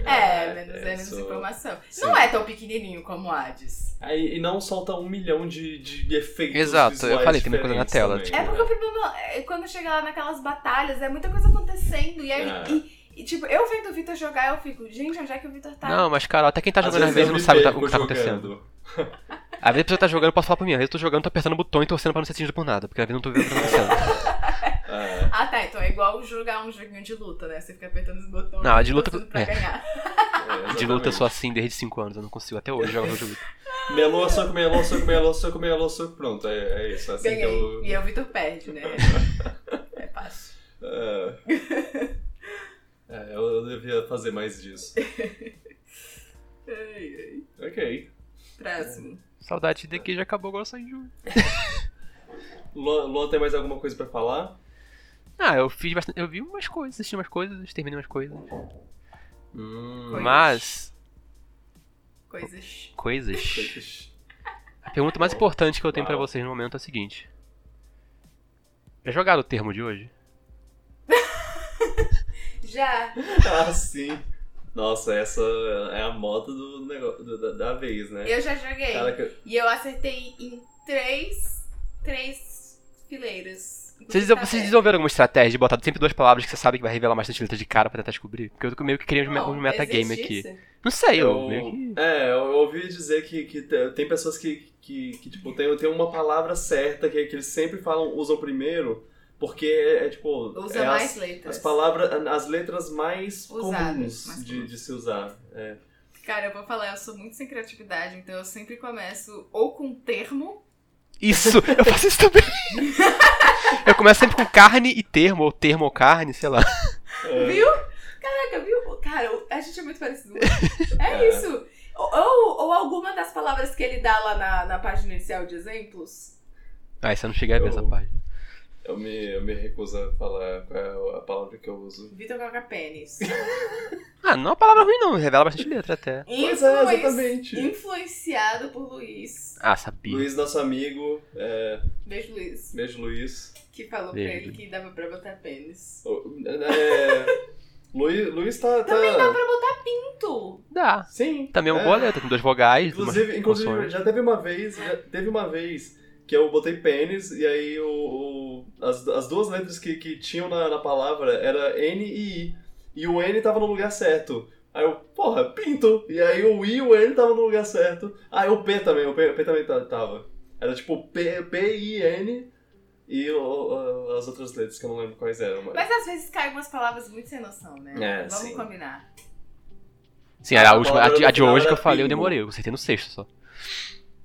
D: É, menos, é, menos
A: só-
D: informação.
A: Sim.
D: Não é tão pequenininho como o Hades.
A: Aí, e não solta um milhão de, de efeitos.
C: Exato, eu
A: visuais
C: falei, tem muita coisa na
A: diferentes
C: tela,
A: também,
C: tipo,
D: É porque o
A: né?
D: problema é quando chega lá naquelas batalhas, é muita coisa acontecendo. E aí,
A: É.
D: e, e, tipo, eu vendo o Vitor jogar, eu fico, gente, onde é que o Vitor tá?
C: Não, mas cara, até quem tá jogando às vezes
A: eu
C: não
A: me
C: sabe o que tá-
A: perco
C: o que tá
A: jogando.
C: acontecendo. Às vezes a pessoa tá jogando, eu posso falar pra mim, às vezes eu tô jogando, tô apertando o botão e torcendo pra não ser atingido por nada, porque às vezes eu não tô vendo o que tá acontecendo.
A: É,
D: Ah, tá, então é igual jogar um joguinho de luta, né? Você fica apertando os botões.
C: Não, de luta-
D: torcendo Pra
C: é.
A: é,
D: ganhar.
C: De luta eu
A: exatamente.
C: sou assim desde 5 anos, eu não consigo até hoje jogar jogo de luta.
A: Melô, soco, melô, soco, melô, soco, melô, soco. Pronto, é, é isso. é [laughs] Assim
D: Ganhei.
A: que eu.
D: E aí o Vitor
A: [laughs]
D: perde, né? é fácil.
A: É. É, eu, eu devia fazer mais disso.
D: Ai, ai.
A: Ok.
D: Próximo.
C: Saudade de que já acabou agora só em julho.
A: Luan, Luan, tem mais alguma coisa pra falar?
C: Ah, eu fiz bastante. Eu vi umas coisas, assisti umas coisas, terminei umas coisas.
A: Hum.
D: Coisas.
C: Mas.
A: É.
D: Coisas.
C: Coisas.
A: coisas.
C: A pergunta mais importante que eu tenho pra
A: Uau.
C: vocês no momento é a seguinte. Já jogaram o termo de hoje?
D: Já.
A: [laughs] Ah, sim. Nossa, essa é a moda do negócio, do- da, da vez, né?
D: Eu já joguei.
A: Cara, que-
D: E eu acertei em três. Três fileiras.
C: Vocês,
D: Tá
C: vocês
D: certo.
C: desenvolveram alguma estratégia de botar sempre duas palavras que você sabe que vai revelar bastante letra de cara pra tentar descobrir? Porque eu tô meio que criei um, me-
D: Não,
C: um metagame
D: existe
C: aqui.
D: isso?
C: Não sei, eu,
A: eu,
C: meio que.
A: é, eu ouvi dizer que, que te- tem pessoas que, que, que, tipo, tem, tem uma palavra certa que, que eles sempre falam, usam primeiro, porque é, é, tipo.
D: Usa
A: é
D: mais
A: as,
D: letras.
A: as palavras, as letras mais
D: Usadas,
A: comuns
D: mais
A: de,
D: comuns.
A: de se usar. É.
D: Cara, eu vou falar, eu sou muito sem criatividade, então eu sempre começo ou com um termo.
C: Isso! Eu faço isso
D: [laughs]
C: também! eu começo sempre com carne e termo, ou termo ou carne, sei lá.
A: É.
D: Viu? Caraca, viu? Cara, eu- a gente é
A: [laughs]
D: muito parecido. É
A: É.
D: isso. Ou, ou alguma das palavras que ele dá lá na, na página inicial de exemplos.
C: Ah, você não cheguei a ver
A: Eu-
C: essa página.
A: Eu me, eu me recuso a falar qual é a palavra que eu uso.
D: Vitor coloca pênis.
C: Ah, não é uma palavra ruim, não. Revela bastante letra até.
A: Pois é,
D: Influen-
A: exatamente.
D: Influenciado por Luiz.
C: Ah, sabia.
A: Luiz, nosso amigo, é,
D: Beijo, Luiz.
A: beijo Luiz.
D: Que falou pra
C: Beijo.
D: ele que dava pra botar pênis.
A: O- é, Luiz, Luiz tá. tá-
D: Pra botar pinto!
C: Dá.
A: Sim.
C: Também é uma boa letra, com duas vogais, duas
A: Inclusive, inclusive
C: consoantes.
A: já teve uma vez, já teve uma vez que eu botei pênis e aí o, o- as, as duas letras que, que tinham na, na palavra era N e I. E o N tava no lugar certo. Aí eu, porra, pinto. E aí o I e o N tava no lugar certo. Ah, e o P também, o P, o P também ta- tava. Era tipo P, P I, N e o- o- as outras letras que eu não lembro quais eram. Mas...
D: Mas às vezes caem umas palavras muito sem noção, né?
A: É,
D: Vamos
A: sim.
D: combinar.
C: Sim, era a
A: A
C: última. A de,
A: palavra
C: a de
A: no final
C: hoje que eu
A: era
C: falei, eu
A: bingo.
C: demorei. Eu acertei no sexto só.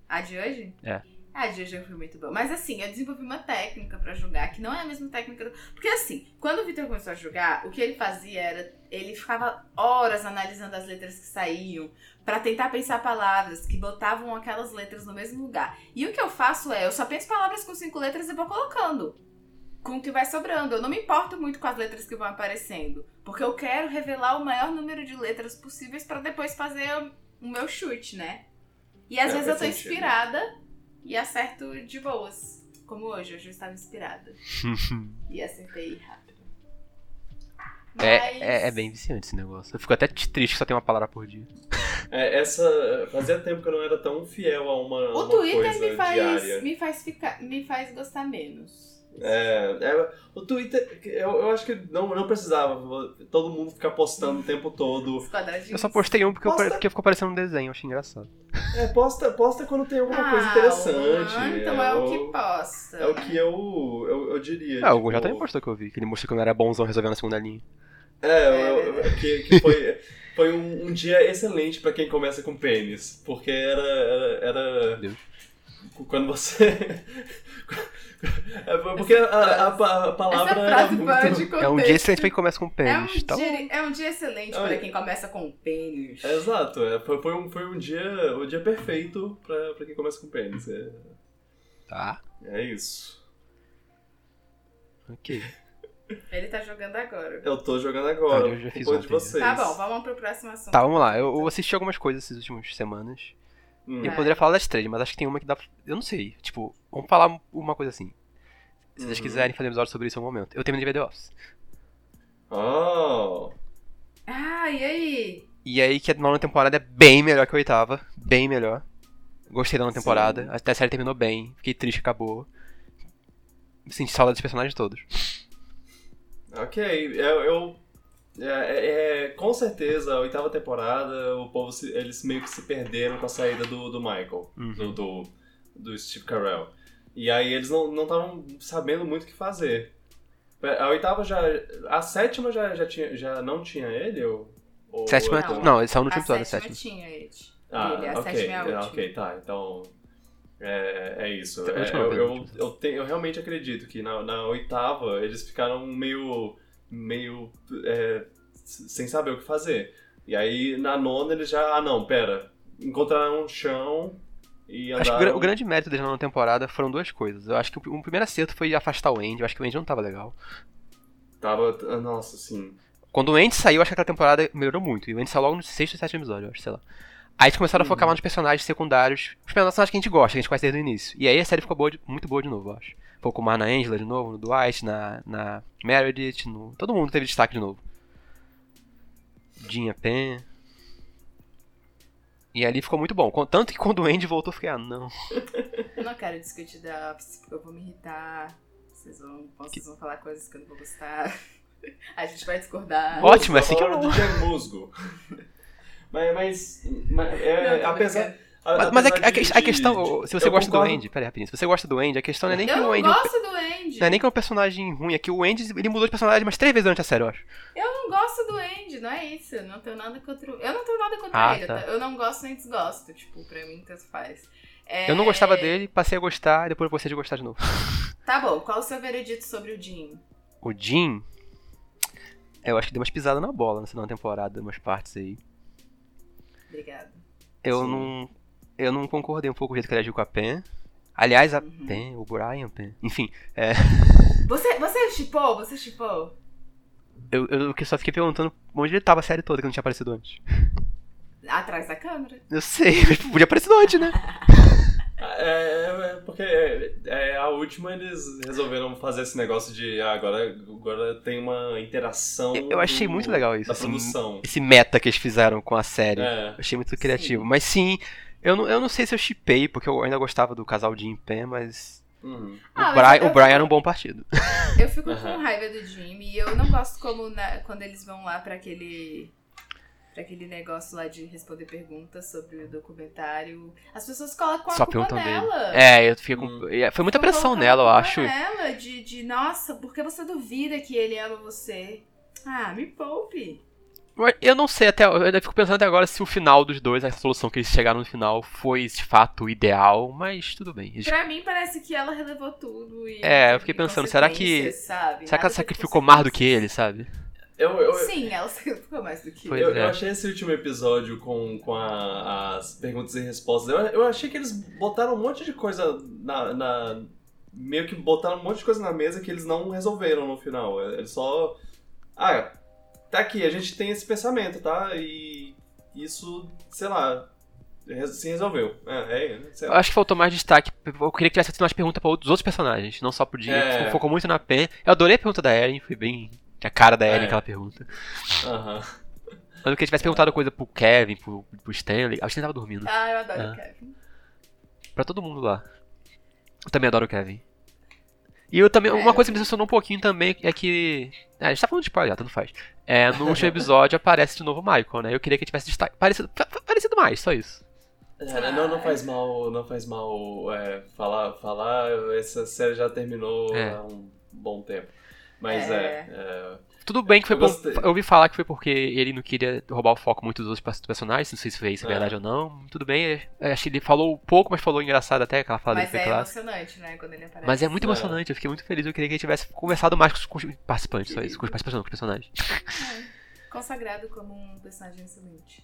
D: A de hoje? Ah,
C: É.
D: A de hoje foi muito boa. Mas assim, eu desenvolvi uma técnica pra jogar, que não é a mesma técnica. do- Porque assim, quando o Victor começou a jogar, o que ele fazia era. Ele ficava horas analisando as letras que saíam, pra tentar pensar palavras que botavam aquelas letras no mesmo lugar. E o que eu faço é, eu só penso palavras com cinco letras e vou colocando. Com o que vai sobrando. Eu não me importo muito com as letras que vão aparecendo. Porque eu quero revelar o maior número de letras possíveis pra depois fazer o meu chute, né? E às
A: É,
D: vezes eu
A: faz
D: tô
A: sentido.
D: inspirada e acerto de boas. Como hoje, hoje eu
C: [laughs]
D: estava inspirada. e acertei rápido. Mas-
C: É, é, é bem viciante esse negócio. Eu fico até t- triste que só tem uma palavra por dia.
A: É, essa. Fazia tempo que eu não era tão fiel a uma.
D: O
A: uma
D: Twitter
A: coisa
D: me faz,
A: diária.
D: me, faz ficar, me faz gostar menos.
A: É, é, o Twitter, eu, eu acho que não, não precisava todo mundo ficar postando o tempo todo.
D: Os quadradinhos.
C: Eu só postei um porque, eu,
A: Posso
C: pare-
A: dar-
C: porque ficou parecendo um desenho, eu achei engraçado.
A: É, posta, posta quando tem alguma
D: ah,
A: é coisa interessante. né?
D: o Luan, então é, o que posta.
A: É o que eu, eu, eu diria.
C: Ah, o
A: tipo,
C: Gun já também postou que eu vi, que ele mostrou que eu não era bonzão resolvendo a segunda linha.
A: É, eu- eu- que, que foi, foi um, um dia excelente pra quem começa com pênis. Porque era. era, era
C: Deus.
A: quando você. [laughs] É, porque a, a- a- a palavra
D: Essa
A: era
D: frase
A: muito...
D: fora de contexto.
C: É um dia excelente pra quem começa com
D: É um
C: pênis. tá?
D: dia, é um dia excelente
A: Ah,
D: para
A: é.
D: quem começa com pênis.
A: Exato, é, foi, foi um, foi um dia um dia perfeito pra, pra quem começa com pênis. É,
C: Tá,
A: é isso.
C: ok.
D: Ele tá jogando agora.
A: Eu tô jogando agora,
C: Ah, eu já
A: por
C: fiz
A: conta de
C: ontem, né?
A: vocês.
D: Tá bom, vamos pro próximo assunto.
C: Tá, vamos lá. Eu, eu assisti algumas coisas essas últimas semanas.
A: Hum.
C: Eu
D: É.
C: poderia falar das três, mas acho que tem uma que dá. Eu não sei. Tipo, vamos falar uma coisa assim. Se vocês
A: Uhum.
C: quiserem fazer um episódio sobre isso em algum momento. Eu terminei de ver The Office.
A: Oh,
D: Ah, e aí?
C: E aí que a nona temporada é bem melhor que a oitava. Bem melhor. Gostei da nona
A: Sim.
C: temporada. Até a série terminou bem. Fiquei triste, acabou. Senti saudade dos personagens todos.
A: ok. Eu... eu- é, é- com certeza, a oitava temporada, o povo se- eles meio que se perderam com a saída do, do Michael,
C: Uhum.
A: do, do, do Steve Carell. E aí eles não estavam sabendo muito o que fazer. A oitava já. A sétima já, já, tinha, já não tinha ele? Ou, ou um?
C: Sétima.
A: eu tô-
C: é Não, eles são no último
D: a
C: episódio,
D: sétima
C: sétima.
D: tinha ele.
A: Ah,
D: ele, a
A: ok.
D: sétima é a última.
A: Ok, tá. Então. É, é isso.
C: Tá,
A: É,
C: última
A: eu, eu,
C: pergunta.
A: eu, tenho- eu realmente acredito que na, na oitava eles ficaram meio. meio. é, s- sem saber o que fazer. E aí na nona eles já. Ah, não, pera. Encontraram um chão e
C: Acho que o
A: andaram.
C: gra- o grande mérito deles na nona temporada foram duas coisas. Eu acho que o, o primeiro acerto foi afastar o Andy. Eu acho que o Andy não tava legal.
A: Tava. ah, Nossa, sim.
C: Quando o Andy saiu, acho que aquela temporada melhorou muito. E o Andy saiu logo no sexto ou sétimo episódio, eu acho, sei lá. Aí eles começaram a focar mais nos personagens secundários. Os personagens que a gente gosta, que a gente conhece desde o início. E aí a série ficou boa de- muito boa de novo, eu acho. Focou mais na Angela de novo, no Dwight, na, na Meredith, no... Todo mundo teve destaque de novo. Dinha Pen. E ali ficou muito bom. Con- Tanto que quando o Andy voltou, eu fiquei, ah, não.
D: Eu não quero discutir da Office porque eu vou me irritar. Vocês vão, vocês vão falar coisas que eu não vou gostar. [laughs] A gente vai discordar.
C: Ó, Ótimo, é assim que eu
A: Falaram
C: não-
A: do Jack Musgo. [laughs] mas. Mas. mas
D: Não, então,
A: é,
D: eu tô
A: apesar.
D: brincando.
A: a-
C: Mas, é mas a,
A: apesar
C: a-
A: de-
C: a questão,
A: de-
C: se você
A: eu
C: gosta
A: concordo
C: do Andy, pera aí, rapidinho, se você gosta do Andy, a questão não é nem que
D: Eu
C: o
D: não
C: Andy.
D: gosto do Andy.
C: Não é nem que é um personagem ruim, é que o Andy ele mudou de personagem umas três vezes durante a série, eu acho.
D: Eu não gosto do Andy, não é isso. Eu não tenho nada contra. o- Eu não tenho nada contra
C: Ah,
D: ele.
C: tá.
D: Eu não gosto nem desgosto. Tipo, pra mim tanto faz. É,
C: Eu não gostava dele, passei a gostar, e depois eu gostei de gostar de novo.
D: Tá bom, qual o seu veredito sobre o Jim?
C: O Jim. é, Eu acho que deu umas pisadas na bola nessa segunda temporada, umas partes aí.
D: Obrigada.
C: Eu
A: Sim.
C: não. Eu não concordei um pouco com o jeito que ele agiu com a Pen. Aliás, a
D: Uhum.
C: Pen, o Brian Pen. Enfim,
D: Você, você chipou? Você chipou?
C: eu, eu que só fiquei perguntando onde ele tava a série toda que não tinha aparecido antes.
D: Atrás da câmera?
C: Eu sei, [laughs] mas podia aparecer antes, né?
A: É, é, porque é, é, a última eles resolveram fazer esse negócio de ah, agora, agora tem uma interação.
C: Eu, eu achei
A: do-
C: muito legal isso.
A: Da
C: assim,
A: produção.
C: esse meta que eles fizeram com a série.
A: É.
C: Eu Achei muito criativo. Mas sim, eu não, eu não sei se eu chipei, porque eu ainda gostava do casal Jim e Pam, mas.
A: Uhum.
D: Ah,
C: o,
D: mas
C: Brian,
D: eu-
C: o Brian era um bom partido.
D: Eu fico com
A: Aham.
D: raiva do Jim e eu não gosto como na- quando eles vão lá pra aquele. Pra aquele negócio lá de responder perguntas sobre o documentário. As pessoas colocam a
C: Só
D: culpa
C: perguntam dele.
D: nela.
C: É, eu fiquei com.
A: Hum.
C: é, Foi muita
D: Vão
C: pressão
D: colocar
C: nela, eu
D: a culpa
C: acho.
D: Nela de, de, nossa, por que você duvida que ele ama você? Ah, me poupe.
C: Mas Eu não sei até. Eu ainda fico pensando até agora se o final dos dois, a solução que eles chegaram no final, foi de fato o ideal, mas tudo bem. Eles-
D: Pra mim parece que ela relevou tudo e.
C: É, eu fiquei
D: e
C: pensando, será que-
D: consequências,
C: Será
D: Sabe?
C: que
D: Nada
C: ela
D: de
C: sacrificou mais do que
D: consequências.
C: ele, sabe?
A: Eu, eu,
D: Sim, ela sacrificou mais do que
C: Pois
A: eu,
C: é.
A: eu achei esse último episódio com, com a- as perguntas e respostas. Eu, eu achei que eles botaram um monte de coisa na. na- meio que botaram um monte de coisa na mesa que eles não resolveram no final. é, Eles só. Ah, tá aqui, a gente tem esse pensamento, tá? E isso, sei lá, res- se resolveu. É, é sei
C: Eu
A: lá.
C: acho que faltou mais destaque. Eu queria que tivesse feito mais perguntas pra outros outros personagens, não só pro Jim.
A: É.
C: Focou- Focou muito na Pen. Eu adorei a pergunta da Eren, foi bem. A cara da Eren
A: É.
C: aquela pergunta.
A: Aham.
C: Mas eu queria que tivesse perguntado coisa pro Kevin, pro, pro Stanley. Ah, o Stanley tava dormindo.
D: Ah, eu adoro
C: Ah.
D: o Kevin.
C: Pra todo mundo lá. Eu também adoro o Kevin. E eu também. Uma
D: É.
C: coisa que me decepcionou um pouquinho também é que. Ah, a gente tá falando de spoiler, já, tanto faz. É, no último episódio aparece de novo o Michael, né? Eu queria que ele tivesse destaque. Parecido, pa- pa- parecido mais, só isso.
A: É, não, não faz mal, não faz mal é, falar, falar. Essa série já terminou
C: É.
A: há um bom tempo. Mas
D: É.
A: é, é,
C: Tudo bem que foi
A: Eu
C: por-
A: gostei.
C: Eu ouvi falar que foi porque ele não queria roubar o foco muito dos outros pers- personagens, não sei se foi isso é
A: É.
C: verdade ou não. Tudo bem, é, acho que ele falou pouco, mas falou engraçado até aquela fala
D: Mas
C: dele
D: é
C: foi clássica.
D: emocionante, né? Quando ele aparece.
C: Mas é muito
A: É.
C: emocionante, eu fiquei muito feliz, eu queria que ele tivesse conversado mais com os, com os participantes, só isso, com os participantes não, com os personagens.
D: É. Consagrado como um personagem excelente.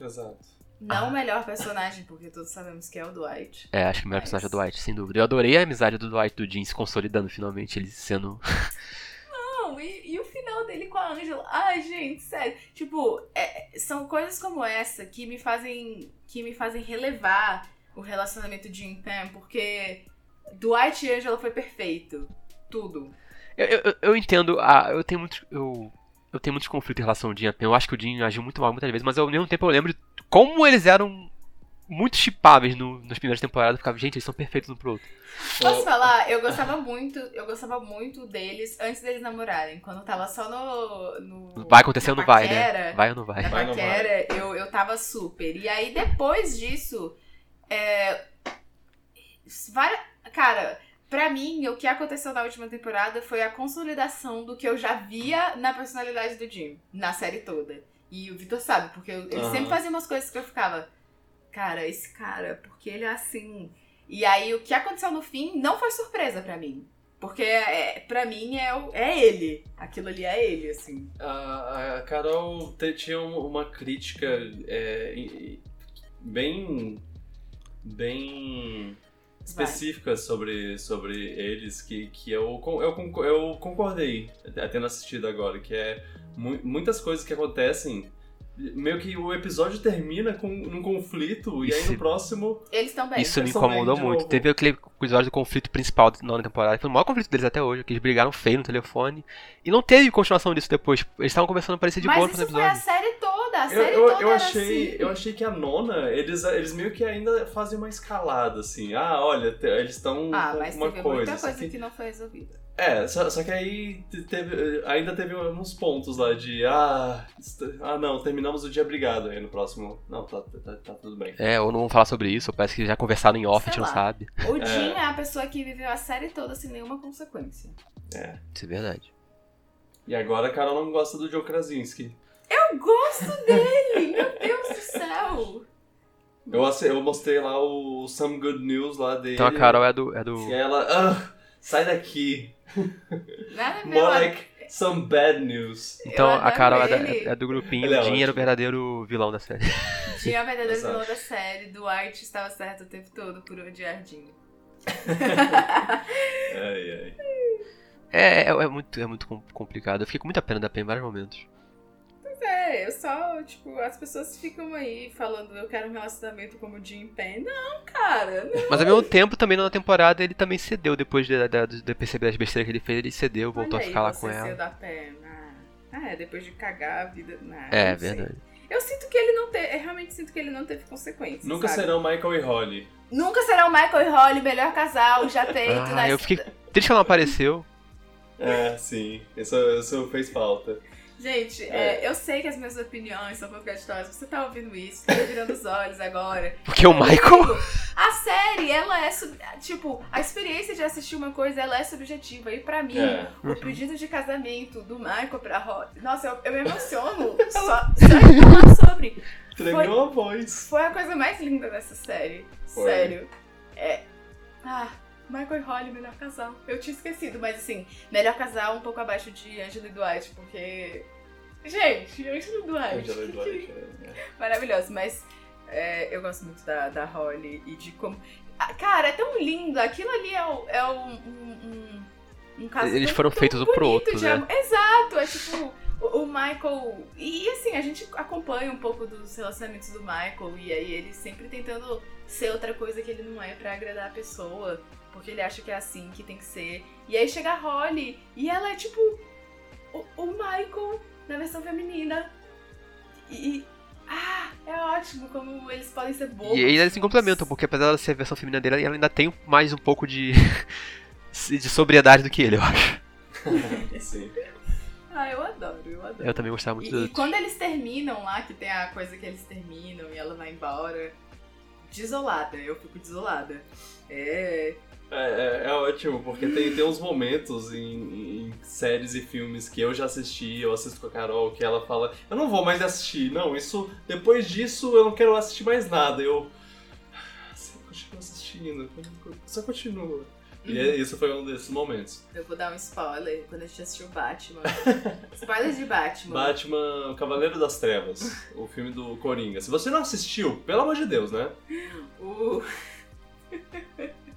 A: é, Exato.
D: Não
C: Ah.
D: o melhor personagem, porque todos sabemos que é o Dwight.
C: É, acho que o melhor
D: Mas-
C: personagem é o Dwight, sem dúvida. Eu adorei a amizade do Dwight e do Jim se consolidando finalmente, eles sendo...
D: Não, e, e o final dele com a Angela? Ai, gente, sério. Tipo, é- são coisas como essa que me fazem. que me fazem relevar o relacionamento de Jim e Pam, porque Dwight e Angela foi perfeito. Tudo.
C: Eu, eu- eu- eu entendo, a- eu tenho muito... Eu, eu tenho muitos conflitos em relação ao Jim, eu acho que o Jim agiu muito mal muitas vezes, mas ao mesmo tempo eu lembro de como eles eram muito chipáveis no, nas primeiras temporadas, eu ficava, gente, eles são perfeitos um pro outro.
D: Posso falar? Eu gostava muito, eu gostava muito deles antes deles namorarem. Quando tava só no. no
C: Vai acontecer ou não
D: na
C: vai, né?
D: paquera.
C: Vai ou não vai.
D: Na
A: Vai, não vai.
D: paquera, eu, eu tava super. E aí, depois disso, é, várias- Cara, pra mim, o que aconteceu na última temporada foi a consolidação do que eu já via na personalidade do Jim, na série toda. E o Vitor sabe, porque eu- ele
A: Aham.
D: sempre fazia umas coisas que eu ficava. Cara, esse cara, porque ele é assim. E aí, o que aconteceu no fim não foi surpresa pra mim. Porque é, pra mim é, o- é ele. Aquilo ali é ele, assim.
A: A, a Carol te- tinha um- uma crítica é, e- e bem bem específica sobre, sobre eles que, que eu, con- eu, con- eu concordei até tendo assistido agora, que é mu- muitas coisas que acontecem meio que o episódio termina com num conflito e aí
C: Isso-
A: no próximo
D: Eles estão bem.
C: Isso me
A: Pessoal,
C: incomodou
A: de
C: muito.
A: novo.
C: Teve aquele episódio do conflito principal da nona temporada. que Foi o maior conflito deles até hoje, que eles brigaram feio no telefone. E não teve continuação disso depois. Eles estavam conversando pra parecer de boa
D: Mas
C: no final
D: isso é
C: do
D: assim. foi a
C: episódio.
D: série toda, a
A: eu,
D: série
A: eu,
D: toda
A: eu
D: era
A: achei
D: assim.
A: eu achei que a nona eles eles meio que ainda fazem uma escalada assim ah olha te- eles estão
D: Ah,
A: com
D: mas
A: uma coisa,
D: teve
A: assim.
D: muita
A: isso
D: coisa
A: aqui-
D: que... não foi resolvida.
A: É, só, só que aí te- teve- ainda teve uns pontos lá de ah, est- ah não, terminamos o dia obrigado aí no próximo. Não, tá, tá, tá tudo bem.
C: É, ou não vão falar sobre isso, ou parece que já conversaram em off, a
D: Sei
C: gente não
D: lá.
C: sabe.
D: O Jim é a pessoa que viveu a série toda sem nenhuma consequência.
C: Isso é verdade.
A: E agora a Carol não gosta do Joe Krasinski.
D: Eu gosto dele! meu Deus do céu!
A: Eu, ace- eu mostrei lá o Some Good News lá dele.
C: Então a Carol é do. É do...
A: E ela, ah, sai daqui.
D: Nada meu
A: More like some bad news.
C: Então a
D: adoro
C: Carol é, da-
D: ele.
C: é do grupinho,
A: Ele é
C: o Jim era
A: ótimo.
C: o verdadeiro vilão da série.
D: Jim é o verdadeiro
A: Exato.
D: vilão da série, Dwight estava certo o tempo todo por odiar Jim.
A: Ai, ai.
C: É, é, é muito, é muito com- complicado. Eu fiquei com muita pena da Pen em vários momentos.
D: É, eu só, tipo, as pessoas ficam aí falando, eu quero um relacionamento como o Jim Penn. Não, cara,
C: Mas ao mesmo tempo, também na temporada, ele também cedeu. Depois de, da- de- de perceber as besteiras que ele fez, ele cedeu, voltou
D: Olha
C: a
D: aí
C: ficar lá
D: você
C: com
D: ser
C: ela.
D: da perna. Ah, é, depois de cagar a vida. Ah,
C: É,
D: não sei.
C: verdade.
D: Eu sinto que ele não teve. Eu realmente sinto que ele não teve consequências.
A: Nunca
D: sabe?
A: serão Michael e Holly.
D: Nunca serão Michael e Holly, melhor
C: [laughs]
D: casal já feito.
C: Ah,
D: nas-
C: eu fiquei triste que ela não apareceu.
A: É, sim. Isso, isso fez falta.
D: Gente, é, eu sei que as minhas opiniões são contraditórias. Você tá ouvindo isso, tá virando os olhos agora. Tipo,
C: Porque o Michael. [laughs]
D: A série, ela é. sub- Tipo, a experiência de assistir uma coisa, ela é subjetiva. E pra mim,
A: É.
D: O pedido de casamento do Michael pra Rob. Nossa, eu, eu me
A: [laughs]
D: emociono só, só de falar sobre.
A: Entregou a voz.
D: Foi a coisa mais linda dessa série.
A: Foi.
D: Sério. É. Ah, Michael e Holly, melhor casal. Eu tinha esquecido, mas assim, melhor casal um pouco abaixo de Angela e Dwight, porque. Gente, Angela e Dwight.
A: Angela Duarte, é.
D: [laughs] Maravilhoso, mas é, eu gosto muito da, da Holly e de como. Ah, Cara, é tão lindo. Aquilo ali é, o- é um, um, um, um caso
C: Eles
D: tão-
C: foram
D: tão
C: feitos um pro
D: bonito
C: outro,
D: de
C: né?
D: amor. Exato, é tipo o, o Michael. E assim, a gente acompanha um pouco dos relacionamentos do Michael e aí ele sempre tentando ser outra coisa que ele não é pra agradar a pessoa, porque ele acha que é assim que tem que ser. E aí chega a Holly e ela é tipo o, o Michael na versão feminina. E, e- ah, é ótimo como eles podem ser bobos.
C: E eles se complementam, porque apesar dela ser a versão feminina dele, ela ainda tem mais um pouco de. [laughs] de sobriedade do que ele, eu acho.
A: Sim.
D: Ah, eu adoro, eu adoro.
C: Eu também gostava muito
D: E, e
C: do.
D: quando eles terminam lá, que tem a coisa que eles terminam e ela vai embora, desolada, eu fico desolada. É.
A: É, é- é ótimo, porque tem, tem uns momentos em, em- em séries e filmes que eu já assisti, eu assisto com a Carol, que ela fala, eu não vou mais assistir, não, isso, depois disso eu não quero assistir mais nada, eu... Você continua assistindo, só continua. E é- isso foi um desses momentos.
D: Eu vou dar um spoiler quando a gente assistiu
C: [laughs]
D: Batman. spoiler de Batman.
A: Batman, Cavaleiro das Trevas, o filme do Coringa. Se você não assistiu, pelo amor de Deus, né?
D: Uh. [laughs]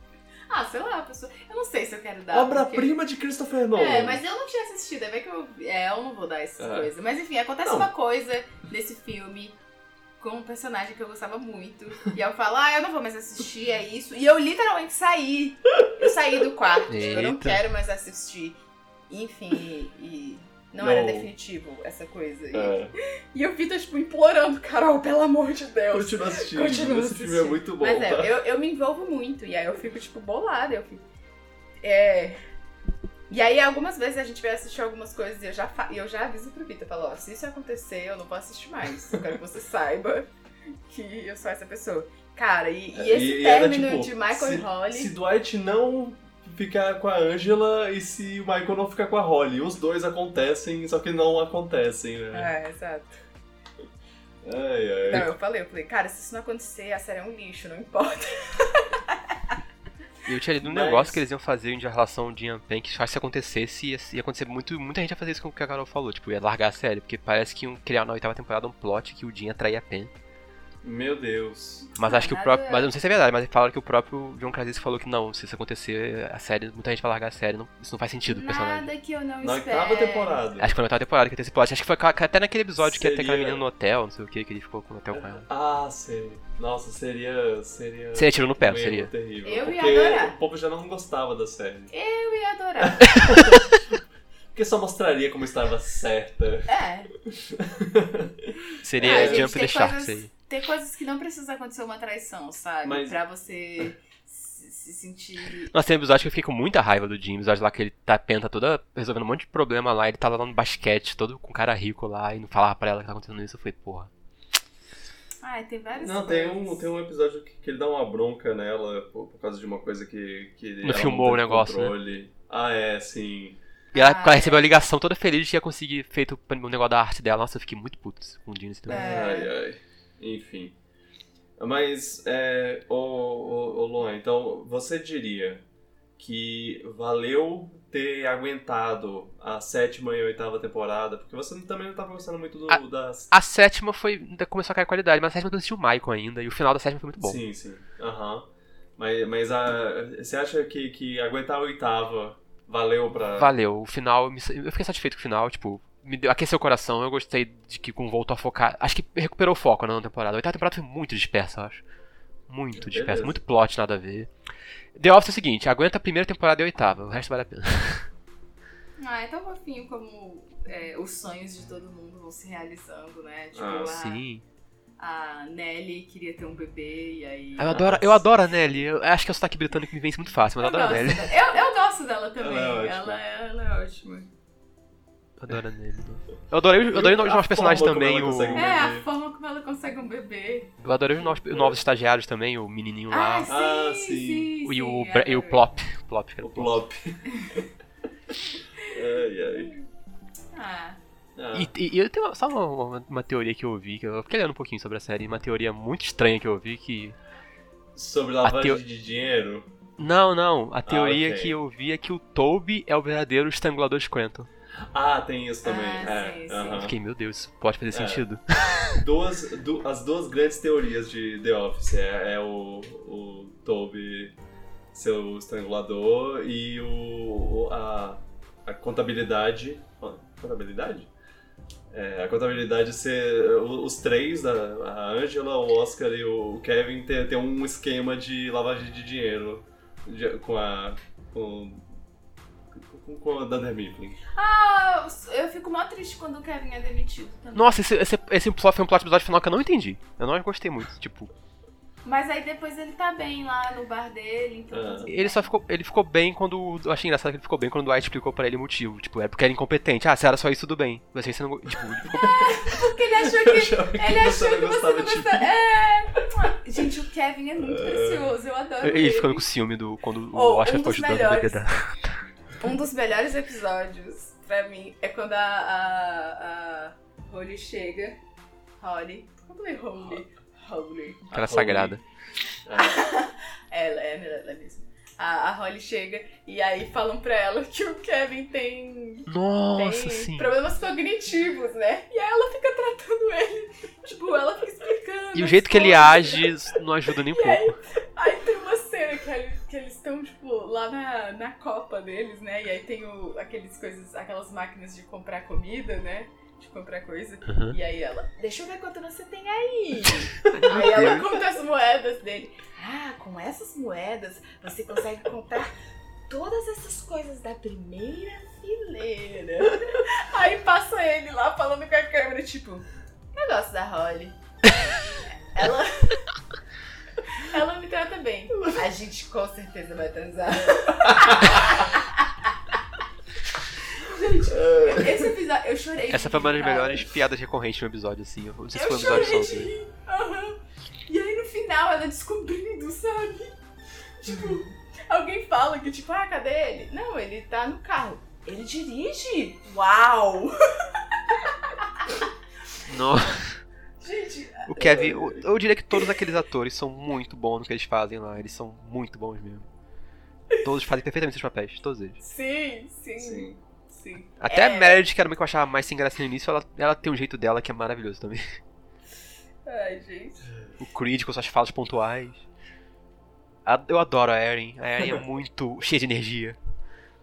D: ah, sei lá, pessoa. Eu não sei se eu quero dar. tá, porque-
A: Obra-prima de Christopher Nolan.
D: É, mas eu não tinha assistido, é bem que eu. É, eu não vou dar essas
A: É.
D: coisas. Mas enfim, acontece
A: Não.
D: uma coisa nesse filme com um personagem que eu gostava muito. E eu falo, ah, eu não vou mais assistir, é isso. E eu literalmente saí. Eu saí do quarto. tipo, Eu não
C: Eita.
D: quero mais assistir. Enfim, e. Não, era
A: Não.
D: definitivo essa coisa. E-
A: É.
D: E eu vi, tipo, implorando, Carol, pelo amor de Deus.
A: Continua assistindo.
D: Continua
A: Esse filme é
D: assistindo.
A: muito bom,
D: Mas é,
A: tá?
D: eu, eu me envolvo muito. E aí eu fico, tipo, bolada. Eu fico. É. E aí, algumas vezes a gente vai assistir algumas coisas e eu já, fa- e eu já aviso pro Vitor. eu Falo, ó, se isso acontecer, eu não vou assistir mais. Eu quero que você saiba [laughs] que eu sou essa pessoa. Cara, e, e
A: É,
D: esse
A: e era,
D: término
A: tipo,
D: de Michael
A: se-
D: e Holly.
A: Se Dwight não ficar com a Angela e se o Michael não ficar com a Holly. Os dois acontecem, só que não acontecem, né?
D: É, exato.
A: Ai,
D: Não,
A: ai.
D: eu falei, eu falei, cara, se isso não acontecer, a série é um lixo, não importa.
C: E eu tinha lido um
A: Mas-
C: negócio que eles iam fazer em relação de Pen que só se acontecesse, ia, ia acontecer muito, muita gente ia fazer isso com o que a Carol falou, tipo, ia largar a série, porque parece que iam criar na oitava temporada um plot que o Jin atraía a Pen.
D: Tá.
A: Meu Deus.
C: Mas
D: Ah,
C: acho que o
D: nada-
C: próprio. Mas eu não sei se é verdade, mas falaram que o próprio John Krasinski falou que não, se isso acontecer, a série, muita gente vai largar a série, não- isso não faz sentido pro personagem.
D: Nada que eu não
A: Na
D: espero.
A: oitava temporada.
C: Acho que foi na oitava temporada que teve esse plot. Acho que foi ca- ca- até naquele episódio que ia ter aquela
A: Seria-
C: menina no hotel, não sei o que, que ele ficou com o hotel com ela.
A: Ah, sei. Nossa, seria. Seria.
C: Seria tiro no pé,
A: um erro
C: seria.
A: terrível.
D: Eu ia
A: porque
D: adorar.
A: o povo já não gostava da série.
D: Eu ia adorar.
A: Porque só mostraria como estava certa.
D: É.
C: Seria
D: Ah, gente,
C: Jump
D: tem
C: the Sharks
D: coisas-
C: aí.
D: Tem coisas que não precisa acontecer uma traição, sabe?
A: Mas-
D: Pra você se, se sentir.
C: Nossa, tem um episódio que eu fiquei com muita raiva do Jim, episódio lá que ele tá penta toda resolvendo um monte de problema lá, ele tá lá no basquete, todo com cara rico lá, e não falava pra ela que tá acontecendo isso, eu falei, porra.
D: Ai, tem várias
A: Não, tem
D: coisas.
A: um, tem um episódio que, que ele dá uma bronca nela por, por causa de uma coisa que. que ela
C: filmou o
A: teve
C: negócio, né?
A: controle. Ah, é, sim.
C: E ela,
D: Ah,
C: ela recebeu a ligação toda feliz que ia conseguir feito o um negócio da arte dela. Nossa, eu fiquei muito puto com o Jim nesse
D: É.
C: também.
A: Ai, ai. Enfim. Mas, é, ô, ô, ô Luan, então você diria que valeu ter aguentado a sétima e oitava temporada? Porque você também não tava gostando muito do,
C: Ah,
A: das.
C: A sétima foi. ainda começou a cair qualidade, mas a sétima eu assisti o Michael ainda, e o final da sétima foi muito tá bom.
A: Sim, sim. Aham. Mas, mas a, você acha que, que aguentar a oitava valeu pra.
C: Valeu, o final. me sa- Eu fiquei satisfeito com o final, tipo, me deu, aqueceu o coração, eu gostei de que com voltou a focar. Acho que recuperou o foco na nona temporada. A oitava temporada foi muito dispersa, eu acho. Muito dispersa,
A: Beleza.
C: muito plot, nada a ver. The Office é o seguinte, aguenta a primeira temporada e a oitava, o resto vale a pena.
A: um.
D: Ah, é tão fofinho como é, os sonhos de todo mundo vão se realizando, né? Tipo,
A: Ah,
D: a,
C: Sim.
D: a Nelly queria ter um bebê e aí.
C: Eu adoro, eu adoro a Nelly, eu acho que é o sotaque britânico me vence muito fácil, mas eu
D: eu,
C: adoro a Nelly.
D: gosto da- eu, eu gosto dela também.
A: Ela é ótima.
D: Ela é, ela é ótima.
C: Eu adoro a Nelly. né? Eu adorei, eu adorei os
A: A
C: novos personagens
A: forma como
C: também,
A: ela
C: o...
A: consegue Um
D: É, a
A: bebê.
D: forma como ela consegue um bebê.
C: Eu adorei os novos, os novos estagiários também, o menininho lá.
D: Ah, sim,
A: Ah, sim. é.
D: sim, é
C: e, o,
D: sim,
C: Bra- e o
D: adoro.
C: Plop. Plop, cara.
A: O plop. [laughs] ai, ai.
D: Ah,
A: Ah.
C: E, e- e eu tenho só uma, uma- uma teoria que eu ouvi, que eu fiquei lendo um pouquinho sobre a série, uma teoria muito estranha que eu ouvi que.
A: Ah, Sobre lavagem
C: A teo-
A: de dinheiro?
C: Não, não. A teoria
A: Ah, ok.
C: que eu ouvi é que o Toby é o verdadeiro estrangulador de Quentin.
A: Ah, tem isso também.
D: Ah,
A: é,
D: sim, sim.
A: aham.
C: Eu fiquei, meu Deus, isso pode fazer
A: É.
C: sentido.
A: Duas, du- as duas grandes teorias de The Office é, é o, o Toby ser o estrangulador e o, o- a, a contabilidade. Contabilidade? É, a contabilidade ser o- os três, a, a Angela, o Oscar e o Kevin, ter, ter um esquema de lavagem de dinheiro de- com a. com, com, com a Dunder Mifflin.
D: Ah, eu fico mó triste quando o Kevin é demitido também.
C: Nossa, esse, esse, esse plot foi um plot do episódio final que eu não entendi. Eu não gostei muito. Tipo,
D: Mas aí depois ele tá bem lá no bar dele, então.
A: Ah.
D: tá tudo
C: ele
D: bem.
C: só ficou. Ele ficou bem quando. o- Eu achei engraçado que ele ficou bem quando o Dwight explicou pra ele o motivo. Tipo, é porque era incompetente. Ah, se era só isso, tudo bem. Você, você não. Tipo, ele ficou
D: Porque ele achou
A: [laughs] Eu
D: que.
A: achava que
D: Ele achou
A: não
D: que você não
A: gostava de mim.
D: gostava. É. Gente, o Kevin é muito
A: É.
D: precioso, eu adoro
C: Ele
D: [laughs] ele.
C: ficando com ciúme do quando
D: Oh,
C: o Oscar
D: um
C: ficou
D: dos
C: ajudando né,
D: melhores.
C: a
D: Um dos melhores episódios pra mim é quando a, a, a Holly chega. Holly. Como é Holly? Holly.
C: Que ela é sagrada.
A: É,
D: Ela, é ela mesmo. A, a Holly chega e aí falam pra ela que o Kevin tem,
C: Nossa,
D: tem
C: sim.
D: problemas cognitivos, né? E aí ela fica tratando ele. Tipo, ela fica explicando.
C: E o jeito que ele
D: as coisas.
C: age não ajuda nem um
D: E aí,
C: pouco.
D: aí tem uma cena que, ele- que eles estão, tipo, lá na, na copa deles, né? E aí tem o, aqueles coisas, aquelas máquinas de comprar comida, né? De comprar coisa.
C: Aham.
D: E aí ela, deixa eu ver quanto você tem aí. aí ela conta as moedas dele. Ah, com essas moedas você consegue comprar todas essas coisas da primeira fileira. Aí passa ele lá falando com a câmera, tipo, negócio da Holly. Ela. Ela me trata bem. A gente com certeza vai transar. gente, esse episódio. Eu chorei. de
C: Essa foi uma das
D: rir, cara.
C: melhores piadas recorrentes no episódio, assim. Eu não sei se foi um
D: Eu
C: episódio
D: chorei de
C: sozinho.
D: rir. Aham. E aí no final ela descobrindo, sabe? Tipo, alguém fala que tipo, ah, cadê ele? Não, ele tá no carro. Ele dirige? Uau! [laughs]
C: Não.
D: Gente,
C: O Kevin, eu, eu diria que todos aqueles atores são muito bons no que eles fazem lá. Eles são muito bons mesmo. Todos fazem perfeitamente seus papéis, todos eles.
D: sim, sim, sim.
A: sim.
C: Até
D: É.
C: a Meredith, que era uma que eu achava mais sem graça no início, ela, ela tem um jeito dela que é maravilhoso também. [laughs]
D: Ai, gente.
C: O Creed com suas falas pontuais. A- eu adoro a Erin. A Erin é muito cheia de energia.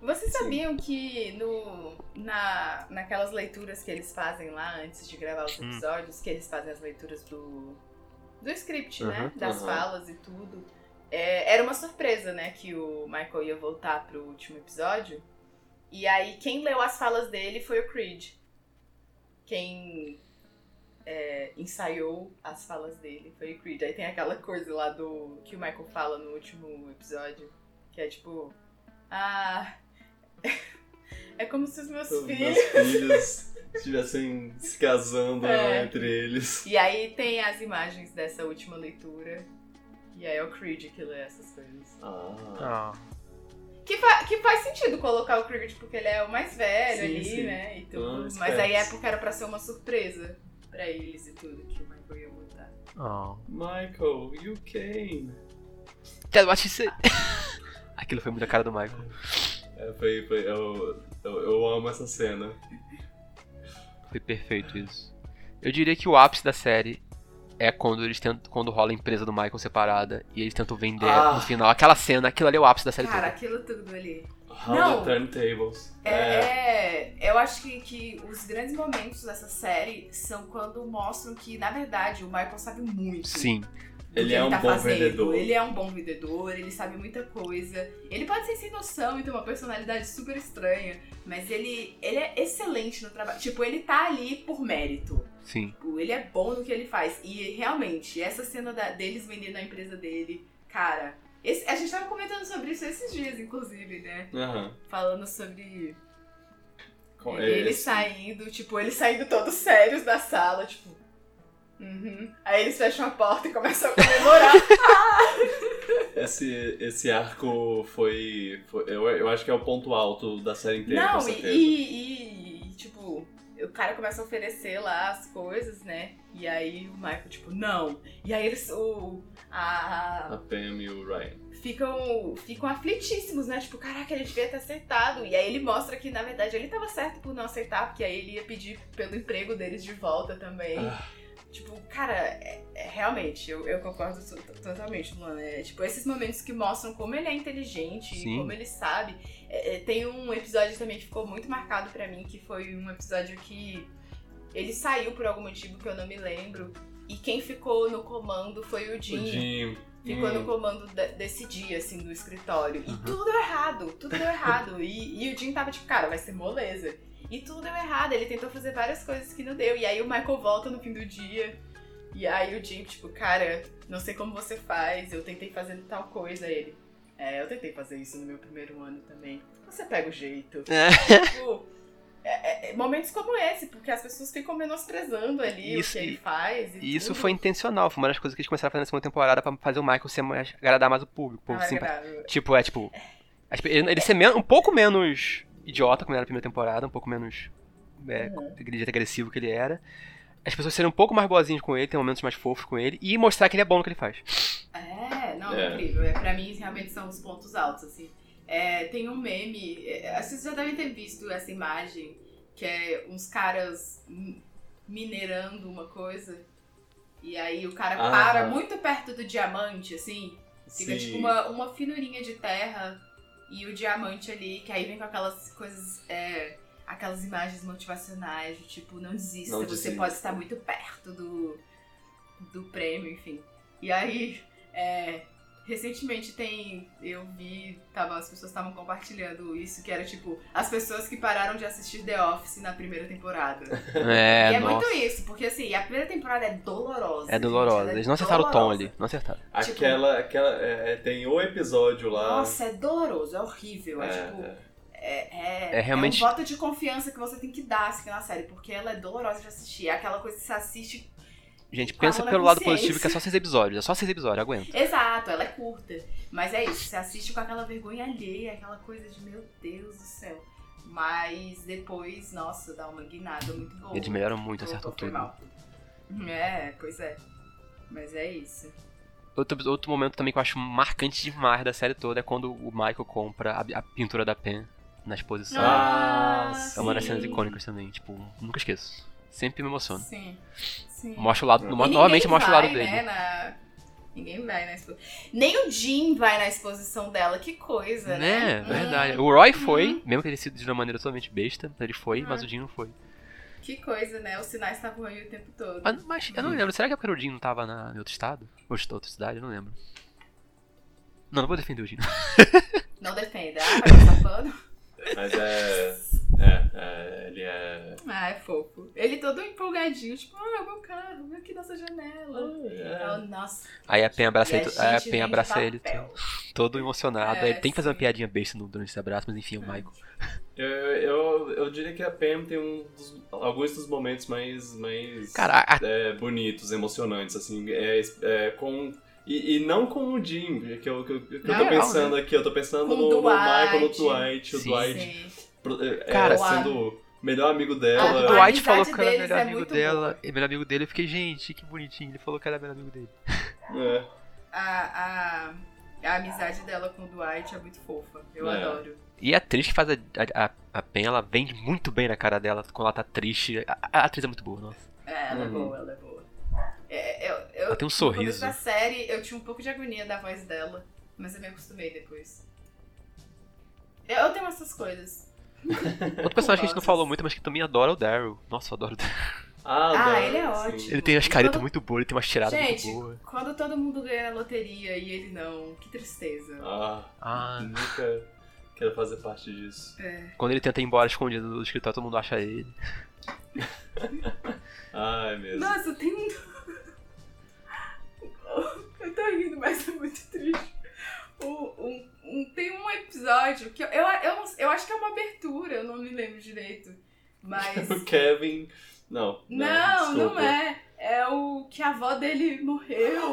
D: Vocês
A: Sim.
D: sabiam que no, na, naquelas leituras que eles fazem lá antes de gravar os
C: Hum.
D: episódios, que eles fazem as leituras do, do script, né?
A: Aham,
D: Das
A: aham.
D: falas e tudo. É, era uma surpresa, né? Que o Michael ia voltar pro último episódio. E aí, quem leu as falas dele foi o Creed. Quem é, ensaiou as falas dele foi o Creed. Aí tem aquela coisa lá do que o Michael fala no último episódio, que é tipo. Ah. [laughs] É como se os meus
A: Os
D: filhos.
A: meus filhos estivessem se casando né,
D: É.
A: entre eles.
D: E aí tem as imagens dessa última leitura. E aí é o Creed que lê essas coisas.
A: Ah,
C: Ah.
D: Que, fa- que faz sentido colocar o Creed, porque ele é o mais velho
A: Sim,
D: ali,
A: sim.
D: né? E tudo.
A: Ah,
D: Mas
A: esperto.
D: aí é porque era pra ser uma surpresa pra eles e tudo, que o Michael ia botar.
C: ah.
A: Michael, you came.
C: Cara, Eu acho isso. [laughs] Aquilo foi muito a cara do Michael.
A: É, foi, foi, eu, eu, eu amo essa cena.
C: Foi perfeito isso. Eu diria que o ápice da série é quando eles tentam. Quando rola a empresa do Michael separada e eles tentam vender
A: Ah.
C: no final. Aquela cena, aquilo ali é o ápice da série
D: Cara,
C: toda.
D: aquilo tudo ali.
A: How
D: Não.
A: the turntables.
D: É, é, eu acho que, que os grandes momentos dessa série são quando mostram que, na verdade, o Michael sabe muito.
C: Sim.
D: do que
A: Ele é um
D: tá
A: bom vendedor.
D: Ele é um bom vendedor, ele sabe muita coisa. Ele pode ser sem noção e ter uma personalidade super estranha, mas ele, ele é excelente no trabalho. Tipo, ele tá ali por mérito.
C: Sim.
D: Tipo, ele é bom no que ele faz. E realmente, essa cena da- deles vendendo a empresa dele, cara. esse- a gente tava comentando sobre isso esses dias, inclusive, né?
A: Aham.
D: Falando sobre
A: Com-
D: ele
A: esse-
D: saindo, tipo, eles saindo todos sérios da sala, tipo. Uhum. Aí eles fecham a porta e começam a comemorar.
A: Esse, esse arco foi. foi- eu, eu acho que é o ponto alto da série inteira, com
D: Não, e,
A: certeza.
D: e- e, tipo, o cara começa a oferecer lá as coisas, né? E aí o Michael, tipo, não. E aí eles o, a-
A: A
D: a-
A: Pam e o Ryan.
D: ficam, ficam aflitíssimos, né? Tipo, caraca, ele devia ter aceitado. E aí ele mostra que, na verdade, ele tava certo por não aceitar, porque aí ele ia pedir pelo emprego deles de volta também.
A: Ah,
D: Tipo, cara, é- é- realmente, eu, eu concordo to- to- totalmente, Luana. É, tipo, esses momentos que mostram como ele é inteligente e
C: Sim.
D: como ele sabe. É, é, tem um episódio também que ficou muito marcado pra mim, que foi um episódio que ele saiu por algum motivo que eu não me lembro. E quem ficou no comando foi o Jim.
A: o Jim.
D: Ficou
C: É.
D: no
A: hum,
D: comando de- desse dia, assim, do escritório. E
C: Uhum.
D: tudo deu errado, tudo deu errado. E, e o Jim tava tipo, cara, vai ser moleza. E tudo deu errado, ele tentou fazer várias coisas que não deu. E aí o Michael volta no fim do dia. E aí o Jim, tipo, cara, não sei como você faz, eu tentei fazer tal coisa. Aí Ele, é, eu tentei fazer isso no meu primeiro ano também. Você pega o jeito.
C: É.
D: Tipo, é- é- momentos como esse, porque as pessoas ficam menosprezando ali
C: Isso,
D: o que ele
C: e-
D: faz. E
C: E isso
D: tudo.
C: foi intencional. Foi uma das coisas que eles começaram a fazer na segunda temporada pra fazer o Michael ser mais, agradar mais o público. o povo
D: Ah,
C: simpa-
D: agradável.
C: Tipo, é tipo. As pe- Ele, ele ser men- um pouco menos idiota, como era na primeira temporada, um pouco menos é,
D: Uhum.
C: aquele jeito agressivo que ele era. As pessoas serem um pouco mais boazinhas com ele, ter momentos mais fofos com ele, e mostrar que ele é bom no que ele faz.
D: É, não,
A: É.
D: incrível. É, pra mim, realmente são os pontos altos, assim. É, tem um meme, é, acho que vocês já devem ter visto essa imagem, que é uns caras mi- minerando uma coisa. E aí o cara
A: Ah.
D: para muito perto do diamante, assim. Fica
A: Sim.
D: tipo uma, uma finurinha de terra e o diamante ali, que aí vem com aquelas coisas. é, aquelas imagens motivacionais, de tipo, não desista,
A: Não
D: você
A: desista.
D: pode estar muito perto do, do prêmio, enfim. E aí, é, recentemente tem. Eu vi, tava, as pessoas estavam compartilhando isso, que era tipo, as pessoas que pararam de assistir The Office na primeira temporada.
C: É,
D: [laughs] e é
C: nossa.
D: muito isso, porque assim, a primeira temporada é dolorosa.
C: É dolorosa.
D: gente, ela é
C: Eles não acertaram o tom
D: dolorosa.
C: ali. Não acertaram.
D: tipo,
A: Aquela. aquela é, é, tem o episódio lá.
D: Nossa, é doloroso, é horrível. É,
A: é,
D: tipo.
A: é.
D: É,
C: É realmente-
D: é um voto de confiança que você tem que dar assim, na série, porque ela é dolorosa de assistir. É aquela coisa que você assiste.
C: Gente,
D: Com a
C: pensa
D: mão na
C: pelo lado
D: consciência.
C: positivo que é só seis episódios. É só seis episódios, aguenta.
D: Exato, ela é curta. Mas é isso, você assiste com aquela vergonha alheia, aquela coisa de meu Deus do céu. Mas depois, nossa, dá uma guinada muito boa.
C: Eles melhoram muito,
D: Então,
C: acertam
D: foi
C: tudo.
D: mal. É, pois é. Mas é isso.
C: Outro, outro momento também que eu acho marcante demais da série toda é quando o Michael compra a, a pintura da Pen na exposição.
A: Ah,
C: é uma das
A: sim.
C: cenas icônicas também, tipo, nunca esqueço. Sempre me emociona.
D: Sim. Sim.
C: Mostra o lado,
A: E
C: mo-
D: É. E
C: novamente
D: ninguém
C: mostra o lado
D: vai,
C: dele.
D: né, na- Ninguém vai na exposição. Nem o Jim vai na exposição dela, que coisa, né?
C: Né,
D: Hum,
C: verdade. O Roy foi,
D: Uhum.
C: mesmo que ele sido de uma maneira totalmente besta, ele foi, mas o Jim não foi.
D: Que coisa, né? Os sinais estavam aí o tempo todo.
C: Mas, Ah, mas eu não lembro, será que é porque o Jim não tava na, em outro estado? Ou em outra cidade? Eu não lembro. Não, não vou defender o Jim.
D: Não defenda. Ah, vai passar pano. [laughs]
A: Mas é, é. É, ele é.
D: Ah, é fofo. Ele todo empolgadinho, tipo, ah, meu carro, meu aqui nossa janela.
A: é.
D: Oh, nossa.
C: Aí a Pen abraça,
D: E
C: ele, to- aí a
D: gente
C: Pen
D: vende
C: abraça é, ele
D: papel.
C: todo, todo emocionado.
D: É,
C: ele tem que fazer uma
D: sim.
C: piadinha besta no- durante esse abraço, mas enfim, é o Michael.
A: Eu, É, eu, eu diria que a Pam tem um dos- alguns dos momentos mais. mais
C: Cara, a-
A: é, bonitos, emocionantes, assim. É, é, com, e, e não com o Jim, que eu, que eu, que eu
C: Não,
A: tô
C: não,
A: pensando aqui. Eu tô pensando
D: Com
A: no, no Michael, no
D: Dwight.
A: Dwight. O
C: Sim.
A: Dwight
D: Sim.
A: pro- é,
C: Cara,
A: é, sendo o melhor amigo dela.
D: Ah,
C: o
D: a
C: Dwight falou
D: amizade
C: que era o
D: deles
C: melhor
D: é
C: amigo
D: muito
C: dela, e melhor amigo dele, eu fiquei, gente, que bonitinho. Ele falou que era o melhor amigo dele.
A: É.
D: A, a, a amizade dela com o Dwight é muito fofa. Eu
A: É.
D: adoro.
C: E a atriz que faz a, a, a- a Pen, ela vende muito bem na cara dela quando ela tá triste. A, a atriz é muito boa, nossa.
D: É, ela é
A: Uhum.
D: boa, ela é boa. É, eu, eu,
C: Ela tem um
D: No começo
C: sorriso.
D: da série, eu tinha um pouco de agonia da voz dela, mas eu me acostumei depois. Eu, eu tenho essas coisas.
C: Outro personagem que a gente não
D: Nossa.
C: falou muito, mas que também adora é o Daryl. Nossa, eu adoro o Daryl.
A: Ah,
D: Ah,
A: dá,
D: ele é
A: sim.
D: ótimo.
C: Ele tem as
D: E
C: caretas
D: quando-
C: muito boas, ele tem uma tirada
D: Gente,
C: muito boa.
D: quando todo mundo ganha na loteria e ele não, que tristeza.
A: Ah,
C: Ah,
A: nunca quero fazer parte disso.
C: quando ele tenta ir embora escondido do escritório, todo mundo acha ele. [laughs]
A: Ah, é mesmo.
D: Nossa, tem um. [laughs] eu tô rindo, mas é muito triste. O- um- um- tem um episódio que eu, eu, eu, não- eu acho que é uma abertura, eu não me lembro direito. Mas
A: [laughs] O Kevin. Não.
D: Não, não,
A: Né? desculpa.
D: é. É o que a avó dele morreu.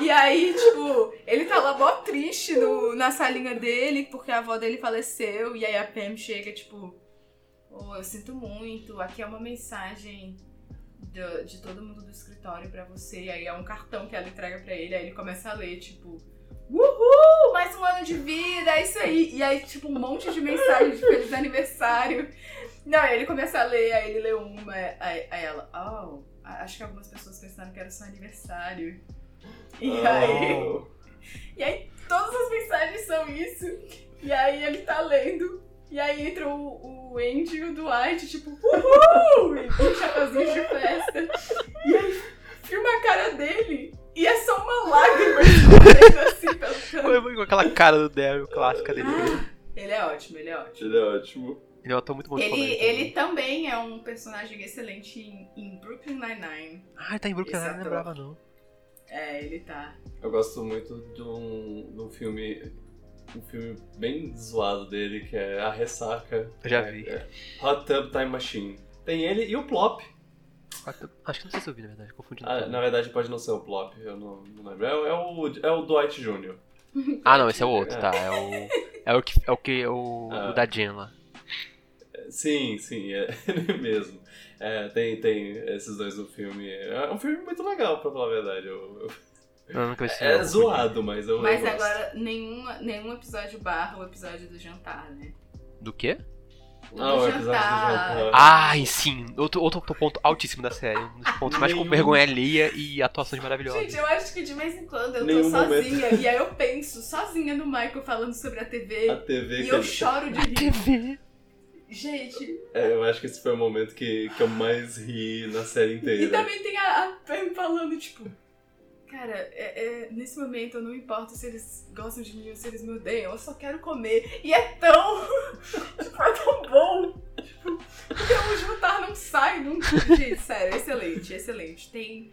D: e aí, tipo, ele tá lá mó triste no, na salinha dele, porque a avó dele faleceu. E aí a Pam chega, tipo, oh, eu sinto muito, aqui é uma mensagem do- de todo mundo do escritório pra você. E aí é um cartão que ela entrega pra ele, aí ele começa a ler, tipo. Uhul! Mais um ano de vida, é isso aí. E aí, tipo, um monte de mensagem de feliz aniversário. Não, aí ele começa a ler, aí ele lê uma, aí, aí ela, oh, a- acho que algumas pessoas pensaram que era só aniversário. E aí,
A: Oh.
D: e aí todas as mensagens são isso. E aí ele tá lendo. E aí entra o, o Andy e o Dwight, tipo, uhul! E com um chapeuzinho de festa. E aí filma a cara dele. E é só uma lágrima escorrendo assim pelo canto.
C: Com aquela cara do Daryl clássica dele.
D: Ele é ótimo, ele é ótimo.
A: [laughs] Ele é ótimo.
C: Ele é um ator muito bom de
D: Ele,
C: comédia.
D: ele também é um personagem excelente em, em Brooklyn Nine-Nine.
C: Ah, ele tá em Brooklyn, eu não
D: Exato.
C: lembrava não.
D: É, ele tá.
A: Eu gosto muito de um, de um filme. Um filme bem zoado dele, que é A Ressaca.
C: Eu já vi.
A: É, é Hot Tub Time Machine. Tem ele e o Plop.
C: Acho que não sei se eu vi, na verdade, confundindo.
A: Ah, na verdade, pode não ser o Plop, eu não, não lembro. É, o- é o, é o Dwight Jr.
C: Ah, não, esse é o outro, tá. É o. É o que é o, que, o,
A: Ah.
C: o da Jen lá.
A: Sim, sim, é [laughs] ele mesmo. É, tem, tem esses dois no filme. É um filme muito legal, pra falar a verdade. Eu- eu-
C: Não, não conheci,
A: é
C: não.
A: zoado, mas eu,
D: Mas
A: eu gosto.
D: agora, nenhum, nenhum episódio barra o episódio do jantar, né?
C: Do quê?
D: O
A: Ah, o
D: do
A: episódio do jantar.
C: Ai, sim. Outro, outro, outro ponto altíssimo da série. Um dos pontos mais com
A: Nenhum.
C: vergonha alheia e atuações maravilhosas.
D: Gente, eu acho que de vez em quando eu
A: Nenhum
D: tô sozinha e aí eu penso sozinha no Michael falando sobre a
A: A
D: TV
A: TV
D: e
A: que
D: eu choro de rir.
C: TV.
D: Gente,
A: É, eu acho que esse foi o momento que, que eu mais ri na série inteira.
D: e também tem a, a Pam falando, tipo, cara, é- é- nesse momento eu não importo se eles gostam de mim ou se eles me odeiam, eu só quero comer. E é tão. [laughs] tipo, é tão bom! Tipo, porque o jantar não sai nunca. Gente, sério, excelente, excelente. Tem.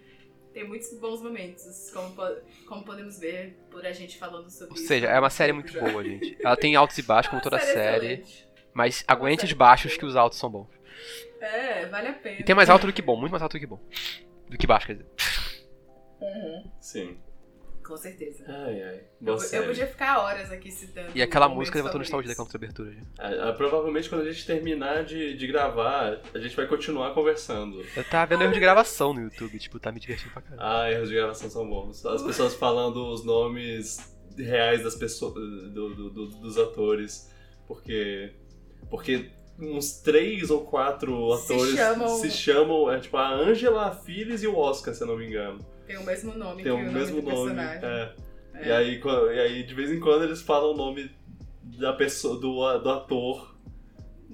D: Tem muitos bons momentos, como, po- como podemos ver por a gente falando sobre
C: Ou
D: isso.
C: seja, é uma série muito
D: Já.
C: boa, gente. Ela tem altos e baixos, como
D: Uma
C: toda série.
D: excelente.
C: Mas aguente os
D: série
C: baixos
D: boa.
C: que os altos são bons.
D: É, vale a pena.
C: E tem mais alto do que bom, muito mais alto do que bom. Do que baixo, quer dizer.
D: Uhum,
A: Sim.
D: com certeza.
A: Ai, ai.
D: Eu,
A: Boa
D: eu
A: série.
D: podia ficar horas aqui citando.
C: E aquela
D: momentos
C: música levantou nostalgia daquela
D: favoritos.
C: outra abertura. gente.
A: Ah, ah, provavelmente quando a gente terminar de, de gravar, a gente vai continuar conversando.
C: Eu tava vendo erro de gravação no YouTube, tipo, tá me divertindo pra caralho.
A: Ah, erros de gravação são bons. As pessoas falando os nomes reais das pessoas, do- do- do- dos atores, porque porque uns três ou quatro
D: Se
A: atores
D: chamam-
A: se chamam, é tipo a Angela, a Phyllis e o Oscar, se eu não me engano.
C: né?
D: Tem o mesmo nome
A: Tem
D: que
A: o mesmo
D: do
A: nome.
D: personagem.
A: é.
D: É.
A: E, aí, qua- e aí, de vez em quando, eles falam o nome da pessoa, do, a- do ator.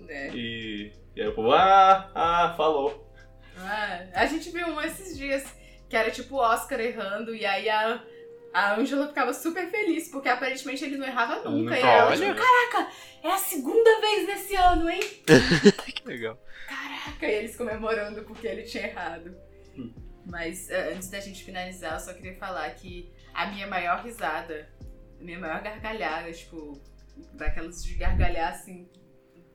D: É.
A: E, e aí o povo, ah, ah, falou.
D: Ah, a gente viu um esses dias que era tipo o Oscar errando, e aí a, a Angela ficava super feliz, porque aparentemente ele não errava nunca. E ela,
C: olha.
D: tipo, caraca, é a segunda vez nesse ano, hein?
C: Que legal.
D: Caraca, e eles comemorando porque ele tinha errado.
A: Hum.
D: Mas eh, antes da gente finalizar, eu só queria falar que a minha maior risada, a minha maior gargalhada, tipo, daquelas de gargalhar assim,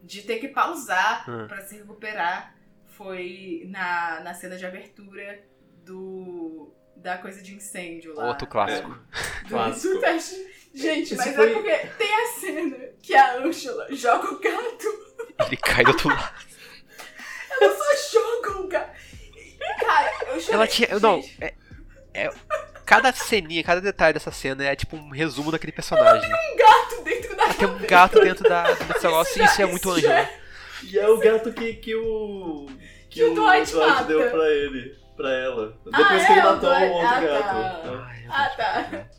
D: de ter que pausar
C: Hum.
D: pra se recuperar, foi na, na cena de abertura do. Da coisa de incêndio lá.
C: Outro clássico.
D: do-
A: clássico.
D: do teste. [laughs] Gente,
A: Isso
D: mas
A: foi-
D: é porque tem a cena que a Ângela joga o gato
C: Ele cai do outro lado.
D: [laughs] Ela só joga um cara. Cara, eu chorei.
C: Ela tinha. eu Não,
D: Gente,
C: é. é- Cada ceninha, cada detalhe dessa cena é tipo um resumo daquele personagem.
D: gato Ah, dentro da
C: Tem um gato dentro da, desse negócio e isso é muito
D: isso
C: Angela.
D: é-
A: E é o gato que, que o.
D: Que o Dwight mata.
A: deu pra ele, pra ela.
D: Ah,
A: Depois que
D: é,
A: ele
D: o
A: matou
D: Dwight-
A: o outro
D: ah,
A: gato. né?
C: Ai, eu
D: Ah,
C: não-
D: tá.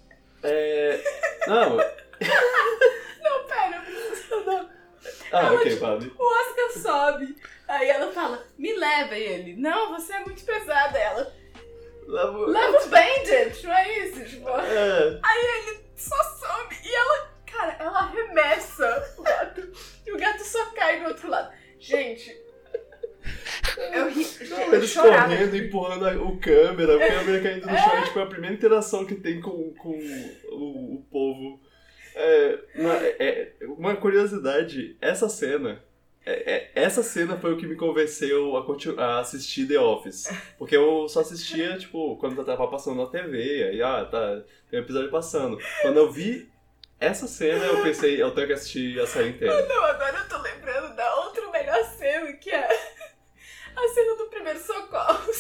A: É.
D: [laughs]
A: Não.
D: Não, pera.
A: Ah, ok, Fábio.
D: O Oscar sobe. Aí ela fala, me leva e ele. Não, você é muito pesada. Ela, leva o Bandit, não é isso? Tipo,
A: É,
D: só some. E ela, cara, ela arremessa o gato. E o gato só cai do outro lado. Gente... Eu ri,
A: [laughs]
D: eu
A: eles
D: chorava.
A: correndo, empurrando a- o câmera, o câmera caindo no chão. É, tipo, é a primeira interação que tem com, com o, o povo. É, uma, é- uma curiosidade, essa cena. é- é- essa cena foi o que me convenceu a, continu- a assistir The Office. Porque eu só assistia, tipo, quando eu tava passando na TV, aí, ah, tá, tem um episódio passando. Quando eu vi essa cena, eu pensei, eu tenho que assistir a série inteira.
D: Não, agora eu tô lembrando da outra melhor cena, que é a cena do primeiro socorro.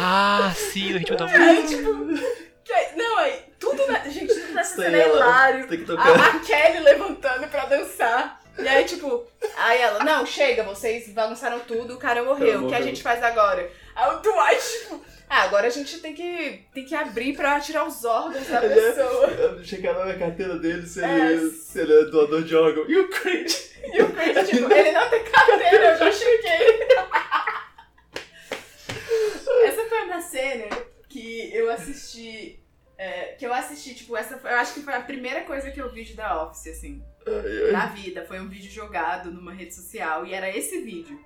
C: Ah, sim, o ritmo
A: É.
D: tá.
C: da música.
D: Aí, tipo, que aí- não, aí, tudo na. Gente, tudo nessa
A: Sei
D: cena é
A: lá.
D: hilário.
A: Tem que
D: A,
A: tocar.
D: a Kelly levantando pra dançar. E aí, tipo, aí ela, não, chega, vocês bagunçaram tudo, o cara morreu, o que a
A: morreu.
D: gente faz agora? Aí o Dwight, tipo, ah, agora a gente tem que, tem que abrir pra tirar os órgãos da
A: Ele é-
D: pessoa.
A: Eu cheguei lá na carteira dele se
D: É.
A: ele é, se ele é doador de órgão. E o Creed?
D: E o Chris, tipo, ele não tem carteira, eu já cheguei. Essa foi uma cena que eu assisti. é, que eu assisti, tipo, essa foi, eu acho que foi a primeira coisa que eu vi de The Office, assim,
A: Ai, ai.
D: na vida. Foi um vídeo jogado numa rede social e era esse vídeo.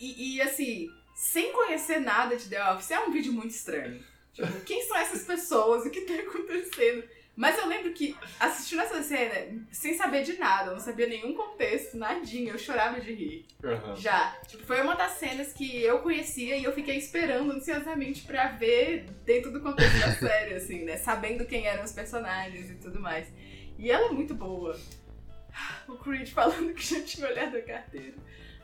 D: E, e, assim, sem conhecer nada de The Office, é um vídeo muito estranho. Tipo, quem são essas pessoas? O que tá acontecendo? Mas eu lembro que assistindo essa cena, sem saber de nada, eu não sabia nenhum contexto, nadinha, eu chorava de rir.
A: Aham.
D: Já. Tipo, foi uma das cenas que eu conhecia e eu fiquei esperando ansiosamente pra ver dentro do
C: [laughs]
D: contexto da série, assim, né? Sabendo quem eram os personagens e tudo mais. E ela é muito boa. O Creed falando que já tinha olhado a carteira.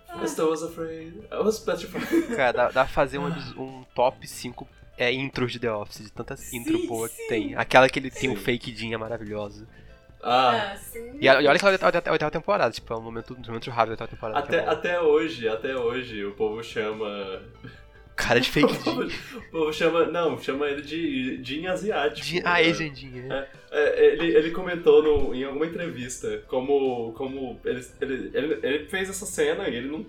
D: Ah,
A: First I was afraid. I was petrified.
C: Cara, dá, dá pra fazer um, episo- um top 5 é, intros de The Office, de tantas
D: Sim,
C: intro boa
D: sim.
C: que tem. Aquela que ele tem o
A: Sim.
C: fake Jean é maravilhosa.
A: Ah,
D: ah, sim.
C: E, a- e olha que ela é da- da- da oitava temporada, tipo, é um momento, um momento raro da oitava temporada. que
A: até,
C: é bom.
A: até hoje, até hoje, o povo chama.
C: Cara é de
A: O [laughs]
C: fake Jean.
A: povo, o povo chama. Não, chama ele de Jin asiático.
C: Jean- Ah,
A: né?
C: é Jandinha.
A: É, ele, ele comentou no- em alguma entrevista como, como ele, ele, ele, ele fez essa cena e ele não,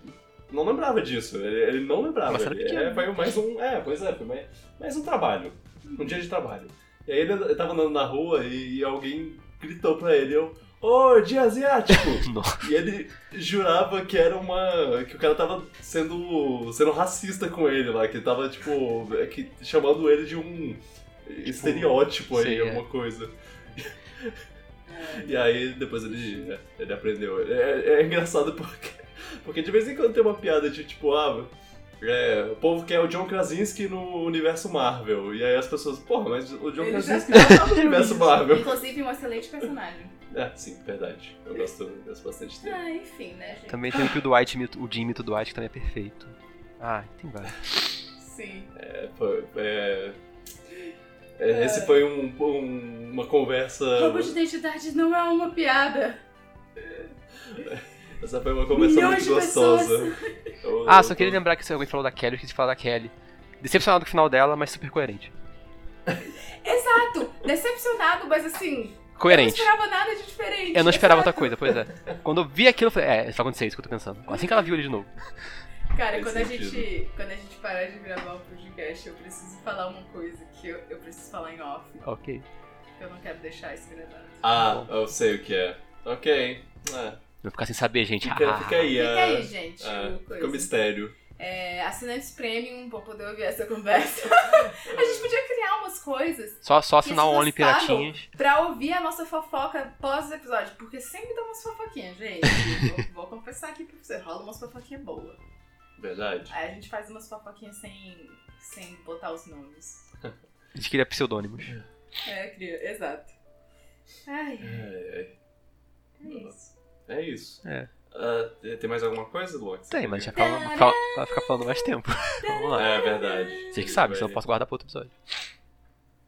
A: não lembrava disso. Ele, ele não lembrava.
C: Uma cena
A: Ele-
C: pequena.
A: é, foi mais um. É, pois é, foi mais, mais um trabalho. Um dia de trabalho. E aí ele, ele tava andando na rua e, e alguém gritou pra ele, eu, ô, dia asiático!
C: Nossa.
A: e ele jurava que era uma. que o cara tava sendo. sendo racista com ele lá, que tava, tipo, é que, chamando ele de um estereótipo aí,
C: sei, é.
A: alguma coisa.
D: É.
A: E aí depois ele, ele aprendeu. É, é engraçado porque, porque de vez em quando tem uma piada de tipo, ah, é, o povo quer o John Krasinski no universo Marvel. E aí as pessoas, porra, mas o John
D: Ele
A: [laughs]
D: já
A: Krasinski já tá no universo Marvel.
D: Inclusive, um excelente personagem.
A: É, sim, verdade. Eu gosto, eu gosto bastante dele.
D: Ah, enfim, né,
A: É.
D: gente?
C: Também tem o que o Dwight, imita- o Jim imita o Dwight, que também é perfeito. Ah, tem vários.
D: Sim.
A: É, foi- é, é, esse foi um- um- uma conversa.
C: Ah.
D: Roubo de identidade não é uma piada.
A: Essa foi uma conversa
D: Milhões
A: muito
D: de pessoas.
A: gostosa.
D: [laughs]
A: Eu-
C: Ah, só
A: eu-
C: queria lembrar que se alguém falou da Kelly, eu esqueci de falar da Kelly. Decepcionado com o final dela, mas super coerente.
D: Exato! Decepcionado, mas assim. Eu não
C: Coerente.
D: esperava nada de diferente.
C: Eu não esperava outra
D: Exato.
C: coisa, pois é. Quando eu vi aquilo, eu falei, é, isso vai acontecer, é isso que eu tô pensando. Assim que ela viu ele de novo.
D: Cara,
A: Faz
D: quando a,
A: sentido.
D: gente, quando a gente parar de gravar o podcast, eu preciso falar uma coisa que eu, eu preciso falar em off.
C: Ah, Ok.
D: que Eu não quero deixar isso gravado.
C: Tá
A: Ah, eu sei o que é. Ok. É,
C: Vou ficar sem saber, gente.
A: fica,
C: Ah,
A: fica aí,
D: Fica
A: a-
D: aí, gente.
A: a-
D: o
A: ah, fica o
D: coisa.
A: mistério.
D: É, assinantes premium pra poder ouvir essa
A: [laughs]
D: conversa. a gente podia criar umas coisas
C: Só, só assinar
D: E
C: o
D: as
C: Only
D: pessoas
C: Piratinhas.
D: pra ouvir a nossa fofoca pós o episódio. Porque sempre dá umas fofoquinhas, gente.
A: [laughs]
D: vou, vou confessar aqui pra você. Rola umas fofoquinhas boas.
A: Verdade.
D: Aí a gente faz umas fofoquinhas sem, sem botar os nomes.
C: A gente queria pseudônimos.
D: É, cria, exato. Ai,
A: É, é-
D: é isso.
A: é isso.
C: É.
A: Ah, tem mais alguma coisa, Luan? que você
C: Tem, mas já
A: queria?
C: fala, fala- vai ficar falando mais tempo. [laughs] Vamos lá.
A: É verdade.
C: Vocês que sabem, senão eu posso guardar pra outro episódio.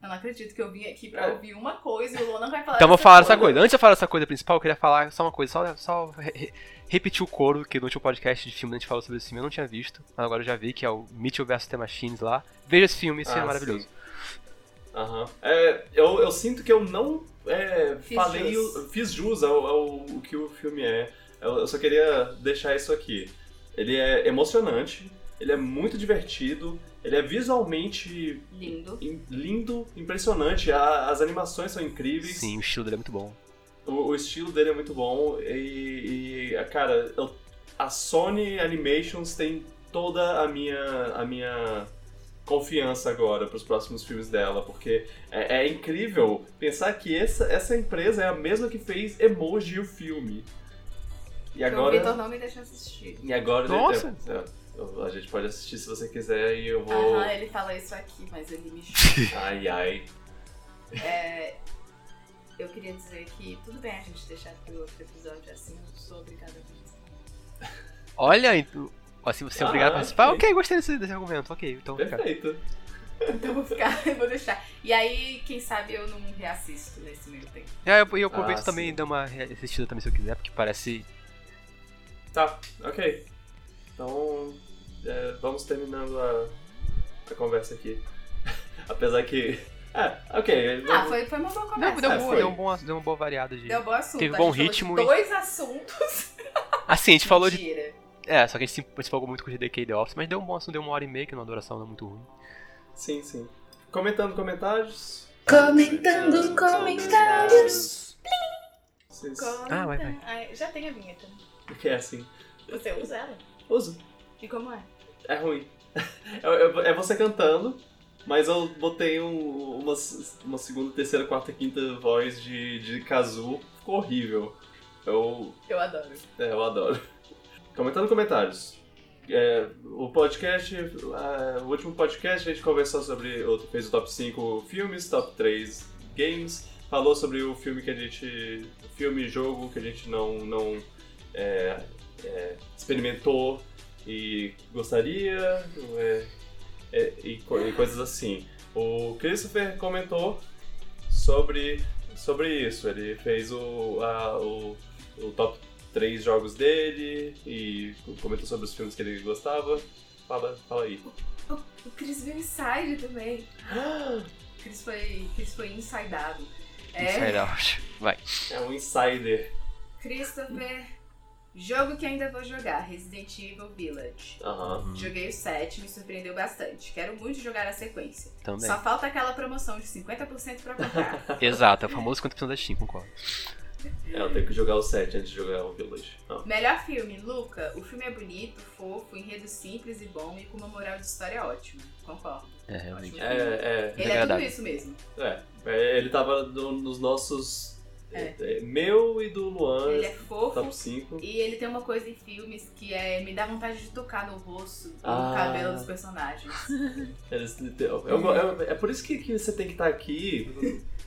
D: Eu não acredito que eu vim aqui pra ouvir uma coisa e o Lô não vai falar
C: Então vou
D: dessa
C: falar essa coisa. Antes de eu falar essa coisa principal, eu queria falar só uma coisa, só, só re- re- repetir o coro, que no último podcast de filme a gente falou sobre esse filme, eu não tinha visto, mas agora eu já vi, que é o Mitchell vs The Machines lá. Veja esse filme, esse
A: Ah,
C: filme é maravilhoso.
A: Aham. É, eu, eu sinto que eu não é,
D: Fiz
A: falei,
D: jus.
A: o- fiz jus ao, ao o que o filme é. Eu, eu só queria deixar isso aqui. Ele é emocionante, ele é muito divertido, ele é visualmente
D: Lindo.
A: in- lindo, impressionante, a- as animações são incríveis,
C: Sim, o estilo dele é muito bom.
A: O, o estilo dele é muito bom e, e, cara, eu- a Sony Animations tem toda a minha, a minha confiança agora para os próximos filmes dela, porque é, é incrível pensar que essa, essa empresa é a mesma que fez Emoji o filme. E
D: Que o Vitor
A: agora,
D: não me deixa assistir.
A: e agora
C: Nossa!
A: É, é, a gente pode assistir se você quiser e eu vou.
D: Aham, ele fala isso aqui, mas ele
C: [laughs]
D: me julga.
A: Ai ai.
D: É, eu queria dizer que tudo bem a gente deixar pro outro episódio assim, eu sou obrigada a participar.
C: Olha, então, ó, se você é
A: Ah,
C: obrigado a participar,
A: ok.
C: ok, gostei desse, desse argumento, ok, então fica.
A: Perfeito.
D: Então eu vou ficar, [laughs] eu vou deixar. E aí, quem sabe eu não reassisto nesse meio tempo.
C: E aí eu, eu aproveito
A: Ah,
C: também
A: sim.
C: e dou uma re- assistida também se eu quiser, porque parece
A: Tá, ok. Então, é, vamos terminando a, a conversa aqui. [laughs] Apesar que. É, ok.
D: Ah,
A: vamos-
D: foi, foi uma boa
C: Não,
D: conversa.
C: deu,
A: Ah,
C: boa,
A: foi.
C: deu, um bom, deu uma boa variada de.
D: Deu bom assunto.
C: Teve
D: a
C: bom
D: gente falou
C: ritmo
D: de
C: e-
D: Dois assuntos.
C: Assim, a gente falou de.
D: Mentira.
C: É, só que a gente se se empolgou muito com o GDK e The Office, mas deu um bom assunto, deu uma hora e meia, que na duração não é muito ruim.
A: Sim, sim. Comentando comentários. É,
D: Comentando comentários.
A: Sim, sim.
C: Ah, vai, vai.
D: Ai, já tem a vinheta.
A: Porque é assim.
D: Você usa ela.
A: Uso.
D: E como é?
A: É ruim. [laughs] É, é- é você cantando, mas eu botei um, uma, uma segunda, terceira, quarta, quinta voz de, de Kazu. Ficou horrível. Eu
D: Eu adoro.
A: É, eu adoro. [laughs] Comentando comentários. É, o podcast, é, o último podcast a gente conversou sobre, o- fez o top 5 filmes, top 3 games, falou sobre o filme que a gente. filme e jogo que a gente não, não é, é, experimentou e gostaria é, é, e, co- e coisas assim. O Christopher comentou sobre, sobre isso. Ele fez o, a- o, o top 3 jogos dele e comentou sobre os filmes que ele gostava. Fala, fala aí.
D: O Chris viu Inside também. O Chris foi, Chris foi insideado. É,
C: Inside Out. [laughs] Vai.
A: É um insider.
D: Christopher, jogo que ainda vou jogar, Resident Evil Village.
A: Aham.
D: Joguei o 7, me surpreendeu bastante. Quero muito jogar a sequência.
C: Também.
D: Só falta aquela promoção de 50% pra
C: [laughs]
D: comprar.
C: Exato, é o famoso 50% da Steam, concordo.
A: É, eu tenho que jogar o 7 antes de jogar o Village. Não.
D: Melhor filme, Luca. O filme é bonito, fofo, enredo simples e bom e com uma moral de história ótima. Concordo.
C: É, realmente.
D: Ótimo
A: É,
D: filme.
A: é,
D: Ele é tudo
C: agradável.
D: isso mesmo.
A: é, é. Ele tava no- nos nossos.
D: É.
A: é, meu e do Luan.
D: Ele é fofo,
A: Top 5.
D: E ele tem uma coisa em filmes que é me dá vontade de tocar no rosto, no
A: Ah.
D: cabelo dos personagens.
A: Eles- eu- eu- eu- é por isso que, que você tem que estar aqui.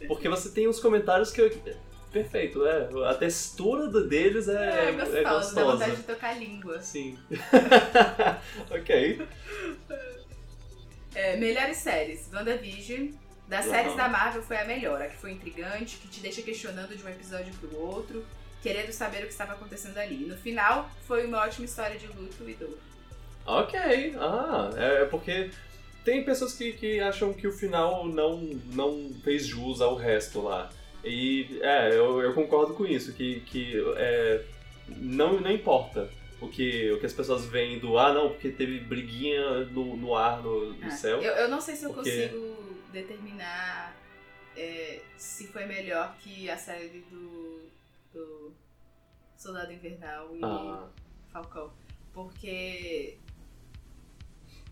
A: Porque você tem uns comentários que eu. Perfeito, é. A textura do- deles é,
D: É,
A: é
D: gostoso,
A: gostosa.
D: dá vontade de tocar a língua.
A: Sim. [laughs] ok.
D: É, melhores séries: WandaVision. Das
A: Uhum.
D: séries da Marvel foi a melhor, a que foi intrigante, que te deixa questionando de um episódio pro outro, querendo saber o que estava acontecendo ali. No final, foi uma ótima história de luto e dor.
A: Ok. Ah, é, é porque tem pessoas que, que acham que o final não, não fez jus ao resto lá. E é, eu, eu concordo com isso, que, que é, não, não importa o que, o que as pessoas veem do ah, não, porque teve briguinha no, no ar, no, no
D: Ah,
A: céu.
D: eu, eu não sei se eu
A: Porque-
D: consigo determinar é, se foi melhor que a série do, do Soldado Invernal e
A: Ah,
D: Falcão. Porque.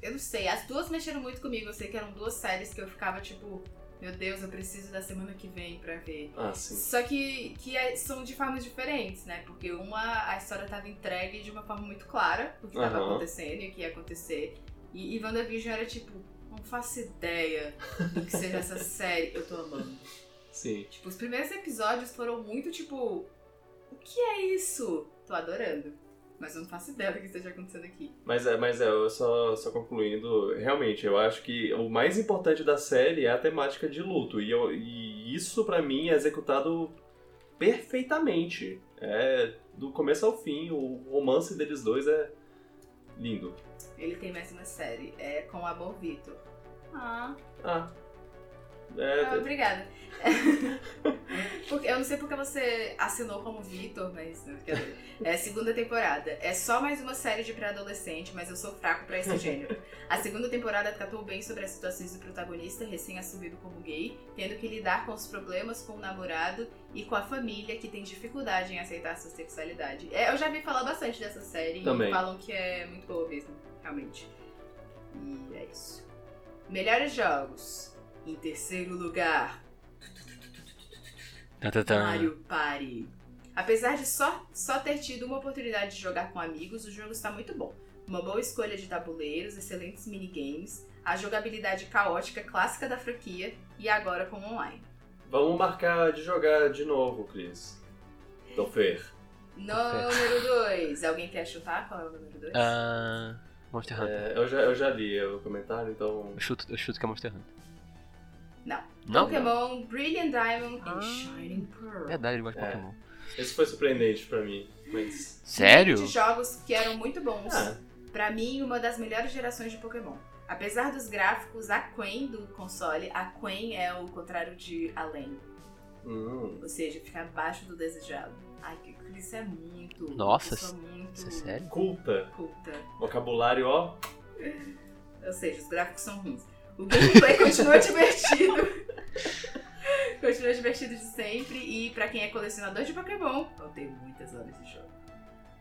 D: Eu não sei, as duas mexeram muito comigo. Eu sei que eram duas séries que eu ficava tipo, meu Deus, eu preciso da semana que vem pra ver.
A: ah, sim.
D: Só que, que é- são de formas diferentes, né? Porque uma, a história tava entregue de uma forma muito clara, o que tava
A: Aham.
D: acontecendo e o que ia acontecer. E, e WandaVision era tipo, não faço ideia do que seja
A: [laughs]
D: essa série, eu tô amando.
A: Sim.
D: Tipo, os primeiros episódios foram muito tipo. O que é isso? Tô adorando. Mas eu não faço ideia do que esteja acontecendo aqui.
A: Mas é, mas é, eu só, só concluindo, realmente, eu acho que o mais importante da série é a temática de luto. E, eu- e isso, pra mim, é executado perfeitamente. É do começo ao fim, o romance deles dois é lindo.
D: Ele tem mais uma série. É com o Amor Vitor. Ah,
A: Ah. É,
D: obrigada. [laughs] Porque, eu não sei porque você assinou como Vitor, mas. brincadeira. É segunda temporada. É só mais uma série de pré-adolescente, mas eu sou fraco pra esse gênero. A segunda temporada tratou bem sobre as situações do protagonista recém-assumido como gay, tendo que lidar com os problemas com o namorado e com a família que tem dificuldade em aceitar sua sexualidade. É, eu já vi falar bastante dessa série
A: Também.
D: e falam que é muito boa mesmo, realmente. E é isso. Melhores jogos. Em terceiro lugar,
C: Tan, tan, tan.
D: Mario Party. Apesar de só, só ter tido uma oportunidade de jogar com amigos, o jogo está muito bom. Uma boa escolha de tabuleiros, excelentes minigames, a jogabilidade caótica clássica da franquia e agora com online.
A: vamos marcar de jogar de novo, Cris. Então, Fer.
D: Número 2. Alguém quer chutar qual é o número 2?
C: Ah, Monster Hunter.
A: É, eu, já, eu já li o comentário, então.
C: Eu chuto, eu chuto que é Monster Hunter.
D: Não.
C: Não?
D: Pokémon Brilliant Diamond
C: Ah.
D: e Shining Pearl.
C: Verdade, ele gosta de
A: É.
C: Pokémon.
A: Esse foi surpreendente pra mim. Mas.
C: Sério?
D: De jogos que eram muito bons.
A: Ah,
D: Pra mim, uma das melhores gerações de Pokémon. Apesar dos gráficos, a Quen do console, a Quen é o contrário de além.
A: hum,
D: Ou seja, fica abaixo do desejado. Ai, que Chris é muito.
C: Nossa,
D: pessoa muito
C: Isso é sério?
A: culta.
D: culta.
A: Vocabulário, ó.
D: Ou seja, os gráficos são ruins. O gameplay
C: [laughs]
D: continua divertido. [laughs] continua divertido de sempre. E pra quem é colecionador de Pokémon, vão ter muitas horas de jogo.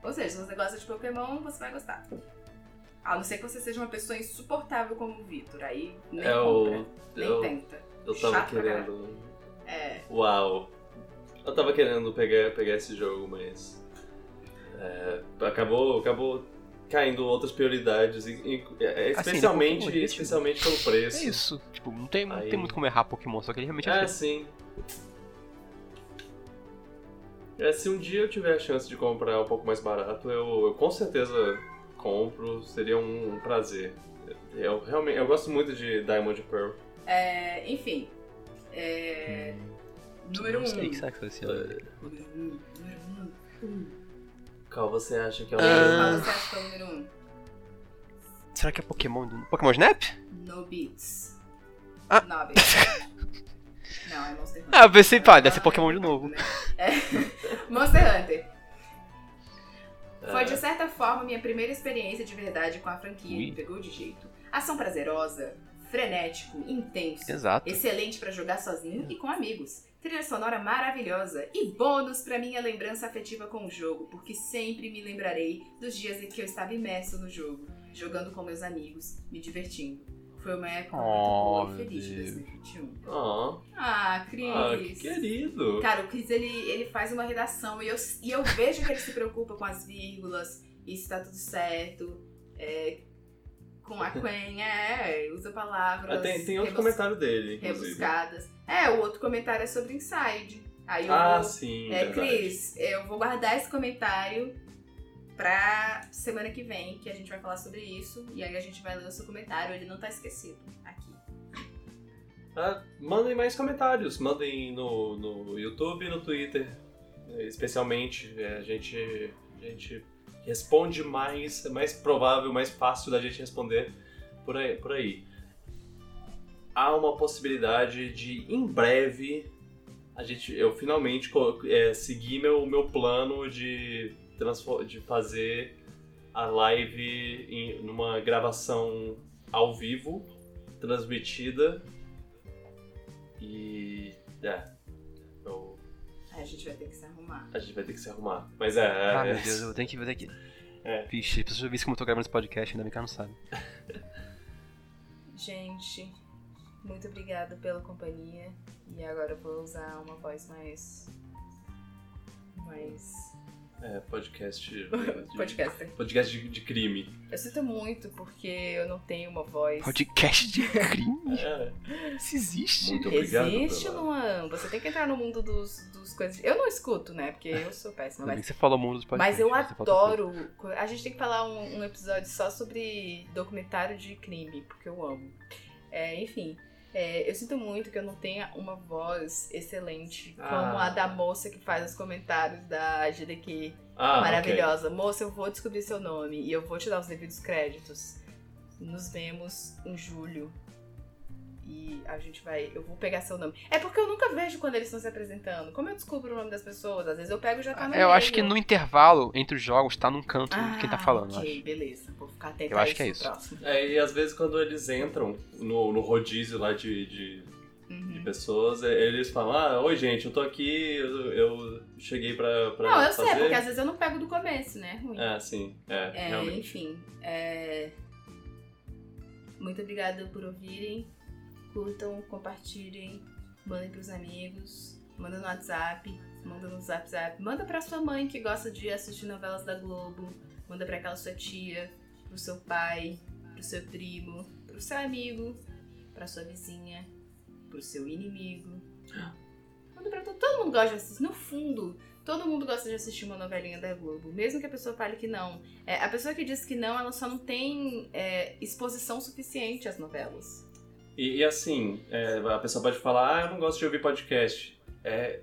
D: Ou seja, se você gosta de Pokémon, você vai gostar. A não ser que você seja uma pessoa insuportável como o Vitor. Aí nem
A: É
D: compra,
A: o.
D: nem
A: Eu,
D: tenta.
A: eu tava
D: Chato pra
A: querendo.
D: É,
A: Uau! Eu tava querendo pegar, pegar esse jogo, mas. é, acabou, acabou caindo outras prioridades, e- e- é,
C: Assim,
A: especialmente,
C: ele continua,
A: especialmente pelo preço. Ah,
C: É isso. Tipo, não tem, não
A: Aí-
C: tem muito como errar Pokémon, só que ele É realmente é
A: É,
C: feio.
A: sim. É, se um dia eu tiver a chance de comprar um pouco mais barato, eu, eu com certeza compro, seria um, um prazer. Eu realmente eu gosto muito de Diamond Pearl.
D: É, enfim. É, número
C: Não Hum. sei o que
D: 1.
C: será que vai ser. né?
A: É.
D: Um. Número 1. Número 1. Um.
A: Qual você acha que é o
C: Ah.
D: Qual você acha que é o número 1?
C: Será que é Pokémon do... Pokémon Snap?
D: No Beats.
C: Ah.
D: Nobits. Não, é Monster Hunter.
C: Ah, eu pensei, pá, deve ser Pokémon de novo.
D: É. [laughs] Monster Hunter.
A: É.
C: Ah.
D: Foi de certa forma minha primeira experiência de verdade com a franquia.
C: Ui.
D: Me pegou de jeito. Ação prazerosa, frenético, intenso.
C: Exato.
D: Excelente pra jogar sozinho
A: Hum.
D: e com amigos. Trilha sonora maravilhosa e bônus pra minha lembrança afetiva com o jogo, porque sempre me lembrarei dos dias em que eu estava imerso no jogo, jogando com meus amigos, me divertindo. Foi uma época
C: Oh,
D: muito boa e feliz de
C: meu Deus.
D: 2021.
A: Ah,
D: Ah, Cris!
A: ah, que querido.
D: Cara, o Cris ele, ele faz uma redação e eu, e eu vejo que ele se preocupa com as vírgulas e se tá tudo certo, é, com
A: [laughs]
D: a quen, é, usa palavras.
A: Ah, tem, tem outro
D: rebus-
A: comentário dele, inclusive.
D: Rebuscadas. É, o outro comentário é sobre Inside. Aí eu
A: Ah,
D: vou,
A: sim.
D: é,
A: verdade.
D: Cris, eu vou guardar esse comentário pra semana que vem, que a gente vai falar sobre isso, e aí a gente vai ler o seu comentário, ele não tá esquecido aqui.
A: Ah, mandem mais comentários, mandem no, no YouTube e no Twitter. É, Especialmente, é, a gente, a gente responde mais, é mais provável, mais fácil da gente responder por aí. Por aí. Há uma possibilidade de, em breve, a gente, eu finalmente co- é, seguir meu, meu plano de, transfor- de fazer a live em, numa gravação ao vivo, transmitida e. É. eu-
D: Aí a gente vai ter que se arrumar.
A: a gente vai ter que se arrumar. Mas é. é,
C: Ah,
A: é.
C: meu Deus, eu tenho que ver daqui.
A: É.
C: Vixe, as pessoas vissem como eu tô gravando esse podcast, ainda bem que ela não sabe.
D: Gente, muito obrigada pela companhia. E agora eu vou usar uma voz mais. mais.
A: É, podcast. de-
D: podcaster.
A: podcast de, de crime.
D: Eu sinto muito porque eu não tenho uma voz.
C: Podcast de crime?
A: É.
C: Isso existe?
A: Muito obrigado.
D: Existe, um
A: pela-
D: Luan. Você tem que entrar no mundo dos, dos coisas. Eu não escuto, né? Porque eu sou péssima.
C: Ainda bem
D: Mas,
C: que você falou o mundo dos podcasts. né?
D: mas eu
C: você falou outra
D: adoro. A gente tem que falar um, um episódio só sobre documentário de crime, porque eu amo. É, enfim. é, eu sinto muito que eu não tenha uma voz excelente como
A: Ah.
D: a da moça que faz os comentários da GDQ.
A: Ah,
D: maravilhosa. Moça, eu vou descobrir seu nome e eu vou te dar os devidos créditos. Nos vemos em julho. E a gente vai. Eu vou pegar seu nome. É porque eu nunca vejo quando eles estão se apresentando. Como eu descubro o nome das pessoas? Às vezes eu pego e já tá no
C: coisa. É, Eu acho que
D: meio.
C: no intervalo entre os jogos tá num canto
D: Ah,
C: quem tá falando, eu
D: Ok,
C: acho.
D: beleza. Vou ficar atenta
C: Eu
D: a
C: acho que é
D: no
C: isso.
D: próximo.
A: ok. É, e às vezes quando eles entram no, no rodízio lá de, de, de
D: Uhum.
A: pessoas, é, eles falam, ah, oi gente, eu tô aqui, eu, eu cheguei pra. pra
D: Não, eu
A: fazer.
D: sei, é porque às vezes eu não pego do começo, né? É Ruim.
A: É, sim. É,
D: É,
A: realmente.
D: enfim. é, Muito obrigada por ouvirem. Curtam, compartilhem, mandem pros amigos, manda no WhatsApp, manda no Zap Zap, manda pra sua mãe que gosta de assistir novelas da Globo, manda pra aquela sua tia, pro seu pai, pro seu primo, pro seu amigo, pra sua vizinha, pro seu inimigo. Manda pra todo, todo mundo gosta de assistir. No fundo, todo mundo gosta de assistir uma novelinha da Globo, mesmo que a pessoa fale que não. É, a pessoa que diz que não, ela só não tem é, exposição suficiente às novelas.
A: E, e assim, é, a pessoa pode falar, ah, eu não gosto de ouvir podcast. É,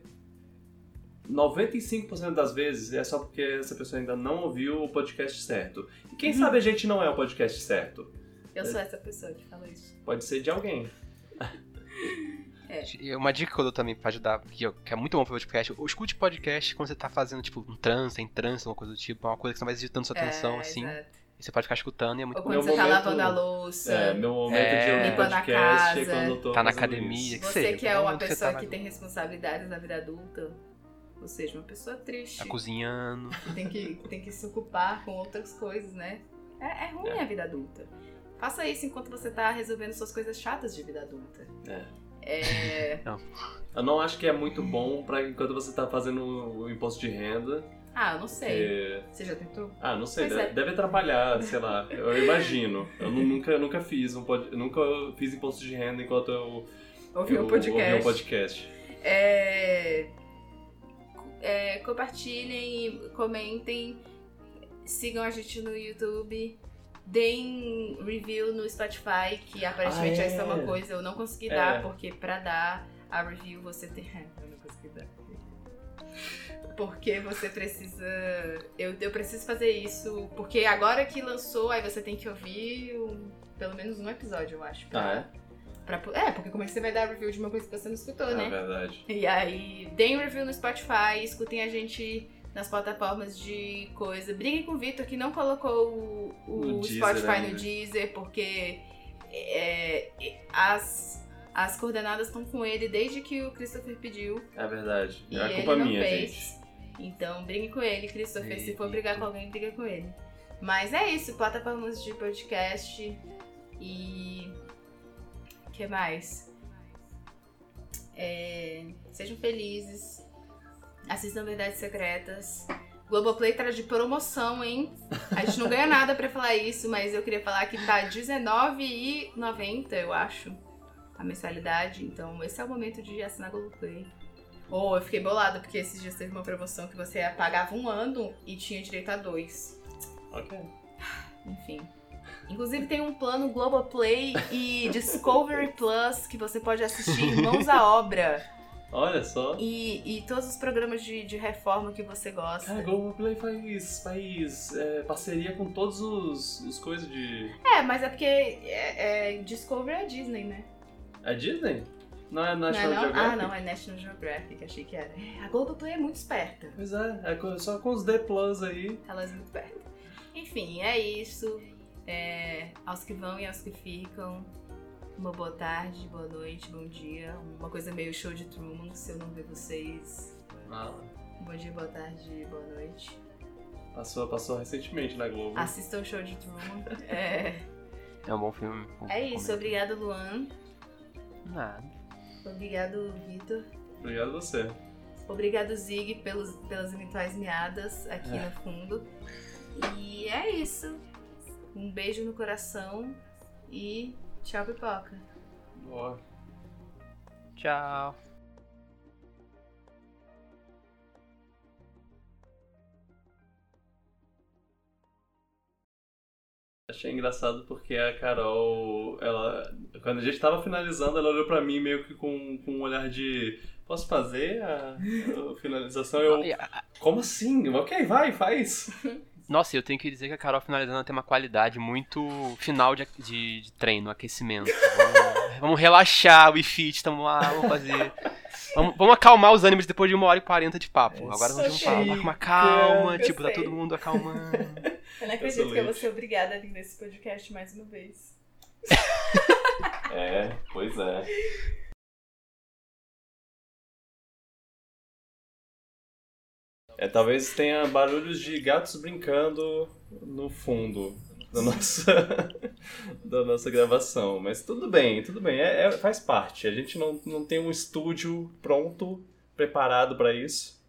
A: 95% das vezes é só porque essa pessoa ainda não ouviu o podcast certo. E quem
D: Uhum.
A: sabe a gente não é o podcast certo.
D: Eu
A: É.
D: sou essa pessoa que fala isso.
A: Pode ser de alguém.
D: é.
C: E Uma dica que eu dou também pra ajudar, que eu- que é muito bom pra podcast, eu escute podcast quando você tá fazendo, tipo, um trânsito, em trânsito, uma coisa do tipo, uma coisa que não vai exigir tanto sua atenção,
D: É,
C: assim.
D: exato.
C: E você pode ficar escutando e é muito
D: Ou
C: bom.
D: quando
A: Meu
D: você tá
A: momento-
D: lavando a louça.
A: É, meu momento de
C: É.
A: ouvir
D: Limpando a
A: podcast é
D: casa.
A: quando eu tô
C: Tá na
A: fazendo
C: academia.
A: isso.
C: que
D: você
C: seja,
D: que é
C: ou
D: uma
C: onde você
D: pessoa
C: tá
D: que
C: na-
D: tem responsabilidades na vida adulta. Ou seja, uma pessoa triste.
C: Tá cozinhando.
D: que tem que, tem que se ocupar com outras coisas, né? É, é ruim
A: É.
D: a vida adulta. Faça isso enquanto você tá resolvendo suas coisas chatas de vida adulta. É.
A: Eu não acho que é muito bom pra enquanto você tá fazendo o imposto de renda.
D: Ah, eu não sei.
A: porque-
D: Você já tentou?
A: Ah, não sei,
D: Pois
A: deve,
D: é.
A: deve atrapalhar, sei lá. Eu imagino. Eu nu- nunca, nunca fiz um pod... nunca fiz imposto de renda enquanto eu
D: Ouviu
A: eu um
D: o podcast.
A: ouvi um podcast.
D: É. É, compartilhem, comentem, sigam a gente no YouTube, deem review no Spotify, que aparentemente
A: Ah, é.
D: essa é uma coisa eu não consegui
A: É.
D: dar, porque pra dar a review você tem. [laughs] eu não consegui dar. Porque você precisa. Eu, eu preciso fazer isso. Porque agora que lançou, aí você tem que ouvir um- pelo menos um episódio, eu acho. pra-
A: Ah,
D: pra po- é, porque como é que você vai dar review de uma coisa que você não escutou,
A: é?
D: né?
A: É verdade.
D: E aí, deem um review no Spotify, escutem a gente nas plataformas de coisa. Briguem com o Vitor, que não colocou o, o
A: No Deezer
D: Spotify no
A: ainda.
D: Deezer, porque é, as, as coordenadas estão com ele desde que o Christopher pediu.
A: É verdade.
D: E
A: é
D: ele
A: culpa
D: não
A: minha,
D: fez.
A: gente.
D: Então, brigue com ele, Christopher. Se for
C: Eita.
D: brigar com alguém, briga com ele. Mas é isso, plataformas de podcast e. O que mais? É, Sejam felizes. Assistam Verdades Secretas. Globoplay tá de promoção, hein? A gente não ganha nada pra falar isso, mas eu queria falar que tá R$19,90, eu acho, a mensalidade. Então, esse é o momento de assinar Globoplay. Oh, eu fiquei bolada, porque esses dias teve uma promoção que você pagava um ano e tinha direito a dois.
A: Ok.
D: Enfim. Inclusive tem um plano Globoplay
A: [laughs]
D: e Discovery Plus que você pode assistir Irmãos à Obra
A: Olha só.
D: e, e todos os programas de, de reforma que você
A: Cara, a
D: gosta.
A: Globoplay faz, faz é, parceria com todos os, os coisas de.
D: É, mas é porque é, é, Discovery é Disney, né?
A: É Disney? Não é
D: Não é
A: National
D: não? Ah,
A: Geographic?
D: não, é National Geographic, achei que era. É, A Globoplay é muito esperta.
A: Pois é, é co- só com os D Plus aí.
D: Elas muito perto. Enfim, é isso. É, aos que vão e aos que ficam, uma boa tarde, boa noite, bom dia. Uma coisa meio show de Truman, se eu não ver vocês.
A: Ah,
D: Bom dia, boa tarde, boa noite.
A: passou, passou recentemente na Globo.
D: Assistam o show de Truman. É,
C: É um bom filme. um
D: é isso,
C: recomendo.
D: obrigado, Luan.
C: Nada.
D: Obrigado, Vitor.
A: Obrigado a você.
D: Obrigado, Zig, pelos, pelas eventuais meadas aqui
A: É.
D: no fundo. E é isso. Um beijo no coração e tchau, pipoca.
A: Ó.
C: Tchau.
A: Achei engraçado porque a Carol, ela. Quando a gente tava finalizando, ela olhou pra mim meio que com, com um olhar de. Posso fazer a, a finalização? Eu.
C: Ah, E a-
A: Como assim? Ok, vai, faz.
C: Nossa, eu tenho que dizer que a Carol finalizando tem uma qualidade muito final de, de- de treino, aquecimento. Vamos, vamos relaxar, o fit, tamo lá, vamos fazer. Vamos, vamos acalmar os ânimos depois de uma hora e quarenta de papo. Agora vamos ter um papo, com uma calma,
D: Gostei.
C: tipo, tá todo mundo acalmando.
D: Eu não
A: acredito que eu vou
D: ser obrigada a vir nesse podcast mais uma vez.
A: É, pois é. É, talvez tenha barulhos de gatos brincando no fundo da nossa, [laughs] da nossa gravação. Mas tudo bem, tudo bem. É, é- faz parte. A gente não, não tem um estúdio pronto, preparado pra isso.